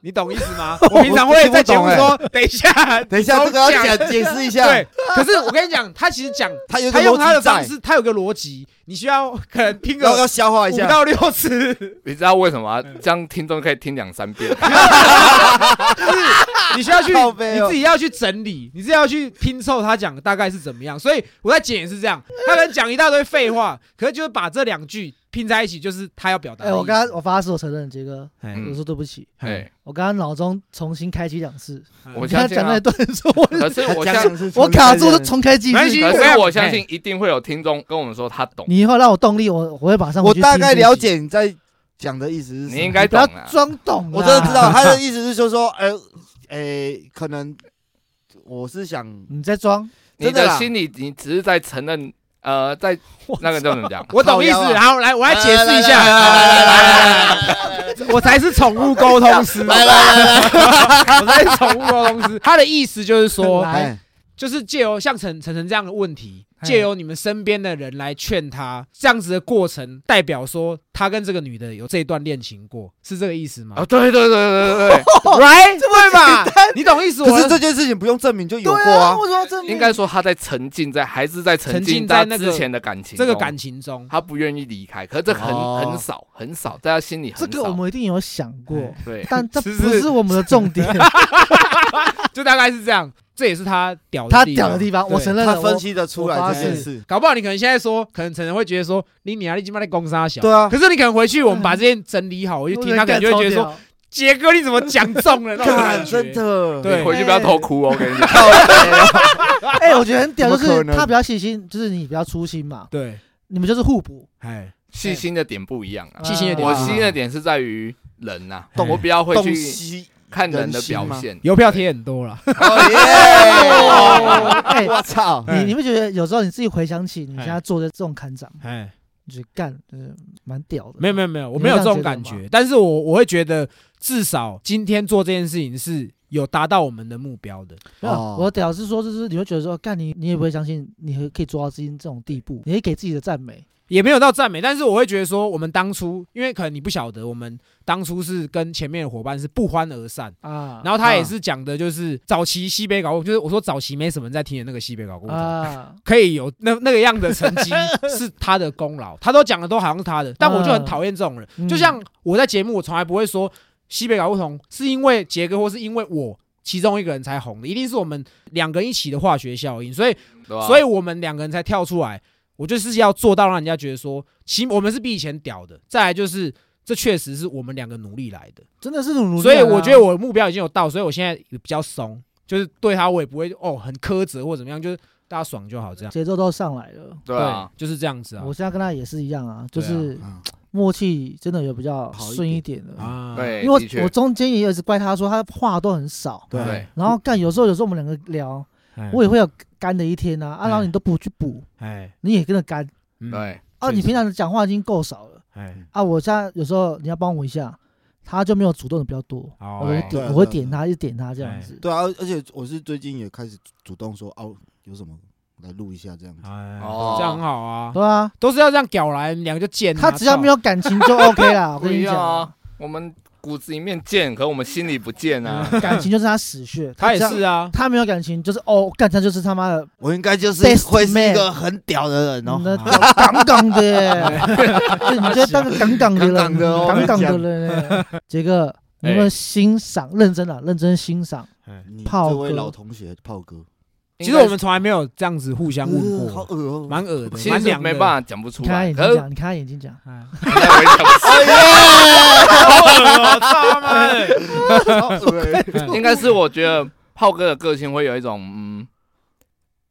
Speaker 1: 你懂意思 吗？我平常会在节目说，等一下，
Speaker 3: 欸等一下
Speaker 1: 你
Speaker 3: 这个要
Speaker 1: 少
Speaker 3: 讲解释一下，
Speaker 1: 对，可是我跟你讲，他其实讲，
Speaker 3: 他有一个
Speaker 1: 他用他
Speaker 3: 逻
Speaker 1: 的
Speaker 3: 辑
Speaker 1: 方
Speaker 3: 在，
Speaker 1: 式，他有个逻辑，你需要可能听
Speaker 3: 要
Speaker 1: 个
Speaker 3: 要消化一
Speaker 1: 五
Speaker 3: 下。
Speaker 1: 到六次，
Speaker 4: 你知道为什么啊、这样听众可以听两三遍？
Speaker 1: 你需要去，
Speaker 3: 靠背
Speaker 1: 你
Speaker 3: 哦
Speaker 1: 自己要去整理，你自己要去拼凑他讲大概是怎么样。所以我在剪也是这样，他可能讲一大堆废话，可是就是把这两句拼在一起，就是他要表达的意
Speaker 2: 哎，
Speaker 1: 思。
Speaker 2: 我刚刚我发誓，我承认，杰哥，
Speaker 3: 嗯
Speaker 1: 哎
Speaker 2: 我说对不起，
Speaker 4: 哎、
Speaker 2: 我刚刚脑中重新开机两次，
Speaker 4: 我
Speaker 2: 你
Speaker 4: 相
Speaker 2: 刚刚
Speaker 4: 信、
Speaker 2: 讲那
Speaker 4: 啊
Speaker 2: 一。段的时候，我
Speaker 4: 可是我相，
Speaker 2: 我卡住，就重开机一
Speaker 1: 没关系
Speaker 4: 可
Speaker 2: 次。
Speaker 1: 我
Speaker 4: 是
Speaker 1: 要
Speaker 4: 我相信一定会有听众跟我们说他懂，
Speaker 2: 你以后让我动力，我我会马上回
Speaker 3: 我
Speaker 2: 去
Speaker 3: 大
Speaker 2: 听
Speaker 3: 概
Speaker 2: 这一
Speaker 3: 了
Speaker 2: 集，
Speaker 3: 解你在讲的意思是什
Speaker 4: 你
Speaker 3: 么
Speaker 4: 应。该
Speaker 2: 不
Speaker 4: 懂
Speaker 2: 要
Speaker 4: 啊。
Speaker 2: 装懂啦，
Speaker 3: 我真的知道他 的意思是，就是说，呃，诶，可能我是想
Speaker 2: 你在装，
Speaker 4: 你
Speaker 3: 真的
Speaker 4: 的
Speaker 3: 啦
Speaker 4: 心里，你只是在承认，呃，在那个叫怎么讲？
Speaker 1: 我懂意
Speaker 3: 靠
Speaker 1: 思，
Speaker 3: 腰啊
Speaker 1: 然后来我来解释一
Speaker 3: 来来来
Speaker 1: 下，
Speaker 3: 来来来
Speaker 1: 我才是宠物沟通师，
Speaker 3: 来来来来，
Speaker 1: 我才是宠物沟通师。他的意思就是说，
Speaker 2: 来
Speaker 3: 哎，
Speaker 1: 就是借由像晨晨晨这样的问题，
Speaker 2: 哎
Speaker 1: 借由你们身边的人来劝他，这样子的过程代表说他跟这个女的有这一段恋情过，是这个意思
Speaker 4: 啊，
Speaker 1: 吗
Speaker 4: 对对对对对对，
Speaker 1: ？Right，对吧？你懂意思？
Speaker 3: 可
Speaker 1: 我
Speaker 3: 是这件事情不用证明就有
Speaker 2: 对
Speaker 3: 过
Speaker 2: 啊，
Speaker 3: 啊，
Speaker 2: 为什么这
Speaker 4: 应该说他在沉浸在还是在沉
Speaker 1: 沉浸
Speaker 4: 浸在
Speaker 1: 在那个
Speaker 4: 之前的感情中，
Speaker 1: 这个感情 中，
Speaker 4: 他不愿意离开，可是这很、
Speaker 3: 哦
Speaker 4: 很少很少，在他心里
Speaker 2: 这
Speaker 4: 很
Speaker 2: 个我
Speaker 4: 少。
Speaker 2: 们一定有想过，
Speaker 4: 对，
Speaker 2: 但这
Speaker 1: 哎是
Speaker 2: 不是我们的 重点，
Speaker 1: 就大概是这样。这也是他屌的
Speaker 2: 他
Speaker 1: 地方
Speaker 2: 屌的地方，啊我
Speaker 1: 对
Speaker 2: 承认
Speaker 3: 他
Speaker 2: 了。
Speaker 3: 分
Speaker 2: 我
Speaker 3: 析得出来这件事，
Speaker 1: 搞不好你可能现在说，可能晨晨会觉得说，你你啊，你鸡巴在攻杀小。
Speaker 3: 对啊，
Speaker 1: 可是你可能回去，我们把这件整理好，我就听他，可能就会觉得说，，
Speaker 2: 啊
Speaker 1: 啊杰哥你怎么讲中了？那种
Speaker 3: 干
Speaker 1: 感觉
Speaker 3: 真，的，
Speaker 1: 对
Speaker 4: 你回去不要偷哭哦，我跟你讲。
Speaker 3: 靠北啊
Speaker 2: 我哎，我觉得很屌，就
Speaker 3: 怎么
Speaker 2: 是
Speaker 3: 可能
Speaker 2: 他比较细心，就是你比较粗心嘛，
Speaker 1: 对，
Speaker 2: 你们就是互补。
Speaker 1: 哎，
Speaker 4: 细心的点不一样啊，
Speaker 1: 细心一点
Speaker 4: 我
Speaker 1: 啊
Speaker 4: 细心的点是在于人呐、
Speaker 1: 懂
Speaker 4: 我比较会
Speaker 3: 东
Speaker 4: 去
Speaker 3: 西，
Speaker 4: 看人的表现。
Speaker 1: 邮票贴很 多了，
Speaker 3: 哦
Speaker 2: 哦哎
Speaker 3: 耶，我操，
Speaker 1: 哎
Speaker 2: 你你不觉得有时候你自己回想起你现在做的这种看长，
Speaker 1: 哎，
Speaker 2: 你就干，就是蛮屌的。
Speaker 1: 没有没有没有，我没有这种感
Speaker 2: 你会这样觉得
Speaker 1: 觉，但是我我会觉得，至少今天做这件事情是有达到我们的目标的，
Speaker 2: 没有，
Speaker 3: 哦
Speaker 2: 我的屌是说，就是你会觉得说，干你，你也不会相信你会可以做到今天这种地步，你会给自己的赞美。
Speaker 1: 也没有到赞美，但是我会觉得说，我们当初，因为可能你不晓得，我们当初是跟前面的伙伴是不欢而散。
Speaker 2: 啊，
Speaker 1: 然后他也是讲的，就是早期西北搞过，就是我说早期没什么人在听的那个西北搞过，
Speaker 2: 啊，
Speaker 1: 可以有那那个样的成 绩是他的功劳，他都讲的都好像是他的，但我就很讨厌这种人。
Speaker 2: 嗯
Speaker 1: 就像我在节目，我从来不会说西北搞不同是因为杰哥或是因为我其中一个人才红的，一定是我们两个人一起的化学效应，所以
Speaker 4: 对吧
Speaker 1: 所以我们两个人才跳出来。我就是要做到让人家觉得说，其我们是比以前屌的。再来就是，这确实是我们两个努力来的。
Speaker 2: 真的是努力，啊
Speaker 1: 所以我觉得我的目标已经有到，所以我现在也比较松，就是对他我也不会哦很苛责或怎么样，就是大家爽就好这样。
Speaker 2: 节奏都上来了。
Speaker 4: 对啊，
Speaker 1: 就是这样子啊
Speaker 2: 我。现在跟他也是一样啊，就
Speaker 1: 对啊
Speaker 2: 是
Speaker 3: 嗯
Speaker 2: 默契真的有比较
Speaker 3: 好一
Speaker 2: 顺一点的，
Speaker 1: 啊，
Speaker 4: 对，
Speaker 2: 因
Speaker 4: 哎的
Speaker 2: 为我
Speaker 4: 确
Speaker 2: 我中间也有一直怪他说他话都很少，
Speaker 4: 对，
Speaker 2: 然
Speaker 1: 嗯
Speaker 2: 后干有时候有时候我们两个聊，我也会有干的一天啊，啊，
Speaker 1: 嗯
Speaker 2: 然后你都不去补，
Speaker 1: 哎
Speaker 2: 你也跟着干
Speaker 1: 嗯
Speaker 4: 对嗯
Speaker 1: 确
Speaker 2: 啊，
Speaker 1: 实
Speaker 2: 你平常的讲话已经够少了
Speaker 1: 哎
Speaker 2: 啊，我现在有时候你要帮我一下，他就没有主动的比较多，
Speaker 1: 哦哎
Speaker 2: 我会
Speaker 4: 哎
Speaker 3: 对啊
Speaker 2: 点我会
Speaker 3: 对啊
Speaker 2: 点他，就点他这样子。
Speaker 3: 对啊，而而且我是最近也开始主动说哦、有什么来录一下这样子。
Speaker 1: 哦
Speaker 4: 哦，
Speaker 1: 这样很好啊，
Speaker 2: 对啊，
Speaker 1: 都是要这样屌来，你两个就贱啊。
Speaker 2: 他只要
Speaker 1: 操
Speaker 2: 没有感情就 OK 啦，我
Speaker 4: 不
Speaker 2: 跟你
Speaker 4: 一样
Speaker 2: 讲
Speaker 4: 啊，，我们骨子里面贱，可我们心里不贱 啊。
Speaker 1: 嗯
Speaker 2: 感情就是他死穴，
Speaker 1: 他也
Speaker 2: 只要
Speaker 1: 是啊，
Speaker 2: 他没有感情，就是哦，干他就是他妈的，
Speaker 3: 我应该就是会
Speaker 2: Best 嗯
Speaker 3: 是一个很屌的人哦。
Speaker 2: 那杠杠的耶，对你就当个杠杠的
Speaker 3: 杠杠
Speaker 2: 人，
Speaker 3: 的哦
Speaker 2: 杠杠的人耶。杰哥，你有没有欣赏？认真啊，认真欣赏。
Speaker 4: 哎嗯
Speaker 3: 你
Speaker 2: 炮
Speaker 3: 这位
Speaker 2: 哥
Speaker 3: 老同学炮 哥，
Speaker 1: 其实我们从来没有这样子互相问
Speaker 3: 呃好
Speaker 1: 过，
Speaker 3: 恶哦、
Speaker 1: 蛮恶的，
Speaker 4: 其
Speaker 1: 蛮
Speaker 4: 实
Speaker 1: 凉的
Speaker 4: 没办。法讲不出
Speaker 2: 你看他
Speaker 4: 来，可是
Speaker 2: 眼睛讲，你看他眼睛讲，
Speaker 1: 哎
Speaker 4: 我也 讲不出来
Speaker 1: 好恶 哦操他妈 的
Speaker 3: 好恶欸
Speaker 4: 应该是我觉得炮哥的个性会有一种，嗯，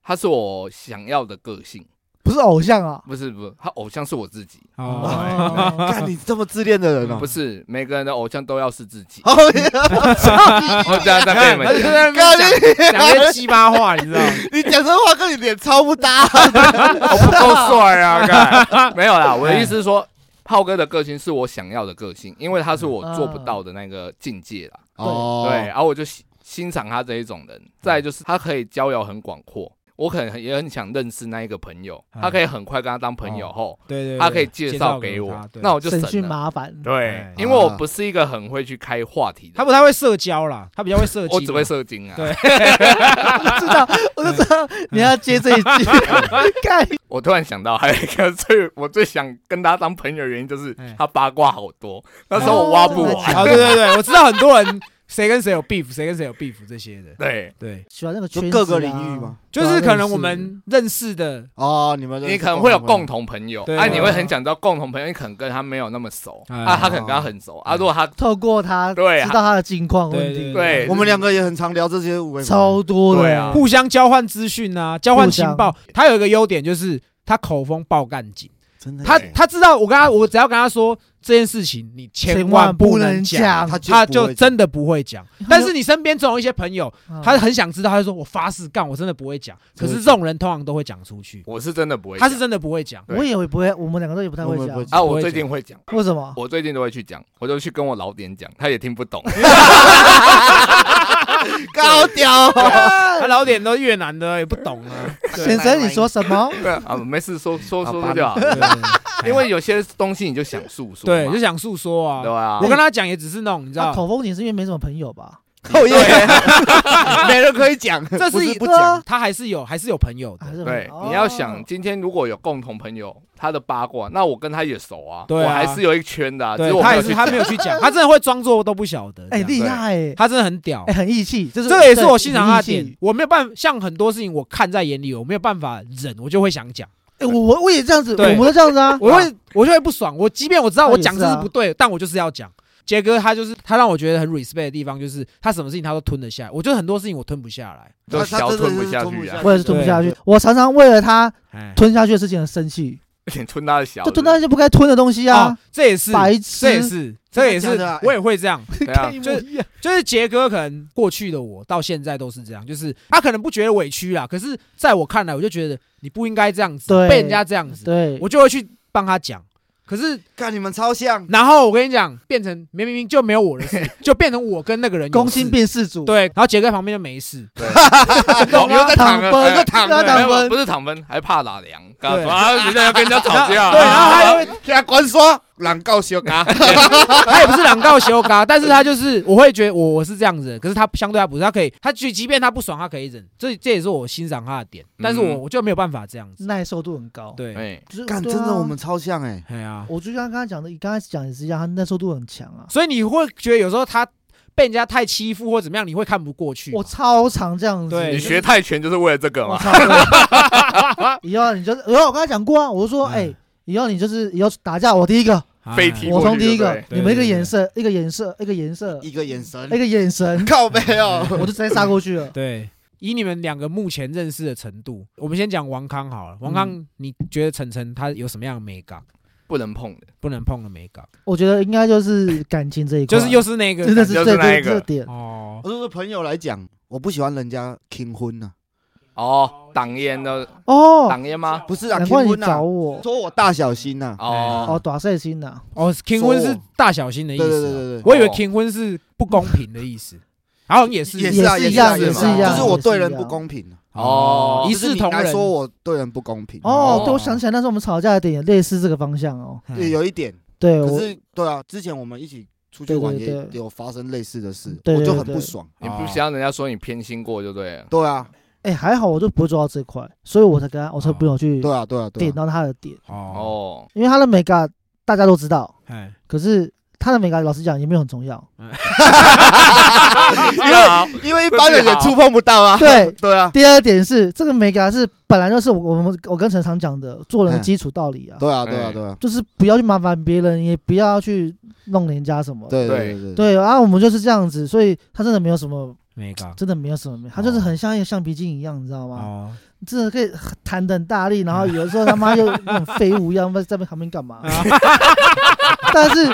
Speaker 4: 他是我想要的个性，
Speaker 2: 不是偶像啊。
Speaker 4: 不是不是，他偶像是我自己，
Speaker 1: 哦
Speaker 2: 哦
Speaker 3: 欸看你这么自恋的人哦、
Speaker 4: 不是每个人的偶像都要是自 己。哦
Speaker 3: 好呀
Speaker 4: 我这样再被
Speaker 1: 看
Speaker 4: 你
Speaker 1: 他就
Speaker 4: 们讲，
Speaker 1: 在那边 讲讲些鸡巴话，你知道吗？
Speaker 3: 你讲这话跟你脸超 不搭。
Speaker 4: 我不够帅啊！干没有啦，我的意思是说，炮哥的个性是我想要的个性，因为他是我做不到的那个境界啦。
Speaker 3: 哦
Speaker 4: 对，，啊然后我就欣欣赏他这一种人。再来就是他可以交友很广阔，我可能也很想认识那一个朋友，
Speaker 1: 嗯
Speaker 4: 他可以很快跟他当朋友后，
Speaker 1: 对对，对
Speaker 4: 他可以介
Speaker 1: 介
Speaker 4: 绍
Speaker 1: 给
Speaker 4: 给我
Speaker 1: 他，对
Speaker 4: 那我就
Speaker 2: 省去
Speaker 4: 省了。
Speaker 2: 麻烦，
Speaker 4: 对
Speaker 1: 对，嗯
Speaker 4: 因为我不是一个很会去开话题的，
Speaker 1: 他不太会社交啦，他比较会社交，
Speaker 4: 我只会射精啊，
Speaker 1: 对 哦
Speaker 2: 知道，我就知道你要接这一句。看，
Speaker 4: 我突然想到，还有一个最我最想跟他当朋友的原因，就是
Speaker 1: 哎
Speaker 4: 他八卦好多，那时候我挖不
Speaker 2: 哦真的假
Speaker 4: 完。
Speaker 1: 啊，对对对，我知道很多人谁跟谁有 beef，谁跟谁有 beef 这些的，
Speaker 4: 对，
Speaker 1: 对，
Speaker 2: 喜欢那个圈
Speaker 3: 就
Speaker 2: 子啊
Speaker 3: 各个领域嘛。。
Speaker 1: 就是可能我们认识的，
Speaker 3: 哦，你们
Speaker 4: 你可能会有共
Speaker 3: 同
Speaker 4: 同朋友，
Speaker 1: 对
Speaker 4: 啊，
Speaker 1: 对
Speaker 4: 你会很想知道共同朋友，你可能跟他没有那么熟，
Speaker 1: 哎
Speaker 4: 啊，他可能跟他很熟，啊，如果他
Speaker 2: 透过他知
Speaker 4: 对
Speaker 2: 道他的近况问
Speaker 1: 对
Speaker 2: 题，
Speaker 4: 对
Speaker 3: 我们两个也很常聊这些五位。
Speaker 2: 超多的
Speaker 4: 对啊
Speaker 1: 互相交换资讯啊，交换情报
Speaker 2: 互。
Speaker 1: 他有一个优点就是他口风爆干紧，
Speaker 3: 真的，欸
Speaker 1: 他他知道我跟他，我只要跟他说这件事情，你千万不能讲。
Speaker 3: 他
Speaker 1: 他
Speaker 3: 就不
Speaker 1: 就
Speaker 3: 会
Speaker 1: 真的不会讲，但是你身边总有一些朋友，
Speaker 2: 嗯
Speaker 1: 他很想知道，他就说：“我发誓干，我真的不会讲。”可是这种人通常都会讲出去，
Speaker 4: 我是真的不会
Speaker 1: 他
Speaker 4: 讲，
Speaker 1: 是真的不会 讲。
Speaker 4: 对
Speaker 2: 我也不会，我们两个都也不太会
Speaker 3: 我们
Speaker 2: 讲
Speaker 3: 不会。
Speaker 4: 啊，我最近会讲，
Speaker 2: 为什么？
Speaker 4: 我最近都会去讲，我就去跟我老点讲，他也听不懂，
Speaker 3: 高哦屌，
Speaker 1: 他老点都越南的也不懂 啊，
Speaker 2: 先生，你说什 么？
Speaker 4: 对啊，没事说说
Speaker 3: 好
Speaker 4: 说
Speaker 3: 吧
Speaker 4: 说就好，
Speaker 1: 啊对 哎
Speaker 4: 因为有些东西你就想诉说
Speaker 1: 对，
Speaker 4: 嘛，
Speaker 1: 就想诉说
Speaker 4: 对
Speaker 1: 啊。
Speaker 4: 吧
Speaker 1: 我？跟他讲也只是那种，你知
Speaker 2: 他
Speaker 1: 道，
Speaker 2: 啊口风紧是因为没什么朋友吧？
Speaker 3: 讨厌，没人可以讲，
Speaker 1: 这
Speaker 3: 不
Speaker 1: 是
Speaker 3: 啊是
Speaker 1: 一
Speaker 3: 不
Speaker 2: 对啊
Speaker 3: 讲，
Speaker 1: 他还是有还是有朋友的
Speaker 2: 还，是
Speaker 4: 对
Speaker 2: 哦，
Speaker 4: 你要想今天如果有共同朋友，他的八卦，那我跟他也熟啊，
Speaker 1: 对啊
Speaker 4: 我还是有一圈的啊，只
Speaker 1: 对
Speaker 4: 是我
Speaker 1: 他
Speaker 4: 没
Speaker 1: 也
Speaker 4: 有
Speaker 1: 是
Speaker 4: 去
Speaker 1: 他没有去讲，他真的会装作都不晓得。这
Speaker 2: 哎
Speaker 1: 样
Speaker 2: 厉害哎
Speaker 1: 他真的很屌
Speaker 2: 哎，，很义气，就是
Speaker 1: 这个也是我欣赏他的。
Speaker 2: 很义
Speaker 1: 点
Speaker 2: 气。
Speaker 1: 我没有办法，像很多事情我看在眼里，我没有办法忍，我就会想讲，
Speaker 2: 哎，我我我也这样子，我
Speaker 1: 对
Speaker 2: 们都这样 子啊。
Speaker 1: 我会我就会不爽。我即便我知道我讲这
Speaker 2: 那也
Speaker 1: 是
Speaker 2: 是啊
Speaker 1: 不对，但我就是要讲。杰哥他就是他让我觉得很 respect 的地方，就是他什么事情他都吞得下来，我觉得很多事情我吞不下来。
Speaker 4: 就小吞不下去啊，
Speaker 2: 我也是吞不下去，我常常为了他
Speaker 1: 哎，
Speaker 2: 吞下去的事情很生气，
Speaker 4: 你吞他的小，
Speaker 2: 就吞到一些不该吞的东西
Speaker 1: 啊
Speaker 2: 啊，，
Speaker 1: 这也哎是，
Speaker 2: 白
Speaker 1: 这也
Speaker 2: 痴。
Speaker 1: 是，这也
Speaker 3: 真的
Speaker 1: 是
Speaker 3: 假
Speaker 2: 哎
Speaker 3: 的啊，
Speaker 1: 我也会这样。
Speaker 4: 对 啊，
Speaker 1: 就就是杰哥可能过去的我到现在都是这样，就是他可能不觉得委屈啦，可是在我看来，我就觉得你不应该这样子，
Speaker 2: 对
Speaker 1: 被人家这样子，
Speaker 2: 对，
Speaker 1: 我就会去帮他讲。可是，
Speaker 3: 看你们超像，
Speaker 1: 然后我跟你讲，变成明明明就没有我的事， 就变成我跟那个人有
Speaker 2: 公心
Speaker 1: 事
Speaker 2: 变世主。
Speaker 1: 对，然后杰哥旁边就没 事，
Speaker 4: 又在躺了，
Speaker 2: 分，
Speaker 4: 哎
Speaker 2: 又躺分，
Speaker 4: 没有
Speaker 2: 躺分
Speaker 4: 不。是躺分，还怕打凉，干
Speaker 1: 对
Speaker 4: 什么啊？人家要跟人家吵架，
Speaker 1: 对，然后他又
Speaker 3: 现在官说懒告修嘎，
Speaker 1: 他也不是朗告修嘎，但是他就是我会觉得我我是这样子的，可是他相对他不是，他可以，他即即便他不爽，他可以忍，这这也是我欣赏他的点，但是我
Speaker 4: 嗯
Speaker 1: 我就没有办法这样子，
Speaker 2: 耐受度很高。，
Speaker 1: 对，
Speaker 4: 哎，
Speaker 2: 就是
Speaker 3: 干
Speaker 2: 对
Speaker 3: 真
Speaker 2: 啊
Speaker 3: 的我们超像哎，
Speaker 1: 哎呀，
Speaker 2: 我就像刚刚讲的，你刚开始讲也是一样，他耐受度很强啊。
Speaker 1: 所以你会觉得有时候他被人家太欺负或怎么样，你会看不过去嘛。
Speaker 2: 我超常这样子，
Speaker 1: 对
Speaker 4: 哎你学泰拳就是为了这个
Speaker 2: 我
Speaker 4: 嘛？
Speaker 2: 操！以后你就是，以后我刚才讲过啊，我就说，哎、
Speaker 1: 嗯
Speaker 2: 以后你就是以后打架，我第一个，
Speaker 1: 啊
Speaker 4: 废踢
Speaker 2: 我
Speaker 4: 过
Speaker 2: 冲
Speaker 4: 去
Speaker 2: 第一
Speaker 4: 就
Speaker 2: 个
Speaker 4: 对，
Speaker 2: 你们一个眼色，一个眼色，一个眼色，
Speaker 3: 一个眼神
Speaker 2: 一，个眼神，
Speaker 3: 靠背哦，
Speaker 2: 我就直接杀过去 了。
Speaker 1: 对，以你们两个目前认识的程度，我们先讲王康好了。王
Speaker 3: 嗯
Speaker 1: 康，你觉得晨晨他有什么样的美感？
Speaker 4: 不能碰的，
Speaker 1: 不能碰的美感，
Speaker 2: 我觉得应该就是感情这一
Speaker 3: 啊
Speaker 2: 块，
Speaker 1: 就是又是那个
Speaker 2: 真的是
Speaker 4: 就是
Speaker 2: 这
Speaker 4: 那一
Speaker 2: 这
Speaker 4: 个
Speaker 2: 这点，
Speaker 1: 哦
Speaker 3: 啊我就是朋友来讲，我不喜欢人家听婚呐，
Speaker 4: 哦，挡烟的
Speaker 2: 哦，
Speaker 4: 挡烟吗？
Speaker 3: 不是啊
Speaker 2: 难怪
Speaker 3: ，King
Speaker 2: 你
Speaker 3: Wen
Speaker 2: 找
Speaker 3: 啊，
Speaker 2: 我
Speaker 3: 说我大小心啊呐。
Speaker 4: 哦，
Speaker 1: 哎
Speaker 2: 哦，短赛心呐，
Speaker 1: 哦，king 婚是大小心的
Speaker 3: 对
Speaker 1: 意思
Speaker 3: 对
Speaker 1: 啊。
Speaker 3: 对对对，
Speaker 1: 我以为
Speaker 4: 哦
Speaker 1: king 婚是不公平的意思，好像也是
Speaker 3: 也
Speaker 2: 是
Speaker 3: 是啊，
Speaker 2: 也
Speaker 3: 也
Speaker 2: 一
Speaker 3: 啊
Speaker 2: 样
Speaker 3: 也
Speaker 1: 也是一
Speaker 3: 就
Speaker 1: 样
Speaker 3: 是我对人不公平啊，
Speaker 4: 哦
Speaker 1: 一
Speaker 3: 就是
Speaker 1: 视
Speaker 3: 你
Speaker 1: 同
Speaker 3: 来
Speaker 1: 仁。
Speaker 3: 说我对人不公平。
Speaker 2: 哦
Speaker 4: 哦，
Speaker 2: 对，我想起来那时候我们吵架的点也类似这个方向哦。
Speaker 1: 嗯
Speaker 3: 对，有一点，
Speaker 2: 对，
Speaker 3: 可
Speaker 2: 我
Speaker 3: 是对啊，之前我们一起出去玩
Speaker 2: 对对
Speaker 3: 也
Speaker 2: 对
Speaker 3: 有发生类似的事，
Speaker 2: 对
Speaker 3: 我就
Speaker 2: 对
Speaker 3: 很
Speaker 2: 对
Speaker 3: 不爽。
Speaker 4: 你不想要人家说你偏心过就对了。
Speaker 3: 对啊，
Speaker 2: 哎还好，我就不会做到这块，所以我才跟他，我才没有去
Speaker 3: 对啊，对啊，对
Speaker 2: 点
Speaker 3: 啊。
Speaker 2: 到他的点，
Speaker 1: 哦，
Speaker 4: 哦，
Speaker 2: 因为他的 mega 大家都知道，
Speaker 1: 哎，
Speaker 2: 可是他的 mega 老实讲也没有很重要。
Speaker 4: 因为
Speaker 3: 因为一般人也触碰不到啊。
Speaker 2: 对
Speaker 3: 对啊，
Speaker 2: 第二点是这个 mega 是本来就是我我们我跟陈常讲的做人的
Speaker 3: 嗯
Speaker 2: 基础道理啊，
Speaker 3: 对啊，对
Speaker 4: 哎
Speaker 3: 啊，对啊，
Speaker 2: 就是不要去麻烦别人，也不要去弄人家什么。
Speaker 3: 对
Speaker 4: 对
Speaker 3: 对对对。
Speaker 2: 对，然、啊后我们就是这样子，所以他真的没有什么，
Speaker 1: 没搞
Speaker 2: 真的没有什
Speaker 3: 哦
Speaker 2: 么，他就是很像一个橡皮筋一样，你知道吗？
Speaker 1: 哦，
Speaker 2: 真的可以弹得很大力，然后
Speaker 3: 嗯
Speaker 2: 有的时候他妈又那种废物一样在在旁 边干嘛？
Speaker 1: 啊
Speaker 2: 但是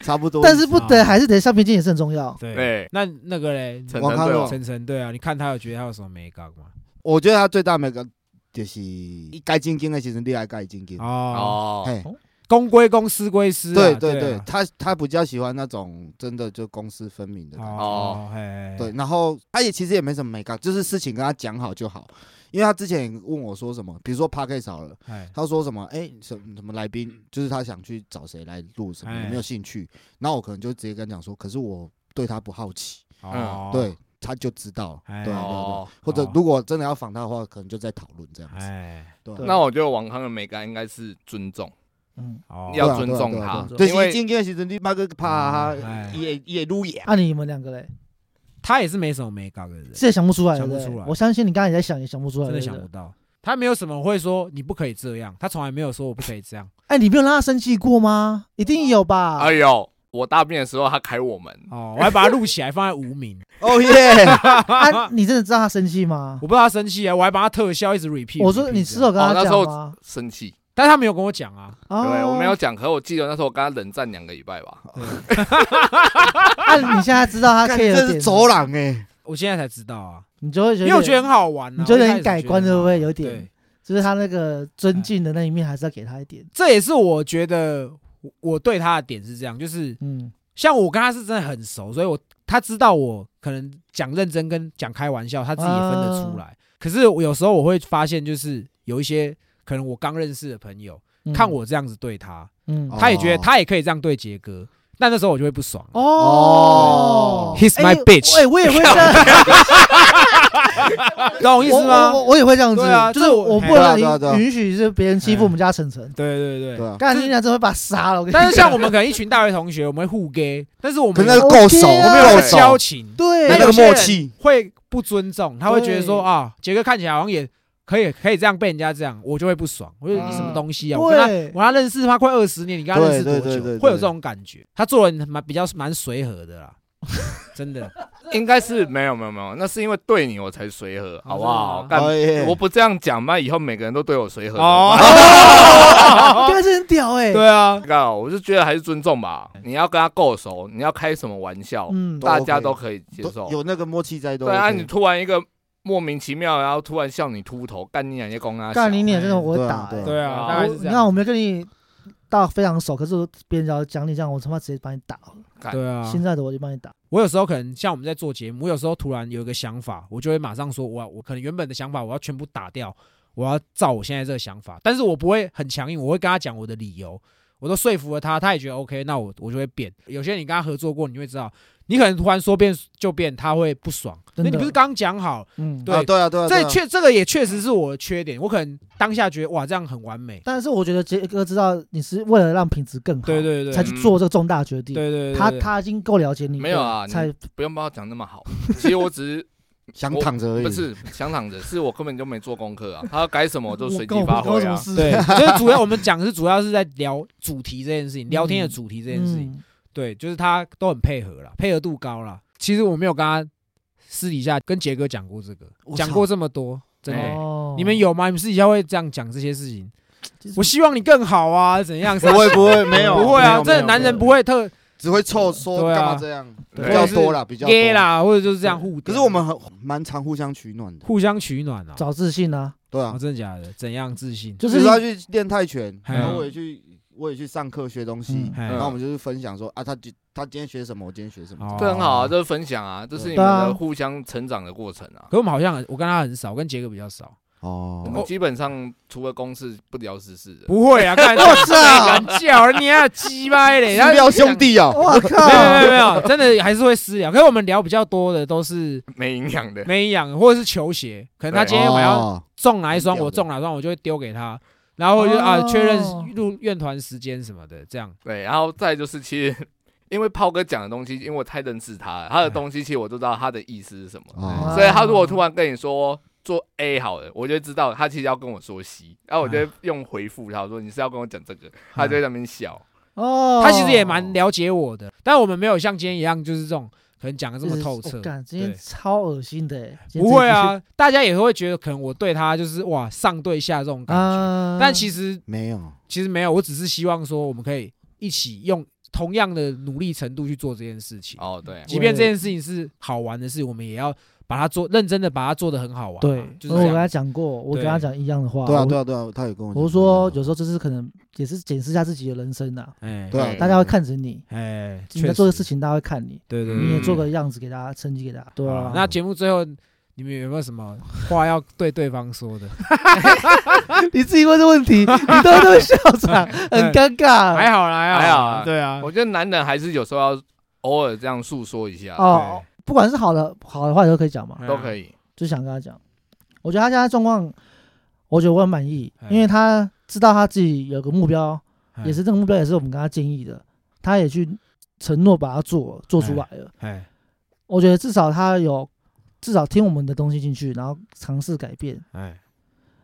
Speaker 3: 差啊 不多。
Speaker 2: 但是不
Speaker 1: 啊
Speaker 2: 得还是得橡皮筋也是很重要。
Speaker 1: 对。
Speaker 4: 对，
Speaker 1: 那那个嘞，
Speaker 4: 陈
Speaker 3: 王
Speaker 4: 晨
Speaker 3: 康
Speaker 4: 对
Speaker 3: 乐
Speaker 4: 我
Speaker 1: 晨晨，对啊，你看他有觉得他有什么没搞吗？
Speaker 3: 我觉得他最大每个就是该精进的，其实你爱该精
Speaker 2: 嗯
Speaker 3: 进。
Speaker 1: 哦，
Speaker 4: 哦，
Speaker 3: 嘿，
Speaker 1: 公归公，私归私啊。
Speaker 3: 对
Speaker 1: 对
Speaker 3: 对对
Speaker 1: 啊，
Speaker 3: 他他比较喜欢那种真的就公私分明的感觉。
Speaker 1: 哦，嘿，
Speaker 3: 对，然后他也其实也没什么没干，就是事情跟他讲好就好。因为他之前也问我说什么，比如说 p a c k a g e 好了，
Speaker 1: 嘿，
Speaker 3: 他说什么，哎、什么什么来宾，就是他想去找谁来录什么，
Speaker 1: 哎
Speaker 3: 有没有兴趣？然后我可能就直接跟他讲说，可是我对他不好奇，
Speaker 2: 嗯
Speaker 1: 哦，
Speaker 3: 对，他就知道了，
Speaker 1: 哎
Speaker 3: 对啊对啊对啊
Speaker 4: 哦，
Speaker 3: 或者
Speaker 1: 哦
Speaker 3: 如果真的要访他的话，可能就在讨论这样子，
Speaker 1: 哎，
Speaker 3: 对啊，
Speaker 4: 那我觉得王康的美感应该是尊重，
Speaker 2: 嗯，
Speaker 1: 哦，
Speaker 4: 要尊重
Speaker 3: 对啊
Speaker 4: 他
Speaker 3: 对啊对啊对
Speaker 4: 因
Speaker 3: 啊就是
Speaker 4: 为
Speaker 3: 今天其实你妈个怕
Speaker 1: 哎
Speaker 3: 他也也撸野，
Speaker 2: 那、啊你们两个嘞，
Speaker 1: 他也是没什么没搞的人，
Speaker 2: 是也想不出来，
Speaker 1: 想不
Speaker 2: 对对
Speaker 1: 出来
Speaker 2: 我相信你刚才也在想，也想不出来，
Speaker 1: 真的
Speaker 2: 对
Speaker 1: 想不
Speaker 2: 对。
Speaker 1: 到。他没有什么会说你不可以这样，他从来没有说我不可以这样。
Speaker 2: 哎，你没有让他生气过吗？一定有吧？
Speaker 4: 哎呦，我大便的时候他开我门，
Speaker 1: 哦，我还把它录起来放在无名，
Speaker 3: 哦 耶，
Speaker 2: 啊，你真的知道他生气吗？
Speaker 1: 我不知道他生气啊，我还把他特效一直 repeat。
Speaker 2: 我说
Speaker 1: repeat
Speaker 2: 你
Speaker 1: 这
Speaker 2: 是
Speaker 1: 样
Speaker 2: 有跟他
Speaker 4: 哦那时
Speaker 2: 讲
Speaker 4: 候
Speaker 2: 吗？
Speaker 4: 生气，
Speaker 1: 但是他没有跟我讲啊。
Speaker 2: 啊，
Speaker 4: 对我没有讲，可是我记得那时候我跟他冷战两个礼拜吧。
Speaker 2: 啊，你现在知道他
Speaker 3: 干
Speaker 2: care
Speaker 3: 这
Speaker 2: 的点
Speaker 3: 是
Speaker 2: 了
Speaker 3: 走廊哎，
Speaker 1: 我现在才知道啊，
Speaker 2: 你就会觉
Speaker 1: 因
Speaker 2: 得，
Speaker 1: 为我觉得很好玩啊。
Speaker 2: 你觉得
Speaker 1: 我一开始
Speaker 2: 很改
Speaker 1: 觉
Speaker 2: 观
Speaker 1: 得
Speaker 2: 对不对
Speaker 1: 很好啊
Speaker 2: 有点
Speaker 1: 对
Speaker 2: 就是他那个尊敬的那一面，还是要给他一点。
Speaker 1: 这也是我觉得我我对他的点是这样，就是
Speaker 2: 嗯，
Speaker 1: 像我跟他是真的很熟，所以我他知道我可能讲认真跟讲开玩笑，他自己也分得出来。可是我有时候我会发现，就是有一些可能我刚认识的朋友，
Speaker 2: 嗯
Speaker 1: 看，我这样子对他，
Speaker 2: 嗯，
Speaker 3: 哦
Speaker 1: 他也觉得他也可以这样对杰哥，但那时候我就会不爽。
Speaker 2: 哦
Speaker 1: He's my
Speaker 2: 哎
Speaker 1: bitch
Speaker 2: 哎，我也会这样，
Speaker 1: 懂我意思
Speaker 2: 我
Speaker 1: 吗
Speaker 2: 我？我也会这样子
Speaker 1: 对啊，
Speaker 2: 就是
Speaker 1: 这我
Speaker 2: 我不
Speaker 3: 对啊对啊对
Speaker 2: 能
Speaker 3: 啊
Speaker 2: 允许是别人欺负我们家晨晨。
Speaker 1: 对对
Speaker 3: 对
Speaker 1: 对。
Speaker 3: 啊，
Speaker 2: 干你俩真的会把他杀了，我跟你讲
Speaker 1: 但是像我们可能一群大学同学，我们会互 gay，但是我
Speaker 3: 可
Speaker 1: 们
Speaker 3: 能
Speaker 1: 有
Speaker 3: 够熟，
Speaker 2: OK 啊
Speaker 3: 没
Speaker 1: 没有
Speaker 3: 有
Speaker 1: 交
Speaker 3: 熟，
Speaker 1: 情，
Speaker 2: 对
Speaker 3: 没
Speaker 1: 但
Speaker 3: 那
Speaker 1: 有
Speaker 3: 个
Speaker 1: 些人
Speaker 3: 默契，
Speaker 1: 会不尊重，他会觉得说
Speaker 2: 对
Speaker 1: 啊，杰哥看起来好像也可以可以这样被人家这样，我就会不爽。我就你什么
Speaker 4: 嗯
Speaker 1: 东西啊？我跟他
Speaker 2: 对
Speaker 1: 我跟他认识他快二十年，你跟他认识多久？
Speaker 3: 对对对对对
Speaker 1: 会有这种感觉。他做人蛮比较蛮随和的啦， 真的。
Speaker 4: 应该是没有没有没有，那是因为对你我才随和，好不好？
Speaker 1: 真
Speaker 4: 干
Speaker 3: 哦耶
Speaker 4: 我不这样讲嘛，以后每个人都对我随和。
Speaker 1: 哦
Speaker 4: 哦，
Speaker 2: 对啊，这很屌哎。
Speaker 1: 对啊，
Speaker 4: 告我是觉得还是尊重吧。你要跟他够熟，你要开什么玩笑，
Speaker 2: 嗯，
Speaker 4: 大家
Speaker 3: 都
Speaker 4: 都
Speaker 3: OK
Speaker 4: 可以接受
Speaker 3: 都。有那个默契在都
Speaker 4: 对啊，你
Speaker 3: OK，
Speaker 4: 突然一个莫名其妙，然后突然笑你秃头，干你两些公啊！
Speaker 2: 干你
Speaker 1: 小
Speaker 2: 脸真的
Speaker 1: 哎
Speaker 2: 我会
Speaker 3: 对啊
Speaker 2: 打哎
Speaker 3: 对啊。
Speaker 1: 对啊，
Speaker 4: 哦
Speaker 1: 大概是
Speaker 2: 你
Speaker 1: 这
Speaker 2: 看，
Speaker 1: 样。
Speaker 2: 我没跟你到非常熟，可是我别人只要讲你这样，我他妈直接把你打了。
Speaker 1: 对啊，
Speaker 2: 现在的我就帮你打。
Speaker 1: 我有时候可能像我们在做节目，我有时候突然有一个想法，我就会马上说，我我可能原本的想法我要全部打掉，我要照我现在这个想法，但是我不会很强硬，我会跟他讲我的理由，我都说服了他，他也觉得 OK，那我我就会变。有些人你跟他合作过，你会知道，你可能突然说变就变，他会不爽。那
Speaker 2: 真的
Speaker 1: 你不是刚讲好？
Speaker 2: 嗯，
Speaker 1: 对
Speaker 3: 啊对啊对啊，对
Speaker 1: 这
Speaker 3: 啊
Speaker 1: 确这个也确实是我的缺点，我可能当下觉得哇这样很完美，
Speaker 2: 但是我觉得杰哥知道你是为了让品质更好，
Speaker 1: 对对对
Speaker 2: 才
Speaker 1: 对
Speaker 2: 去做这个重大决定。
Speaker 1: 对对，
Speaker 2: 他
Speaker 1: 对
Speaker 2: 他已经够了解你，
Speaker 4: 没有啊
Speaker 2: 才
Speaker 4: 不用把我讲那么好。其实我只 是
Speaker 3: 想
Speaker 4: 我
Speaker 3: 躺着而已，
Speaker 4: 不是想躺着，是我根本就没做功课啊。他要改什么我就随
Speaker 2: 我
Speaker 4: 机
Speaker 2: 跟
Speaker 4: 发
Speaker 2: 我
Speaker 4: 挥
Speaker 2: 不知道
Speaker 4: 啊。
Speaker 2: 什么事
Speaker 1: 对，就是主要我们讲是主要是在聊主题这件事情，聊天的
Speaker 2: 嗯
Speaker 1: 主题这件事情。
Speaker 2: 嗯，
Speaker 1: 对，就是他都很配合啦，配合度高啦。其实我没有跟他私底下跟杰哥讲过这个，
Speaker 3: 我操
Speaker 1: 讲过这么多，真的。
Speaker 4: 哎
Speaker 2: 哦
Speaker 1: 你们有吗？你们私底下会这样讲这些事情
Speaker 2: 其实？
Speaker 1: 我希望你更好啊，怎样？
Speaker 3: 不会不会没有，
Speaker 1: 不会
Speaker 3: 没
Speaker 1: 啊，
Speaker 3: 有
Speaker 1: 这男人不会特
Speaker 3: 只会凑说
Speaker 1: 对啊
Speaker 3: 干嘛这样，比
Speaker 4: 啊
Speaker 2: 对
Speaker 3: 较多啦，比较
Speaker 1: 耶
Speaker 3: 多。
Speaker 1: 啦，或者就是这样互屌。
Speaker 3: 可是我们很蛮常互相取暖的，
Speaker 1: 互相取暖啊，
Speaker 2: 找自信啊，
Speaker 3: 对
Speaker 1: 哦
Speaker 3: 啊，
Speaker 1: 真的假的？怎样自信？
Speaker 2: 就
Speaker 3: 就是是他去练泰拳，
Speaker 1: 嘿
Speaker 3: 然后我也去，我也去上课学东西
Speaker 2: 嗯，
Speaker 1: 嘿
Speaker 3: 然后我们就是分享说啊，他今他今天学什么，我今天学什么。
Speaker 1: 哦
Speaker 4: 这很好啊，这是分享啊，这是你
Speaker 2: 对
Speaker 4: 们
Speaker 2: 啊
Speaker 4: 的互相成长的过程啊。
Speaker 1: 可我们好像很我跟他很少，我跟杰哥比较少。
Speaker 4: 我
Speaker 3: 哦，
Speaker 4: 们基本上除了公事不聊私事的，
Speaker 1: 不会啊，干
Speaker 3: 我操，
Speaker 1: 敢叫你啊，鸡掰嘞！然
Speaker 3: 私
Speaker 1: 后
Speaker 3: 聊兄弟啊，
Speaker 2: 我 靠
Speaker 1: 没，有没有没有，真的还是会私聊。可是我们聊比较多的都是
Speaker 4: 没营养的。
Speaker 1: 没营养，或者是球鞋。可能他
Speaker 4: 对
Speaker 1: 今天晚上
Speaker 3: 哦
Speaker 1: 中哪一双，
Speaker 3: 屌的
Speaker 1: 我中哪一双，我就会丢给他，然后我就啊
Speaker 2: 哦
Speaker 1: 确认入院团时间什么的，这样。
Speaker 4: 对，然后再就是其实。因为炮哥讲的东西，因为我太认识他了，他的东西其实我都知道他的意思是什么，
Speaker 3: 哦
Speaker 4: 所以他如果突然跟你说做 A 好了，我就知道他其实要跟我说 C，然后我就
Speaker 3: 啊
Speaker 4: 会用回复他我说你是要跟我讲这个，他就在那边笑。
Speaker 2: 哦，
Speaker 1: 嗯他其实也蛮了解我的，但我们没有像今天一样，就是这种可能讲的这么透彻
Speaker 2: 我。哦干，今天
Speaker 1: 对
Speaker 2: 超恶心的欸，今天
Speaker 1: 不会
Speaker 2: 这一
Speaker 1: 啊，大家也会觉得可能我对他就是哇上对下这种
Speaker 2: 集，
Speaker 1: 感觉，
Speaker 2: 啊
Speaker 1: 但其实
Speaker 3: 没有，
Speaker 1: 其实没有，我只是希望说我们可以一起用同样的努力程度去做这件事情，
Speaker 4: 哦，对，
Speaker 1: 即便这件事情是好玩的事，我们也要把它做认真的把它做得很好玩嘛。
Speaker 2: 对，
Speaker 1: 就是
Speaker 2: 因为我
Speaker 1: 这
Speaker 2: 跟他
Speaker 1: 样。
Speaker 2: 讲过，我跟他
Speaker 1: 对
Speaker 2: 讲一样的话，
Speaker 3: 对啊
Speaker 2: 我
Speaker 3: 对啊对啊，他也跟我讲
Speaker 2: 我是说有时候就是可能也是检视一下自己的人生呐，
Speaker 1: 哎，
Speaker 3: 对啊，
Speaker 4: 嗯
Speaker 2: 大家会看着你，
Speaker 1: 哎，
Speaker 2: 你
Speaker 1: 确
Speaker 2: 在
Speaker 1: 实
Speaker 2: 做的事，情，大家会看你，
Speaker 1: 对对，
Speaker 2: 你
Speaker 1: 对
Speaker 2: 也做个样子给大家，成绩给大家，对
Speaker 1: 好
Speaker 2: 啊，
Speaker 1: 那节目最后，你们有没有什么话要对对方说的？
Speaker 2: 你自己问的问题，你都都 会笑场，很尴
Speaker 1: 嗯
Speaker 2: 尬。啊
Speaker 1: 还好啦，
Speaker 4: 还好
Speaker 1: 啦
Speaker 4: 啊
Speaker 1: 对
Speaker 3: 嗯
Speaker 1: 啊，
Speaker 2: 哦
Speaker 4: 我觉得男人还是有时候要偶尔这样诉说一下，
Speaker 2: 哦，不管是好的好的坏的都可以讲嘛，
Speaker 1: 对
Speaker 4: 哦都可。
Speaker 3: 嗯
Speaker 4: 以。
Speaker 2: 就想跟他讲。我觉得他现在状况，我觉得我很满意
Speaker 1: 哎，
Speaker 2: 因为他知道他自己有个目标，
Speaker 1: 哎
Speaker 2: 也是，这个目标也是我们跟他建议的，他也去承诺把它做做出来了。
Speaker 1: 哎，
Speaker 2: 我觉得至少他有至少听我们的东西进去，然后尝试改变。
Speaker 1: 哎，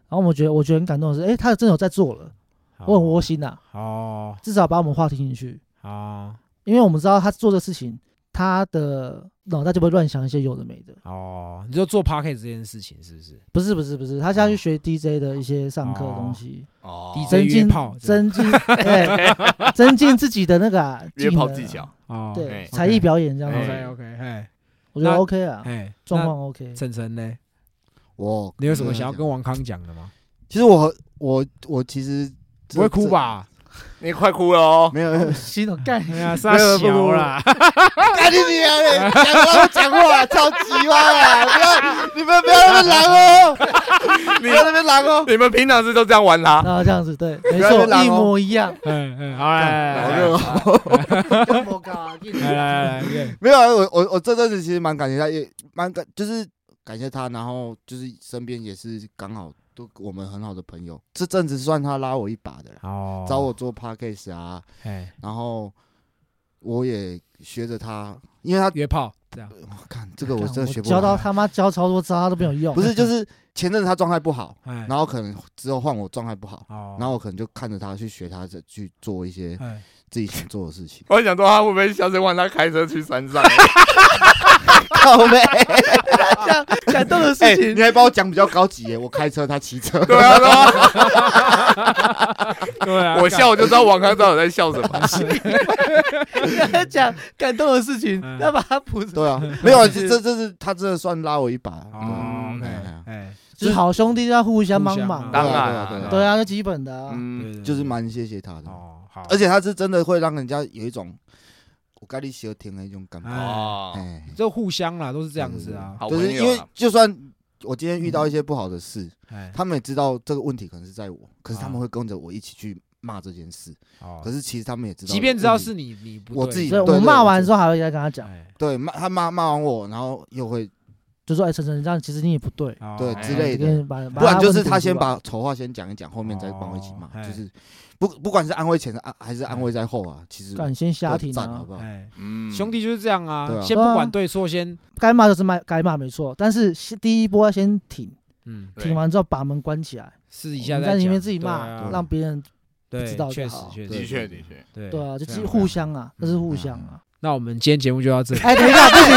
Speaker 2: 然后我觉得我觉得很感动的是，哎，他真的有在做了，
Speaker 1: 好
Speaker 2: 我很窝心呐、
Speaker 1: 哎好
Speaker 2: 至少把我们话听进去。
Speaker 1: 好
Speaker 2: 因为我们知道他做的事情，他的脑袋就不会乱想一些有的没的。
Speaker 1: 好，你就做 p o c k e t 这件事情是不是？
Speaker 2: 不是不是不是，他现在
Speaker 1: 哦
Speaker 2: 去学 DJ 的一些上课的东西，
Speaker 4: 哦，
Speaker 1: DJ
Speaker 2: 增
Speaker 1: 约
Speaker 2: 进
Speaker 1: 炮这样
Speaker 2: 增 进对，增进自己的那个啊
Speaker 4: 约炮技，
Speaker 2: 能
Speaker 4: 巧
Speaker 2: 啊，
Speaker 1: 哦
Speaker 2: 对
Speaker 4: 哎
Speaker 2: 才艺表演这样
Speaker 1: ，OK
Speaker 2: 子，
Speaker 1: OK，哎
Speaker 2: 我觉得
Speaker 1: 那
Speaker 2: OK 啊，
Speaker 1: 哎，
Speaker 2: 状况 OK
Speaker 1: 那。晨晨呢？
Speaker 3: 我
Speaker 1: 你有
Speaker 4: 嗯
Speaker 1: 什么想要跟？王康讲的吗？
Speaker 3: 其实我我我其实这
Speaker 1: 不会哭？ 吧？
Speaker 4: 你快哭了哦
Speaker 3: 这，没有， 没有
Speaker 2: 心头干，
Speaker 1: 哎呀，傻小啦，。
Speaker 3: 赶紧你啊！你讲话讲话，超级歪啊！不要，你们不要那么狼哦，
Speaker 4: 你
Speaker 3: 不要那边狼哦。
Speaker 4: 你们平常是都这样玩他，。
Speaker 2: 然后这样子对，没
Speaker 3: 要被
Speaker 2: 错，
Speaker 3: 狼哦
Speaker 2: 一模一样
Speaker 1: 嗯嗯，好来
Speaker 3: 好
Speaker 1: 来
Speaker 3: 热哦，
Speaker 1: 来来来来，
Speaker 3: 没有啊，我我我这阵子其实蛮感谢他，也蛮感就是感谢他，然后就是身边也是刚好都我们很好的朋友，这阵子算他拉我一把的啦，
Speaker 1: 好，
Speaker 3: 找我做 podcast 啊，
Speaker 1: 哎
Speaker 3: 然后我也学着他，因为他
Speaker 1: 约炮这样，
Speaker 3: 我看这个我真的学不
Speaker 2: 教
Speaker 3: 好，
Speaker 2: 到他妈教超多渣都没有用，
Speaker 3: 不是就是前阵子他状态不好，
Speaker 1: 哎，
Speaker 3: 然后可能之后换我状态不好。
Speaker 1: 哦，
Speaker 3: 然后我可能就看着他去学他这去做一些
Speaker 1: 哎。
Speaker 3: 自己想做的事情
Speaker 4: 我还想说他会不会下次换他开车去山上？
Speaker 3: 靠 背，
Speaker 2: 像 感动的
Speaker 3: 哎
Speaker 2: 事，情
Speaker 3: 你。还把我讲比较高级耶，我开车，他骑车。
Speaker 4: 对啊，对啊，
Speaker 1: 对啊，
Speaker 4: 我笑我就知道王康到底在笑什么。
Speaker 2: 他讲 感动的事情
Speaker 1: 嗯，
Speaker 2: 要把它 谱，
Speaker 3: 对啊，没有，啊，这这这是他真的算拉我一把。
Speaker 1: 哦，OK，
Speaker 3: 嗯哎
Speaker 1: 哎，
Speaker 2: 就是好兄弟要互相帮忙
Speaker 1: 互相
Speaker 4: 当
Speaker 2: 啊，
Speaker 4: 然
Speaker 3: 对啊
Speaker 4: 啊，
Speaker 3: 对
Speaker 2: 对啊，那基本的啊。
Speaker 4: 嗯，
Speaker 1: 对
Speaker 3: 就是蛮谢谢他的，
Speaker 1: 哦，好，
Speaker 3: 而且他是真的会让人家有一种我该你喜听的一种感觉。
Speaker 1: 哎
Speaker 4: 哦，
Speaker 3: 哎，
Speaker 1: 就互相啦，都是这样子啊，
Speaker 4: 好
Speaker 3: 就是
Speaker 4: 朋
Speaker 3: 因
Speaker 4: 友
Speaker 3: 为
Speaker 4: 啊，
Speaker 3: 就算我今天遇到一些不好的事，
Speaker 1: 哎，
Speaker 3: 他们也知道这个问题可能是在我，可是他们会跟着我一起去骂这件事。
Speaker 1: 哦
Speaker 3: 可，是其实他们也知道，
Speaker 1: 即便知道是你，你不对
Speaker 3: 我自己
Speaker 2: 所以
Speaker 3: 对
Speaker 2: 我们
Speaker 3: 对
Speaker 2: 骂
Speaker 3: 我
Speaker 2: 完
Speaker 3: 知
Speaker 2: 之后还会再跟他讲，
Speaker 1: 哎，
Speaker 3: 对骂他骂骂完我，然后又会
Speaker 2: 就说哎，晨晨，你这样其实你也不对，
Speaker 1: 哦
Speaker 3: 对
Speaker 1: 哎
Speaker 3: 之类的
Speaker 2: 你跟把
Speaker 3: 不然就是他先把丑话先讲一讲，后面再帮我一起骂
Speaker 1: 哦，
Speaker 3: 就是不不管是安慰前的啊还是安慰在后啊，其实
Speaker 2: 敢先瞎
Speaker 3: 都
Speaker 2: 挺
Speaker 3: 赞好
Speaker 2: 啊，
Speaker 3: 不好？
Speaker 1: 哎，
Speaker 4: 嗯
Speaker 1: 兄弟就是这样
Speaker 3: 对
Speaker 1: 啊，
Speaker 3: 啊
Speaker 1: 先不管对错，先
Speaker 2: 该骂就是骂，该骂没错，但是先第一波要先挺，
Speaker 1: 嗯，
Speaker 4: 对
Speaker 2: 挺完之后把门关起来，
Speaker 1: 试一
Speaker 2: 你
Speaker 1: 下
Speaker 2: 在里面自己
Speaker 3: 对
Speaker 2: 骂，
Speaker 3: 啊
Speaker 2: 让别人
Speaker 1: 对，
Speaker 2: 知道就
Speaker 1: 确实
Speaker 2: 好
Speaker 1: 确
Speaker 4: 的
Speaker 1: 实，
Speaker 4: 确的确，
Speaker 1: 对
Speaker 2: 对啊，就
Speaker 1: 这
Speaker 2: 是
Speaker 1: 样
Speaker 2: 互相啊，那是互相啊。
Speaker 1: 那我们今天节目就到这里，
Speaker 2: 哎，等一下，不行，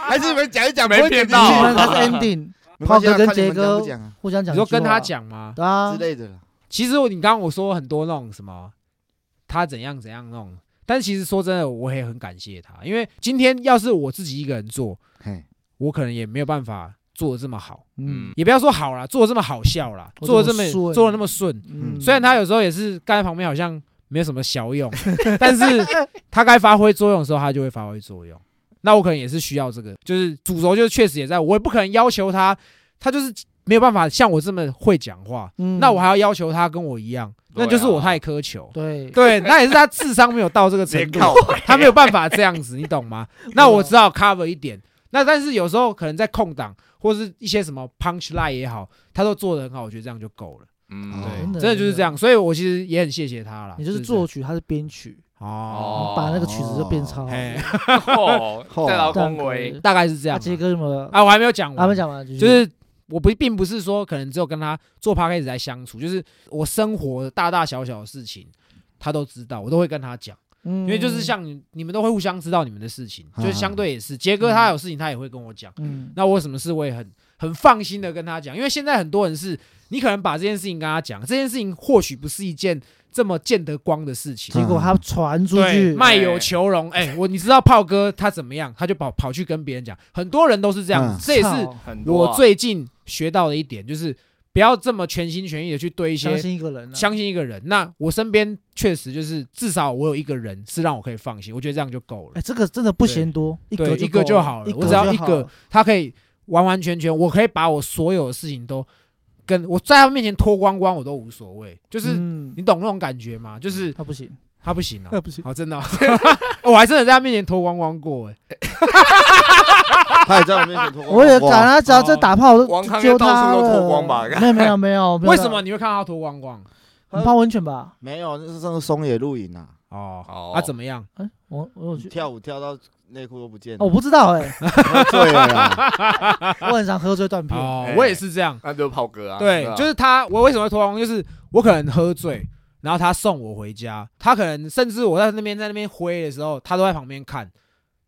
Speaker 3: 还是你们讲一讲，
Speaker 1: 哎
Speaker 4: 没
Speaker 3: 不会
Speaker 4: 骗
Speaker 3: 进去
Speaker 4: 到
Speaker 2: 你
Speaker 4: 啊
Speaker 2: 们才 是 ending，
Speaker 3: 没关系啊
Speaker 2: 炮哥跟
Speaker 3: 看你们
Speaker 2: 杰
Speaker 3: 讲
Speaker 2: 哥
Speaker 3: 不讲啊
Speaker 2: 互相
Speaker 1: 你
Speaker 2: 讲。
Speaker 1: 说跟他，讲吗？
Speaker 2: 对啊
Speaker 3: 之，类的啦。
Speaker 1: 其实我你刚刚我说很多那种什么，他怎样怎样那种，但其实说真的，我也很感谢他，因为今天要是我自己一个人做，
Speaker 3: 嘿，
Speaker 1: 我可能也没有办法做的这么好，
Speaker 4: 嗯
Speaker 2: 嗯，
Speaker 1: 也不要说好啦，做的这么好笑啦，
Speaker 2: 我
Speaker 1: 做的
Speaker 2: 这
Speaker 1: 这
Speaker 2: 么
Speaker 1: 么
Speaker 2: 顺
Speaker 1: 做的那么顺。
Speaker 3: 嗯
Speaker 1: 虽然他有时候也是盖在旁边，好像没有什么效 用，但是 他该发挥作用的时候，他就会发挥作用。那我可能也是需要这个，就是主轴，就是确实也在，我也不可能要求他，他就是没有办法像我这么会讲话，
Speaker 2: 嗯
Speaker 1: 那我还要要求他跟我一样，那就是
Speaker 4: 对啊
Speaker 1: 我太苛求。
Speaker 2: 对
Speaker 1: 对，那也是他智商没有到这个
Speaker 4: 直接
Speaker 1: 程度，
Speaker 4: 靠
Speaker 1: 他没有办法这样子，你懂 吗？那我只好 cover 一点。那但是有时候可能在空档或是一些什么 punch line 也好，他都做得很好，我觉得这样就够了。
Speaker 4: 嗯，
Speaker 3: 对
Speaker 4: 对，
Speaker 1: 真的就是这。样，所以我其实也很谢谢他啦。
Speaker 2: 你就是
Speaker 1: 这样
Speaker 2: 作曲，他是编曲，
Speaker 1: 哦，
Speaker 4: 哦
Speaker 2: 把那个曲子就变超好。
Speaker 1: 嘿，
Speaker 4: 哦，
Speaker 3: 哦
Speaker 4: 在劳
Speaker 2: 这样
Speaker 4: 工
Speaker 2: 可
Speaker 4: 维
Speaker 2: 以。
Speaker 1: 大概是这
Speaker 2: 那
Speaker 1: 样
Speaker 2: 杰
Speaker 1: 啊。
Speaker 2: 哥有没有？
Speaker 1: 啊，我还没有讲
Speaker 2: 他们
Speaker 1: 完，
Speaker 2: 讲完就
Speaker 1: 就是我不并不是说可能只有跟他做 p a c a s 来相处，就是我生活的大大小小的事情，他都知道，我都会跟他讲。
Speaker 2: 因
Speaker 1: 因为
Speaker 2: 嗯
Speaker 1: 就是像你你们都会互相知道你们的事情，
Speaker 3: 嗯
Speaker 1: 就是相对也是，杰哥他有事情他也会跟我讲，
Speaker 2: 嗯
Speaker 1: 那我有什么事我也很很放心的跟他讲，因为现在很多人是你可能把这件事情跟他讲，这件事情或许不是一件这么见得光的事情
Speaker 2: 结。
Speaker 4: 嗯
Speaker 2: 果他传出
Speaker 1: 对，
Speaker 2: 去，
Speaker 1: 卖友求荣，哎、我你知道炮哥他怎么样，他就跑跑去跟别人讲，很多人都是这样子，
Speaker 3: 嗯
Speaker 1: 这也是
Speaker 2: 操
Speaker 4: 很多啊
Speaker 1: 我最近学到的一点，就是不要这么全心全意的去对一些
Speaker 2: 相信一个人啊，
Speaker 1: 相信一个人。那我身边确实就是至少我有一个人是让我可以放心，我觉得这样就够了
Speaker 2: 哎，。这个真的不嫌多，一
Speaker 1: 对
Speaker 2: 个
Speaker 1: 一个
Speaker 2: 够
Speaker 1: 就好了
Speaker 2: 一
Speaker 1: 我
Speaker 2: 格
Speaker 1: 只要
Speaker 2: 就
Speaker 1: 一
Speaker 2: 好
Speaker 1: 个
Speaker 2: 了，
Speaker 1: 他可以完完全全，我可以把我所有的事情都跟我在他面前脱光光，我都无所谓。就是、
Speaker 2: 嗯哎
Speaker 1: 你懂那种感觉吗？就是
Speaker 2: 他不行，
Speaker 1: 他不行啊，
Speaker 2: 他不行，
Speaker 1: 好真的哦、我还真的在他面前脱光光过哎、
Speaker 3: 他也在我面前脱光
Speaker 2: 我也敢
Speaker 3: 啊，
Speaker 2: 啊，只要这打炮我
Speaker 4: 王
Speaker 2: 都
Speaker 4: 康
Speaker 2: 揪
Speaker 4: 应该到
Speaker 2: 他
Speaker 4: 处都脱
Speaker 2: 了。
Speaker 4: 光吧
Speaker 2: 没有没有没 有，没有
Speaker 1: 为什么？你会看到他脱光光？
Speaker 2: 你泡温泉吧？
Speaker 3: 没有，那是上次松野露营啊，
Speaker 1: 哦，
Speaker 4: 哦
Speaker 1: 啊怎么样？
Speaker 2: 哎，我我有去，
Speaker 3: 跳舞跳到内裤都不
Speaker 1: 嗯
Speaker 3: 见了，
Speaker 2: 哦我不知道哎，
Speaker 3: 对了，
Speaker 2: 我很常喝醉断片，
Speaker 1: 哦
Speaker 4: 哎，
Speaker 1: 我也是这样。
Speaker 4: 那就是炮哥啊，
Speaker 1: 对，
Speaker 4: 啊
Speaker 1: 就是他，我为什么会脱光？就是我可能喝醉，然后他送我回家，他可能甚至我在那边在那边挥的时候，他都在旁边看，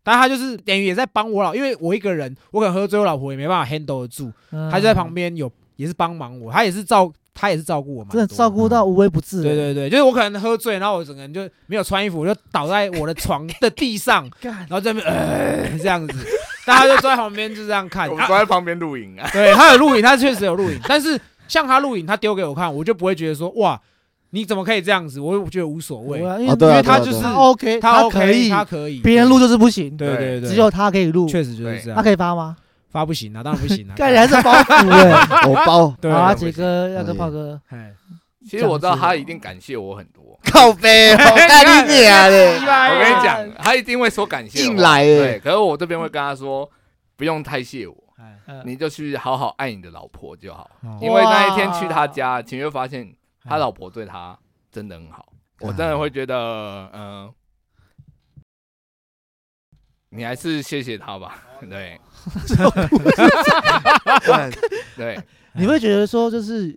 Speaker 1: 但他就是等于也在帮我老，因为我一个人，我可能喝醉，我老婆也没办法 handle 得住，
Speaker 2: 嗯
Speaker 1: 他就在旁，边有也是帮忙我，他也是照他也是照顾我嘛，
Speaker 2: 真的照顾到无微不至。欸
Speaker 1: 对。对对，就是我可能喝醉，然后我整个人就没有穿衣服，我就倒在我的床的地上，
Speaker 2: 干
Speaker 1: 然后在那边呃这样子，但他就坐在旁边就这样看，
Speaker 4: 我
Speaker 1: 啊
Speaker 4: 们都在旁边录影啊，
Speaker 1: 对他有录影，他确实有录影，但是像他录影，他丢给我看，我就不会觉得说哇，你怎么可以这样子？我我觉得无所谓，
Speaker 2: 我因
Speaker 3: 哦
Speaker 2: 为
Speaker 3: 对啊
Speaker 1: 因为他
Speaker 3: 对啊
Speaker 1: 就是
Speaker 3: 对
Speaker 2: 他 OK，
Speaker 1: 他 OK，
Speaker 2: 可以，
Speaker 1: 他可以，
Speaker 2: 别人录就是不行，
Speaker 1: 对对对，
Speaker 2: 只有他可以录，
Speaker 1: 确实啊就是这
Speaker 2: 他
Speaker 1: 样，
Speaker 2: 可以发吗？
Speaker 1: 发不行啊，当然不行 啊，
Speaker 2: 看起来是包袱哎。
Speaker 3: 我包
Speaker 1: 对
Speaker 2: 好啊，
Speaker 1: 啊，
Speaker 2: 杰哥要跟炮哥，
Speaker 1: 哎
Speaker 4: 其实我知道他一定感谢我很多，
Speaker 3: 靠背，我干你娘嘞，
Speaker 2: 啊
Speaker 4: 我跟你，
Speaker 1: 哎
Speaker 4: 讲，他一定会说感谢我。
Speaker 3: 进来
Speaker 4: 对，
Speaker 3: 哎，
Speaker 4: 可是我这边会跟他说，不用太谢我，
Speaker 1: 哎
Speaker 2: 呃
Speaker 4: 你就去好好爱你的老婆就好。
Speaker 1: 哦
Speaker 4: 因为那一天去他家，你会发现
Speaker 2: 嗯
Speaker 4: 他老婆对他真的很好，我真的会觉得，嗯、你还是谢谢他吧。对 对，
Speaker 2: 你会觉得说，就是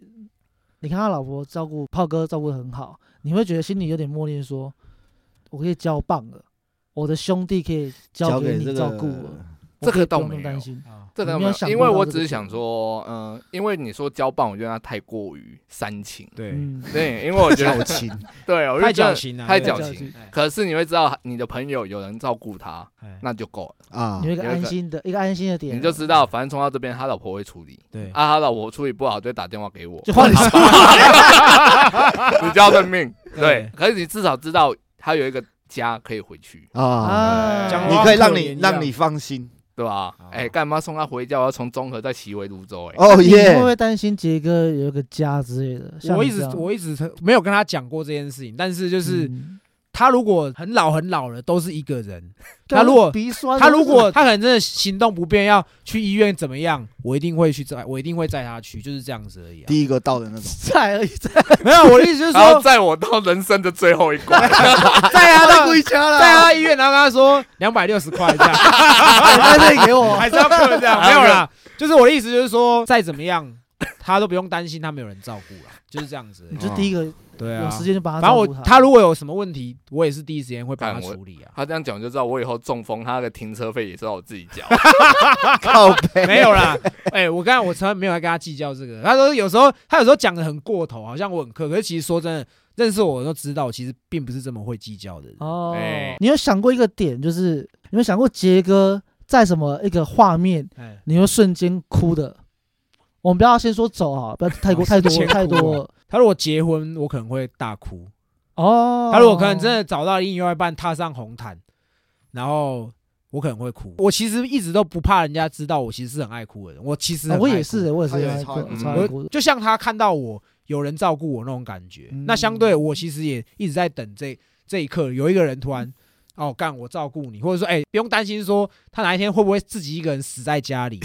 Speaker 2: 你看他老婆照顾炮哥照顾的很好，你会觉得心里有点默念说，我可以交棒了，我的兄弟可以交
Speaker 3: 给这
Speaker 2: 你
Speaker 3: 个
Speaker 2: 照顾了，
Speaker 4: 这个倒
Speaker 2: 我可以
Speaker 4: 没有
Speaker 2: 不用那么担心。
Speaker 1: 哦
Speaker 4: 这个
Speaker 2: 你没有
Speaker 4: 没有
Speaker 2: 想
Speaker 4: 因
Speaker 2: 过
Speaker 4: 为
Speaker 2: 到
Speaker 4: 我
Speaker 2: 这
Speaker 4: 只
Speaker 2: 个
Speaker 4: 是
Speaker 2: 地
Speaker 4: 想
Speaker 2: 步
Speaker 4: 说，嗯、因为你说交棒，我觉得他太过于煽情。
Speaker 1: 对，
Speaker 2: 嗯，
Speaker 4: 对，因为我觉
Speaker 3: 矫
Speaker 4: 得，
Speaker 3: 情，
Speaker 4: 对，我就
Speaker 1: 太
Speaker 4: 觉
Speaker 1: 矫
Speaker 4: 得
Speaker 1: 情了，
Speaker 4: 太
Speaker 1: 对
Speaker 4: 矫
Speaker 2: 矫
Speaker 4: 情
Speaker 2: 情。
Speaker 4: 可是你会知道，你的朋友有人照顾他，
Speaker 1: 哎
Speaker 4: 那就够了，
Speaker 3: 啊
Speaker 2: 你有一个
Speaker 4: 有一个
Speaker 2: 安心的一个安心的点，
Speaker 4: 你就知道，反正冲到这边，他老婆会处理。
Speaker 1: 对，
Speaker 4: 啊，他老婆处理不好，就会打电话给我，
Speaker 2: 就换你说，
Speaker 4: 你就要认命。 对
Speaker 1: 对，
Speaker 4: 可是你至少知道他有一个家可以回去，
Speaker 3: 啊，
Speaker 1: 哎
Speaker 2: 啊
Speaker 4: 讲
Speaker 3: 你
Speaker 4: 话
Speaker 3: 可以让你让你放心
Speaker 4: 对吧
Speaker 1: 好？
Speaker 4: 哎，干嘛送他回家？我要从中和再骑回泸州。哎，
Speaker 3: 哦
Speaker 2: 啊你会
Speaker 3: 耶
Speaker 2: 不，会担心杰哥有一个家之类的？像
Speaker 1: 我
Speaker 2: 你
Speaker 1: 一直
Speaker 2: 这样
Speaker 1: 我一直没有跟他讲过这件事情，但是就是
Speaker 2: 嗯
Speaker 1: 他如果很老很老了，都是一个人，他
Speaker 2: 干
Speaker 1: 如果
Speaker 2: 鼻酸，
Speaker 1: 他如果他可能真的行动不便，要去医院怎么样，我一定会去载，我一定会载他去，就是这样子而已、啊。
Speaker 3: 第一个到的那种，
Speaker 2: 在而已，在
Speaker 1: 没有，我的意思就是
Speaker 4: 然后
Speaker 1: 说，
Speaker 4: 在我到人生的最后一关，
Speaker 1: 载他 到载
Speaker 3: 家
Speaker 1: 他到医院，然后跟他说两百六十块这样，
Speaker 2: 在 这里给我，
Speaker 1: 还是要克这样，没有啦。就是我的意思就是说，再怎么样，他都不用担心他没有人照顾啦，就是这样子而
Speaker 2: 你
Speaker 1: 已。
Speaker 2: 就第一个
Speaker 1: 对
Speaker 2: 有
Speaker 1: 啊，
Speaker 2: 时间就帮他
Speaker 1: 反正
Speaker 2: 照
Speaker 1: 我
Speaker 2: 顾他。
Speaker 1: 他如果有什么问题，我也是第一时间会帮他
Speaker 4: 看我
Speaker 1: 处理啊。
Speaker 4: 他这样讲我就知道，我以后中风，他的停车费也是要我自己 交。
Speaker 3: 靠背，
Speaker 1: 没有 啦，哎、我刚才我从来没有来跟他计较这个。他说有时候他有时候讲的很过头，好像我很苛，可是其实说真的，认识我都知道，我其实并不是这么会计较的人。
Speaker 2: 哦
Speaker 4: 哎
Speaker 2: 你有想过一个点，就是你有没有想过杰哥在什么一个画面，
Speaker 1: 哎，
Speaker 2: 你会瞬间哭的？我们不要先说走啊， 不要太多太多
Speaker 1: 瞬间哭啊
Speaker 2: 太多
Speaker 1: 他如果结婚，我可能会大哭；
Speaker 2: 哦。
Speaker 1: 他如果可能真的找到另外一半，踏上红毯，然后我可能会哭。我其实一直都不怕人家知道我其实是很爱哭的人，哎我其实
Speaker 2: 啊
Speaker 1: 很
Speaker 2: 我
Speaker 1: 爱
Speaker 2: 也
Speaker 1: 哭
Speaker 2: 是，我也是
Speaker 3: 他也
Speaker 2: 爱
Speaker 3: 超
Speaker 2: 哭
Speaker 3: 爱哭
Speaker 2: 超爱哭
Speaker 1: 我
Speaker 2: 的。
Speaker 1: 就像他看到我有人照顾我那种感觉。
Speaker 2: 嗯
Speaker 1: 那相对我其实也一直在等这这一刻，有一个人突然
Speaker 2: 嗯
Speaker 1: 哦干我照顾你，或者说哎、不用担心说他哪一天会不会自己一个人死在家 里，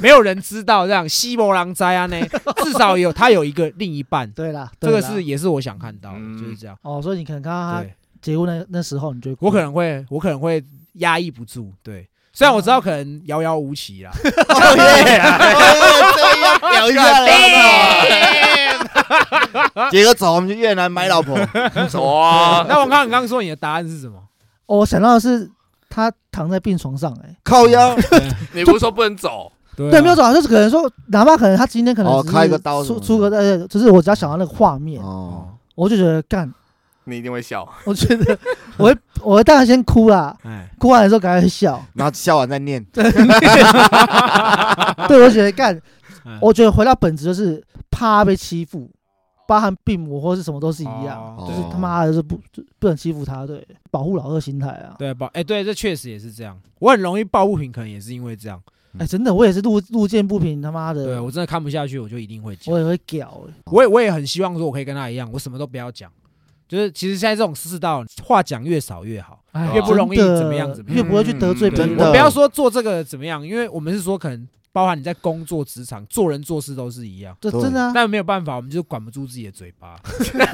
Speaker 1: 没有人知道这样西伯狼灾啊呢，至少有他有一个另一半，
Speaker 2: 对啦，
Speaker 1: 这
Speaker 2: 对
Speaker 1: 个
Speaker 2: 啦
Speaker 1: 是也是我想看到的，
Speaker 4: 嗯
Speaker 1: 就是这样。
Speaker 2: 哦，所以你可能看到他
Speaker 1: 对，
Speaker 2: 结婚那那时候，你就会哭
Speaker 1: 我可能会我可能会压抑不住，对。虽然我
Speaker 2: 啊
Speaker 1: 知道可能遥遥无期啦，
Speaker 3: 这样表一下 杰哥走，我们去越南买老婆。
Speaker 4: 走啊！
Speaker 1: 那王康，你刚刚说你的答案是什 么？
Speaker 2: 哦，我想到的是他躺在病床上，哎，
Speaker 3: 靠腰，
Speaker 4: 你不是说不能走？
Speaker 1: 对
Speaker 2: 对，没有走啊，就是可能说，哪怕可能他今天可能
Speaker 3: 哦
Speaker 2: 只是
Speaker 3: 开个刀什
Speaker 2: 出
Speaker 3: 么的
Speaker 2: 出个，呃，就是我只要想到那个画面，
Speaker 3: 哦，
Speaker 2: 我就觉得 干，
Speaker 4: 你一定会笑。
Speaker 2: 我觉得我会我会当然先哭啦，
Speaker 1: 哎，
Speaker 2: 哭完的时候赶 快笑，
Speaker 3: 然后笑完再念，
Speaker 2: 对，我觉得干
Speaker 1: 嗯，
Speaker 2: 我觉得回到本质就是怕被欺负，包含病魔或是什么都是一样，
Speaker 1: 哦
Speaker 2: 就是他妈的就是不就不能欺负他，对，保护老二心态啊。
Speaker 1: 对吧？哎、对，这确实也是这样。我很容易抱不平，可能也是因为这样。
Speaker 2: 哎，真的，我也是路路见不平，他妈
Speaker 1: 对
Speaker 2: 的，
Speaker 1: 我真的看不下去，我就一定会讲
Speaker 2: 我。也会屌，哎
Speaker 1: 我也我也很希望说，我可以跟他一样，我什么都不要讲。就是其实现在这种世道，话讲越少越好。
Speaker 2: 哎
Speaker 4: 越不
Speaker 1: 容易
Speaker 2: 真的
Speaker 1: 怎么样怎么
Speaker 4: 样
Speaker 2: 越不会去得罪别
Speaker 3: 真
Speaker 2: 人。
Speaker 3: 的
Speaker 1: 我不要说做这个怎么样，因为我们是说可能包含你在工作、职场、做人做事都是一样，
Speaker 2: 这
Speaker 3: 对
Speaker 2: 真的啊，
Speaker 1: 但没有办法，我们就管不住自己的嘴 巴。对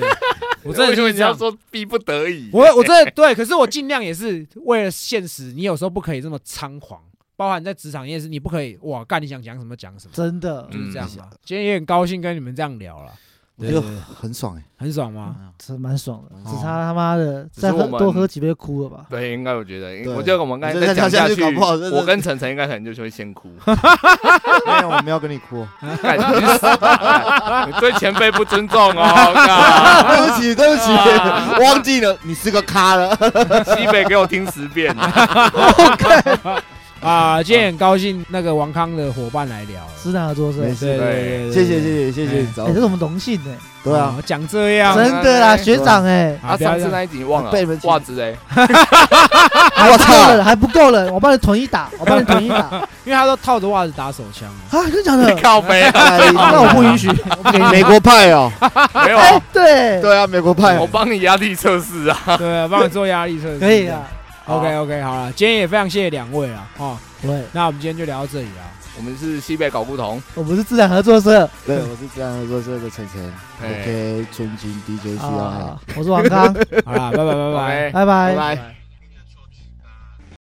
Speaker 1: 我真的
Speaker 4: 以
Speaker 1: 就
Speaker 4: 为
Speaker 1: 是
Speaker 4: 你
Speaker 1: 这
Speaker 4: 要
Speaker 1: 样。
Speaker 4: 说逼不得已。
Speaker 1: 我我真的对，可是我尽量也是为了现实，你有时候不可以这么猖狂。包含在职场也是，你不可以哇，干你想讲什么讲什么。
Speaker 2: 真的
Speaker 1: 就是这样
Speaker 3: 嗯
Speaker 1: 吧。今天也很高兴跟你们这样聊了，
Speaker 3: 我觉得很爽哎。
Speaker 1: 很爽吗？
Speaker 2: 是蛮爽的，
Speaker 3: 哦
Speaker 2: 只差他妈的
Speaker 4: 只是
Speaker 2: 再喝
Speaker 4: 我们
Speaker 2: 多喝几杯就哭了吧。
Speaker 4: 对，应该我觉得，因为
Speaker 3: 对
Speaker 4: 我觉得我们刚才
Speaker 3: 你再
Speaker 4: 再讲
Speaker 3: 这样下去
Speaker 4: 去，
Speaker 3: 搞不好真的
Speaker 4: 我跟晨晨应该可能就是会先哭。
Speaker 3: 没有，我没有跟你哭，
Speaker 4: 干你去死啊你对前辈不尊重 哦！
Speaker 3: 对不起，对不起，忘记了你是个咖了。
Speaker 4: 干西北给我听十遍，
Speaker 3: 嗯
Speaker 1: 啊，今天很高兴那个王康的伙伴来聊了，
Speaker 2: 直男的做事，
Speaker 3: 没
Speaker 2: 哎，
Speaker 3: 事
Speaker 1: 对，对对，
Speaker 3: 谢谢，谢谢，谢谢
Speaker 1: 哎
Speaker 3: 你找
Speaker 2: 这是我
Speaker 3: 我。
Speaker 2: 们荣幸哎，
Speaker 3: 对啊，，
Speaker 1: 讲这样
Speaker 4: 真
Speaker 2: 真的啦，学长哎，
Speaker 1: 啊，
Speaker 4: 啊，
Speaker 1: 不要
Speaker 4: 上
Speaker 1: 这
Speaker 4: 次
Speaker 1: 样
Speaker 4: 那一集你忘了
Speaker 3: 被你们
Speaker 4: 袜子嘞？
Speaker 3: 我
Speaker 2: 不够了，
Speaker 3: 操，
Speaker 2: 还不够了，我帮你囤一打，我帮你囤一打啊！
Speaker 1: 因为他都套着袜子打手枪。啊
Speaker 2: 真的假的？
Speaker 4: 靠背啊，
Speaker 2: 那我不允许，我不给
Speaker 3: 哎美
Speaker 2: 你。
Speaker 3: 国派哦，
Speaker 4: 没有啊，
Speaker 2: 哎，对，
Speaker 3: 对啊，美国派
Speaker 4: 我，帮你压力测试啊。
Speaker 1: 对，帮你做压力 测试。
Speaker 2: 可以啊。，
Speaker 1: OK OK，好了，今天也非常谢谢两位了哦。
Speaker 2: 喂，
Speaker 1: 那我们今天就聊到这里了。
Speaker 4: 我们是西北搞不同，
Speaker 2: 我们是自然合作社
Speaker 3: 对，我是自然合作社的晨晨
Speaker 4: 哎
Speaker 3: ，OK，纯情 DJ 需要爱。
Speaker 2: 啊，我是王康，
Speaker 1: 好啦，拜拜拜拜
Speaker 4: 拜。
Speaker 2: 拜拜。
Speaker 3: 拜。